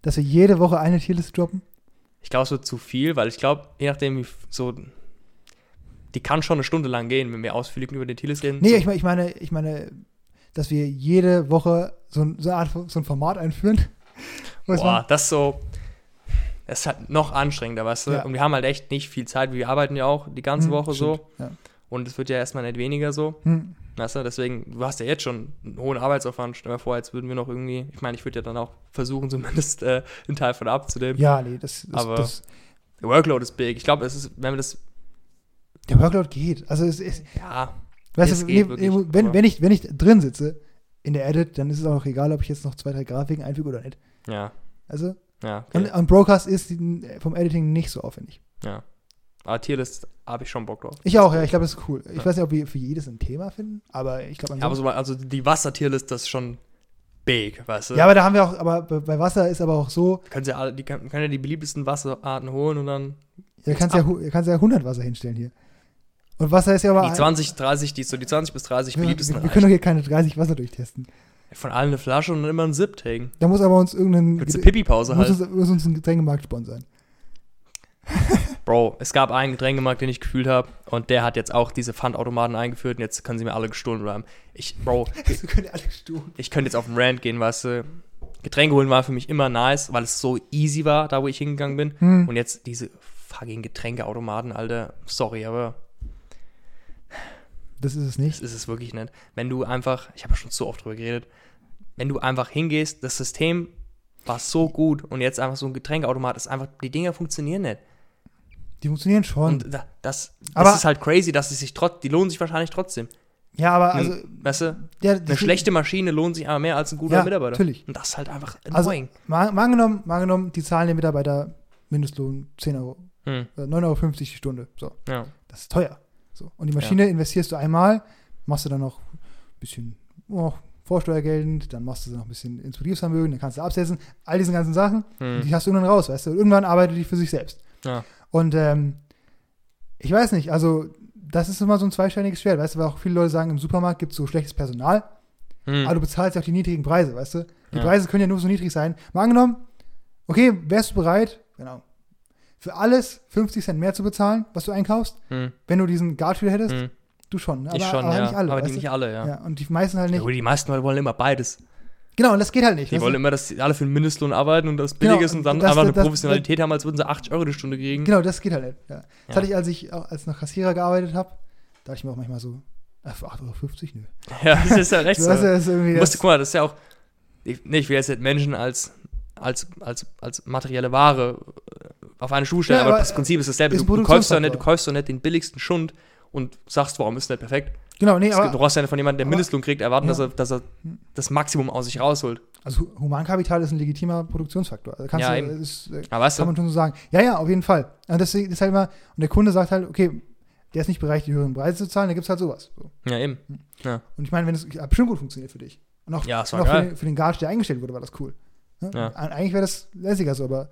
[SPEAKER 2] Dass wir jede Woche eine Tierliste droppen?
[SPEAKER 1] Ich glaube, es wird zu viel, weil ich glaube, je nachdem, wie f- so. Die kann schon eine Stunde lang gehen, wenn wir ausführlich über den Tierlist reden.
[SPEAKER 2] Nee,
[SPEAKER 1] so,
[SPEAKER 2] ich, mein- ich meine, ich meine, dass wir jede Woche so, ein- so, eine Art, von- so ein Format einführen. Weiß
[SPEAKER 1] boah, das ist so. Das ist halt noch anstrengender, weißt du?
[SPEAKER 2] Ja.
[SPEAKER 1] Und wir haben halt echt nicht viel Zeit. Wir arbeiten ja auch die ganze
[SPEAKER 2] Hm,
[SPEAKER 1] Woche so.
[SPEAKER 2] stimmt, ja.
[SPEAKER 1] Und es wird ja erstmal nicht weniger so.
[SPEAKER 2] Hm.
[SPEAKER 1] Weißt du, deswegen, du hast ja jetzt schon einen hohen Arbeitsaufwand. Stell dir mal vor, jetzt würden wir noch irgendwie, ich meine, ich würde ja dann auch versuchen, zumindest äh, einen Teil von abzunehmen.
[SPEAKER 2] Ja, nee, das, das,
[SPEAKER 1] Aber-
[SPEAKER 2] das
[SPEAKER 1] Der Workload ist big. Ich glaube, es ist, wenn wir das,
[SPEAKER 2] der Workload geht. Also es ist,
[SPEAKER 1] ja,
[SPEAKER 2] weißt
[SPEAKER 1] Es
[SPEAKER 2] du,
[SPEAKER 1] geht
[SPEAKER 2] nee,
[SPEAKER 1] wirklich,
[SPEAKER 2] nee, wenn,
[SPEAKER 1] aber-
[SPEAKER 2] wenn, ich, wenn ich drin sitze in der Edit, dann ist es auch egal, ob ich jetzt noch zwei, drei Grafiken einfüge oder nicht.
[SPEAKER 1] ja,
[SPEAKER 2] Also
[SPEAKER 1] ja. Okay.
[SPEAKER 2] und, und Broadcast ist die- vom Editing nicht so aufwendig.
[SPEAKER 1] Aber Tierlist habe ich schon Bock drauf.
[SPEAKER 2] Ich auch, ja, ich glaube, das ist cool. Ich
[SPEAKER 1] Ja.
[SPEAKER 2] weiß nicht, ob wir für jedes ein Thema finden, aber ich glaube,
[SPEAKER 1] Ja, aber so, mal- also die Wassertierlist, das ist schon big, weißt du?
[SPEAKER 2] Ja, aber da haben wir auch, aber bei- bei Wasser ist aber auch so,
[SPEAKER 1] Kannst ja alle, die, kann, kann ja die beliebtesten Wasserarten holen und dann
[SPEAKER 2] da kannst du ja, hu- da kannst du ja 100 Wasser hinstellen hier. Und Wasser ist ja aber.
[SPEAKER 1] die 20, 30, die so die 20 bis 30
[SPEAKER 2] wir,
[SPEAKER 1] beliebtesten
[SPEAKER 2] wir können doch hier keine 30 Wasser durchtesten.
[SPEAKER 1] reichen. Von allen eine Flasche und dann immer einen Sip taken.
[SPEAKER 2] Da muss aber uns irgendein.
[SPEAKER 1] Willst du
[SPEAKER 2] Gete-
[SPEAKER 1] Pipi-Pause
[SPEAKER 2] muss,
[SPEAKER 1] halt?
[SPEAKER 2] uns, muss uns ein Getränkemarkt sponsern.
[SPEAKER 1] Bro, es gab einen Getränkemarkt, den ich gefühlt habe und der hat jetzt auch diese Pfandautomaten eingeführt und jetzt können sie mir alle gestohlen bleiben. Ich, Bro,
[SPEAKER 2] Wir können alle stuhlen.
[SPEAKER 1] ich könnte jetzt auf den Rand gehen, weißt du. Getränke holen war für mich immer nice, weil es so easy war, da wo ich hingegangen bin.
[SPEAKER 2] Hm.
[SPEAKER 1] Und jetzt diese fucking Getränkeautomaten, Alter. Sorry, aber
[SPEAKER 2] Das ist es
[SPEAKER 1] das
[SPEAKER 2] nicht.
[SPEAKER 1] ist es wirklich nicht. Wenn du einfach, ich habe ja schon so oft drüber geredet, wenn du einfach hingehst, das System war so gut und jetzt einfach so ein Getränkeautomat ist einfach, die Dinger funktionieren nicht.
[SPEAKER 2] Die funktionieren schon.
[SPEAKER 1] Und da- das, das
[SPEAKER 2] Aber-
[SPEAKER 1] ist halt crazy, dass sie sich trotz, die lohnen sich wahrscheinlich trotzdem. Hm,
[SPEAKER 2] ja, aber also.
[SPEAKER 1] weißt du,
[SPEAKER 2] Ja,
[SPEAKER 1] eine schlechte Maschine lohnt sich aber mehr als ein guter
[SPEAKER 2] Ja,
[SPEAKER 1] Mitarbeiter.
[SPEAKER 2] natürlich.
[SPEAKER 1] Und das ist halt einfach
[SPEAKER 2] Also-
[SPEAKER 1] annoying.
[SPEAKER 2] Mal, mal, angenommen, mal angenommen, die zahlen den Mitarbeiter Mindestlohn 10 Euro,
[SPEAKER 1] hm,
[SPEAKER 2] äh, 9,50 Euro die Stunde. So,
[SPEAKER 1] ja.
[SPEAKER 2] das ist teuer. So. Und die Maschine investierst du einmal, machst du dann noch ein bisschen oh, Vorsteuer geltend, dann machst du sie noch ein bisschen ins Betriebsvermögen, dann kannst du absetzen, all diesen ganzen Sachen, und
[SPEAKER 1] Hm.
[SPEAKER 2] die hast du irgendwann raus, weißt du. Und irgendwann arbeitet die für sich selbst.
[SPEAKER 1] Ja.
[SPEAKER 2] Und ähm, ich weiß nicht, also das ist immer so ein zweischneidiges Schwert, weißt du, weil auch viele Leute sagen, im Supermarkt gibt es so schlechtes Personal,
[SPEAKER 1] Hm.
[SPEAKER 2] aber du bezahlst ja auch die niedrigen Preise, weißt du? Die
[SPEAKER 1] Ja.
[SPEAKER 2] Preise können ja nur so niedrig sein. Mal angenommen, okay, wärst du bereit, genau, für alles 50 Cent mehr zu bezahlen, was du einkaufst,
[SPEAKER 1] Hm.
[SPEAKER 2] wenn du diesen Gartüter hättest?
[SPEAKER 1] Hm.
[SPEAKER 2] Du schon, ne? aber,
[SPEAKER 1] ich schon,
[SPEAKER 2] aber
[SPEAKER 1] ja.
[SPEAKER 2] nicht alle.
[SPEAKER 1] aber
[SPEAKER 2] weißt
[SPEAKER 1] die
[SPEAKER 2] du?
[SPEAKER 1] nicht alle, ja.
[SPEAKER 2] ja. und die meisten halt
[SPEAKER 1] Ja,
[SPEAKER 2] nicht.
[SPEAKER 1] gut, die meisten Leute wollen immer beides.
[SPEAKER 2] Genau, und das geht halt nicht.
[SPEAKER 1] Die
[SPEAKER 2] weißt
[SPEAKER 1] wollen
[SPEAKER 2] du?
[SPEAKER 1] immer, dass die alle für den Mindestlohn arbeiten und das billig
[SPEAKER 2] Genau,
[SPEAKER 1] ist und dann
[SPEAKER 2] das-
[SPEAKER 1] einfach eine
[SPEAKER 2] das- das-
[SPEAKER 1] Professionalität haben, als würden sie 80 Euro die Stunde kriegen.
[SPEAKER 2] Genau, das geht halt nicht. Ja. Das
[SPEAKER 1] Ja.
[SPEAKER 2] hatte ich, als ich auch als noch Kassierer gearbeitet habe, da hatte ich mir auch manchmal so, äh, für 8,50 Euro, nö.
[SPEAKER 1] Ja, das ist ja recht
[SPEAKER 2] Du
[SPEAKER 1] so.
[SPEAKER 2] weißt,
[SPEAKER 1] Du
[SPEAKER 2] das ist irgendwie
[SPEAKER 1] musst,
[SPEAKER 2] das,
[SPEAKER 1] guck mal, das ist ja auch. Ich, nee, ich will jetzt nicht Menschen als, als, als, als materielle Ware äh, auf eine Stufe stellen,
[SPEAKER 2] Ja,
[SPEAKER 1] aber,
[SPEAKER 2] aber
[SPEAKER 1] das Prinzip ist dasselbe.
[SPEAKER 2] ist
[SPEAKER 1] Du,
[SPEAKER 2] ein
[SPEAKER 1] du, kaufst doch nicht, du
[SPEAKER 2] Produktionsfaktor.
[SPEAKER 1] kaufst doch nicht den billigsten Schund und sagst, warum ist nicht perfekt?
[SPEAKER 2] genau, nee,
[SPEAKER 1] Es gibt, du
[SPEAKER 2] aber
[SPEAKER 1] brauchst ja nicht von jemandem, der
[SPEAKER 2] aber-
[SPEAKER 1] Mindestlohn kriegt, erwarten,
[SPEAKER 2] Ja.
[SPEAKER 1] dass, er, dass er das Maximum aus sich rausholt.
[SPEAKER 2] also Humankapital ist ein legitimer Produktionsfaktor. Also kannst
[SPEAKER 1] Ja,
[SPEAKER 2] du,
[SPEAKER 1] eben.
[SPEAKER 2] ist, äh,
[SPEAKER 1] Aber weißt
[SPEAKER 2] Kann
[SPEAKER 1] du,
[SPEAKER 2] man schon so sagen. Ja, ja, auf jeden Fall. Und deswegen ist halt immer, und der Kunde sagt halt, okay, der ist nicht bereit, die höheren Preise zu zahlen, da gibt es halt sowas. So.
[SPEAKER 1] ja eben.
[SPEAKER 2] Und ich meine, wenn es hat bestimmt gut funktioniert für dich. Und auch,
[SPEAKER 1] Ja, es
[SPEAKER 2] und
[SPEAKER 1] war
[SPEAKER 2] auch für,
[SPEAKER 1] geil.
[SPEAKER 2] den, für den Gage, der eingestellt wurde, war das cool. Ne?
[SPEAKER 1] Ja.
[SPEAKER 2] Und Eigentlich wäre das lässiger so, aber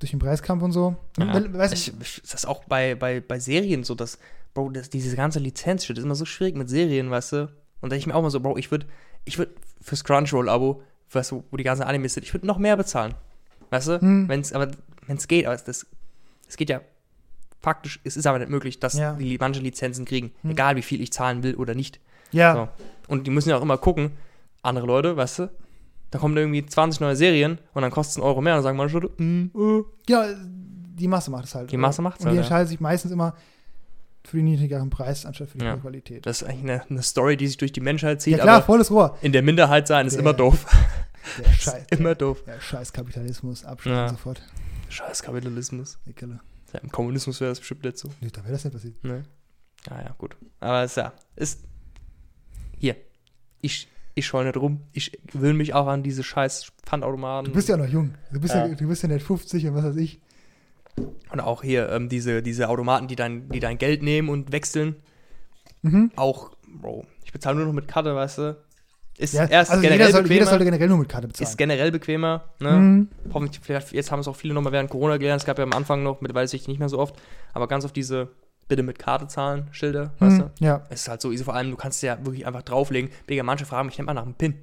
[SPEAKER 2] durch den Preiskampf und so.
[SPEAKER 1] Ja.
[SPEAKER 2] Weil- weißt du,
[SPEAKER 1] ich, ich, das ist auch bei, bei, bei Serien so, dass, Bro, das, diese ganze Lizenzshit ist immer so schwierig mit Serien, weißt du? Und da denke ich mir auch mal so, Bro, ich würde ich würd fürs Crunchyroll-Abo, weißt du, wo die ganzen Animes sind, ich würde noch mehr bezahlen. Weißt du?
[SPEAKER 2] Hm.
[SPEAKER 1] Wenn's, aber wenn es geht, aber es- das, es geht ja faktisch, es ist aber nicht möglich, dass
[SPEAKER 2] Ja.
[SPEAKER 1] die manche Lizenzen kriegen,
[SPEAKER 2] Hm.
[SPEAKER 1] egal wie viel ich zahlen will oder nicht.
[SPEAKER 2] ja,
[SPEAKER 1] So. Und die müssen ja auch immer gucken, andere Leute, weißt du? Da kommen irgendwie 20 neue Serien und dann kostet es einen Euro mehr und dann sagen manche Leute, mm, äh,
[SPEAKER 2] Hm, ja, die Masse macht es halt.
[SPEAKER 1] Die Masse macht's
[SPEAKER 2] Und
[SPEAKER 1] halt,
[SPEAKER 2] die
[SPEAKER 1] ja.
[SPEAKER 2] entscheidet sich meistens immer für den niedrigeren Preis anstatt für die
[SPEAKER 1] Ja.
[SPEAKER 2] hohe Qualität.
[SPEAKER 1] Das ist eigentlich eine, eine Story, die sich durch die Menschheit zieht,
[SPEAKER 2] ja klar,
[SPEAKER 1] aber
[SPEAKER 2] volles Rohr.
[SPEAKER 1] in der Minderheit sein ist
[SPEAKER 2] Ja,
[SPEAKER 1] immer
[SPEAKER 2] ja.
[SPEAKER 1] doof.
[SPEAKER 2] Der Scheiß,
[SPEAKER 1] Immer doof.
[SPEAKER 2] der Scheiß Kapitalismus, abschalten
[SPEAKER 1] Ja.
[SPEAKER 2] sofort.
[SPEAKER 1] Scheiß Kapitalismus.
[SPEAKER 2] Egal.
[SPEAKER 1] Ja, Im Kommunismus wäre das bestimmt nicht so.
[SPEAKER 2] Nee, da wäre das nicht passiert.
[SPEAKER 1] Ne? Ah ja, gut. Aber ist ja, ist. Hier. Ich, ich scheue nicht rum. Ich will mich auch an diese scheiß Pfandautomaten.
[SPEAKER 2] Du bist ja auch noch jung. Du bist ja,
[SPEAKER 1] Ja.
[SPEAKER 2] du bist ja nicht 50 und was weiß ich.
[SPEAKER 1] Und auch hier, ähm, diese, diese Automaten, die dein, die dein Geld nehmen und wechseln.
[SPEAKER 2] Mhm.
[SPEAKER 1] Auch, Bro, ich bezahle nur noch mit Karte, weißt du? Ist
[SPEAKER 2] Ja,
[SPEAKER 1] erst
[SPEAKER 2] also
[SPEAKER 1] generell
[SPEAKER 2] jeder, soll,
[SPEAKER 1] bequemer.
[SPEAKER 2] jeder sollte generell nur mit Karte bezahlen.
[SPEAKER 1] ist generell bequemer, ne?
[SPEAKER 2] Mhm.
[SPEAKER 1] hoffentlich, vielleicht, jetzt haben es auch viele nochmal während Corona gelernt, es gab ja am Anfang noch, mittlerweile sehe ich die nicht mehr so oft, aber ganz oft diese Bitte mit Karte zahlen, Schilder, weißt
[SPEAKER 2] Mhm.
[SPEAKER 1] du?
[SPEAKER 2] Ja.
[SPEAKER 1] Es ist halt so easy, vor allem, du kannst ja wirklich einfach drauflegen. Digga, manche fragen mich nicht mal nach dem PIN.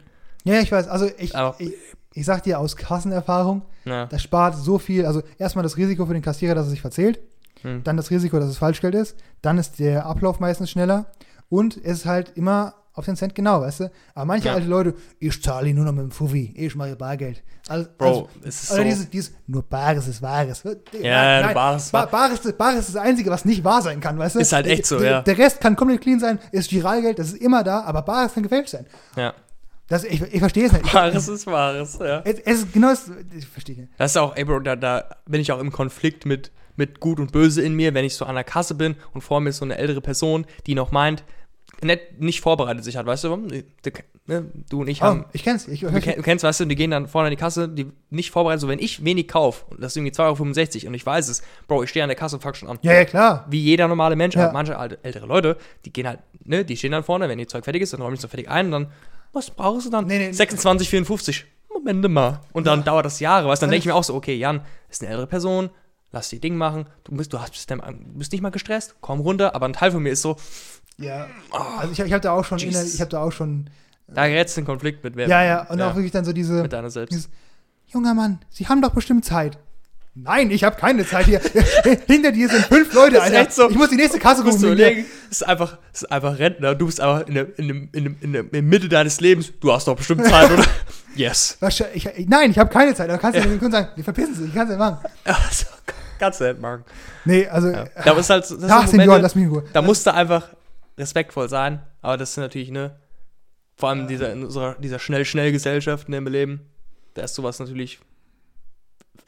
[SPEAKER 2] ja, ich weiß. Also ich,
[SPEAKER 1] Aber-
[SPEAKER 2] ich, ich sag dir aus Kassenerfahrung,
[SPEAKER 1] Ja.
[SPEAKER 2] das spart so viel. Also erstmal das Risiko für den Kassierer, dass er sich verzählt.
[SPEAKER 1] Hm.
[SPEAKER 2] Dann das Risiko, dass es Falschgeld ist. Dann ist der Ablauf meistens schneller. Und es ist halt immer auf den Cent genau, weißt du? Aber manche
[SPEAKER 1] Ja.
[SPEAKER 2] alte Leute, ich zahle nur noch mit dem Fuffi, ich mache Bargeld. Also,
[SPEAKER 1] Bro,
[SPEAKER 2] also,
[SPEAKER 1] es ist
[SPEAKER 2] oder
[SPEAKER 1] so-
[SPEAKER 2] dieses, dieses, nur Bares ist Wahres.
[SPEAKER 1] Ja, nur Bares ist
[SPEAKER 2] ba
[SPEAKER 1] wahr.
[SPEAKER 2] Bares, ist- Bares ist das Einzige, was nicht wahr sein kann, weißt du?
[SPEAKER 1] Ist halt echt so,
[SPEAKER 2] der,
[SPEAKER 1] ja.
[SPEAKER 2] Der Rest kann komplett clean sein, ist Giralgeld, das ist immer da, aber Bares kann gefälscht sein.
[SPEAKER 1] ja.
[SPEAKER 2] Das, ich, ich verstehe es nicht.
[SPEAKER 1] Wahres ist Wahres, ja.
[SPEAKER 2] Es, es ist genau das, ich verstehe nicht.
[SPEAKER 1] Das ist auch, ey Bro, da, da bin ich auch im Konflikt mit, mit Gut und Böse in mir, wenn ich so an der Kasse bin und vor mir ist so eine ältere Person, die noch meint, nicht, nicht vorbereitet sich hat, weißt du? warum? Ne, Du und ich
[SPEAKER 2] Oh,
[SPEAKER 1] haben
[SPEAKER 2] ich kenn's, ich
[SPEAKER 1] Du, ken- du kennst, weißt du, die gehen dann vorne an die Kasse, die nicht vorbereitet, so wenn ich wenig kaufe, und das ist irgendwie 2,65 Euro und ich weiß es, Bro, ich stehe an der Kasse und fang schon an.
[SPEAKER 2] Ja, ja, klar.
[SPEAKER 1] Wie jeder normale Mensch,
[SPEAKER 2] Ja.
[SPEAKER 1] aber manche alte, ältere Leute, die gehen halt, ne, die stehen dann vorne, wenn ihr Zeug fertig ist, dann räumen die es noch fertig ein und dann was brauchst du dann?
[SPEAKER 2] Nee, nee, nee.
[SPEAKER 1] 26, 54. Moment mal. Und dann dauert das Jahre, was? Dann denke ich mir auch so, okay, Jan ist eine ältere Person, lass die Ding machen, du bist, du hast, bist, dann- bist nicht mal gestresst, komm runter, aber ein Teil von mir ist so,
[SPEAKER 2] Ja. Also ich, ich habe da auch schon, inner,
[SPEAKER 1] Oh. Jesus.
[SPEAKER 2] ich habe da auch schon,
[SPEAKER 1] da gerätst du in Konflikt mit wer.
[SPEAKER 2] ja, ja, und auch wirklich dann so diese,
[SPEAKER 1] mit deiner selbst.
[SPEAKER 2] dieses, junger Mann, Sie haben doch bestimmt Zeit. Nein, ich habe keine Zeit hier. Hinter dir sind fünf Leute,
[SPEAKER 1] Das ist
[SPEAKER 2] Alter.
[SPEAKER 1] echt so.
[SPEAKER 2] Ich muss die nächste Kasse
[SPEAKER 1] Du musst du
[SPEAKER 2] rufen. Julia.
[SPEAKER 1] überlegen, es ist einfach, es ist einfach Rentner, du bist einfach in der, in, dem- in, dem- in, der, in der Mitte deines Lebens, du hast doch bestimmt Zeit, oder? yes.
[SPEAKER 2] Wahrscheinlich, ich, nein, ich habe keine Zeit. Aber kannst du den Kunden sagen, nee, verpissen Sie, ich kann es nicht machen.
[SPEAKER 1] Also, kannst du nicht machen.
[SPEAKER 2] Nee, also,
[SPEAKER 1] Ja.
[SPEAKER 2] ja.
[SPEAKER 1] Da ist halt, das sind
[SPEAKER 2] ach,
[SPEAKER 1] Momente,
[SPEAKER 2] Senioren, lass mich in Ruhe.
[SPEAKER 1] Da musst du einfach respektvoll sein, aber das ist natürlich, ne, vor allem dieser, in unserer, dieser Schnell-Schnell-Gesellschaft, in der wir leben, da ist sowas natürlich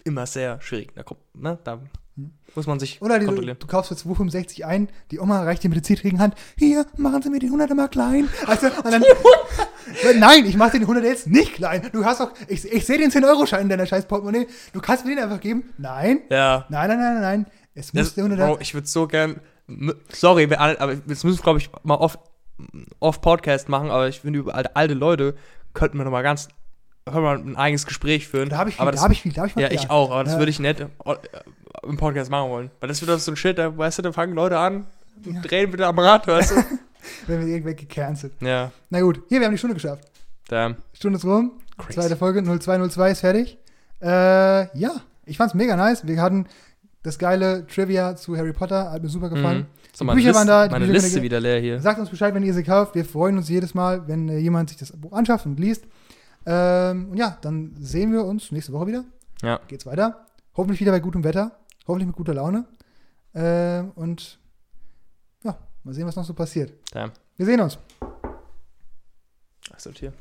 [SPEAKER 1] immer sehr schwierig. Da, kommt, ne, da muss man sich
[SPEAKER 2] Hm. Oder die, du,
[SPEAKER 1] kontrollieren.
[SPEAKER 2] du kaufst für 2,65 ein, die Oma reicht dir mit der zittrigen Hand, hier, machen Sie mir den 100er mal klein. Also, und dann, nein, ich mache den 100er jetzt nicht klein. Du hast doch, ich, ich sehe den 10-Euro-Schein in deiner scheiß Portemonnaie. Du kannst mir den einfach geben. Nein,
[SPEAKER 1] Ja.
[SPEAKER 2] nein, nein, nein, nein, nein. Es
[SPEAKER 1] Das,
[SPEAKER 2] muss der 100er.
[SPEAKER 1] Bro, ich würde so gern. m- Sorry, wir alle- aber jetzt müssen wir, glaube ich, mal off, off Podcast machen, aber ich finde, über alte, alte Leute könnten wir nochmal ganz. Können wir ein eigenes Gespräch führen.
[SPEAKER 2] Da habe ich viel,
[SPEAKER 1] aber
[SPEAKER 2] da
[SPEAKER 1] das,
[SPEAKER 2] habe ich viel, da habe ich
[SPEAKER 1] Ja, ich auch, aber das
[SPEAKER 2] Ja.
[SPEAKER 1] würde ich nicht im- im Podcast machen wollen. Weil das wird doch so ein Shit, da, weißt du, da fangen Leute an, und drehen bitte am Rad, weißt du?
[SPEAKER 2] Wenn wir irgendwelche gecancelt.
[SPEAKER 1] ja,
[SPEAKER 2] Na gut, hier, wir haben die Stunde geschafft.
[SPEAKER 1] damn.
[SPEAKER 2] Stunde ist rum.
[SPEAKER 1] Crazy.
[SPEAKER 2] Zweite Folge, 0202 ist fertig. Äh, ja, ich fand's mega nice. Wir hatten das geile Trivia zu Harry Potter, hat mir super gefallen.
[SPEAKER 1] Mhm. So,
[SPEAKER 2] Die
[SPEAKER 1] meine
[SPEAKER 2] Bücher
[SPEAKER 1] Liste,
[SPEAKER 2] waren da, die
[SPEAKER 1] meine
[SPEAKER 2] Bücher
[SPEAKER 1] Liste
[SPEAKER 2] können-
[SPEAKER 1] wieder leer hier.
[SPEAKER 2] Sagt uns Bescheid, wenn ihr sie kauft. Wir freuen uns jedes Mal, wenn äh, jemand sich das Buch anschafft und liest. Ähm, und ja, dann sehen wir uns nächste Woche wieder.
[SPEAKER 1] Ja.
[SPEAKER 2] Geht's weiter. Hoffentlich wieder bei gutem Wetter. Hoffentlich mit guter Laune. Ähm, und ja, mal sehen, was noch so passiert.
[SPEAKER 1] Damn.
[SPEAKER 2] Wir sehen uns.
[SPEAKER 1] Achso, hier.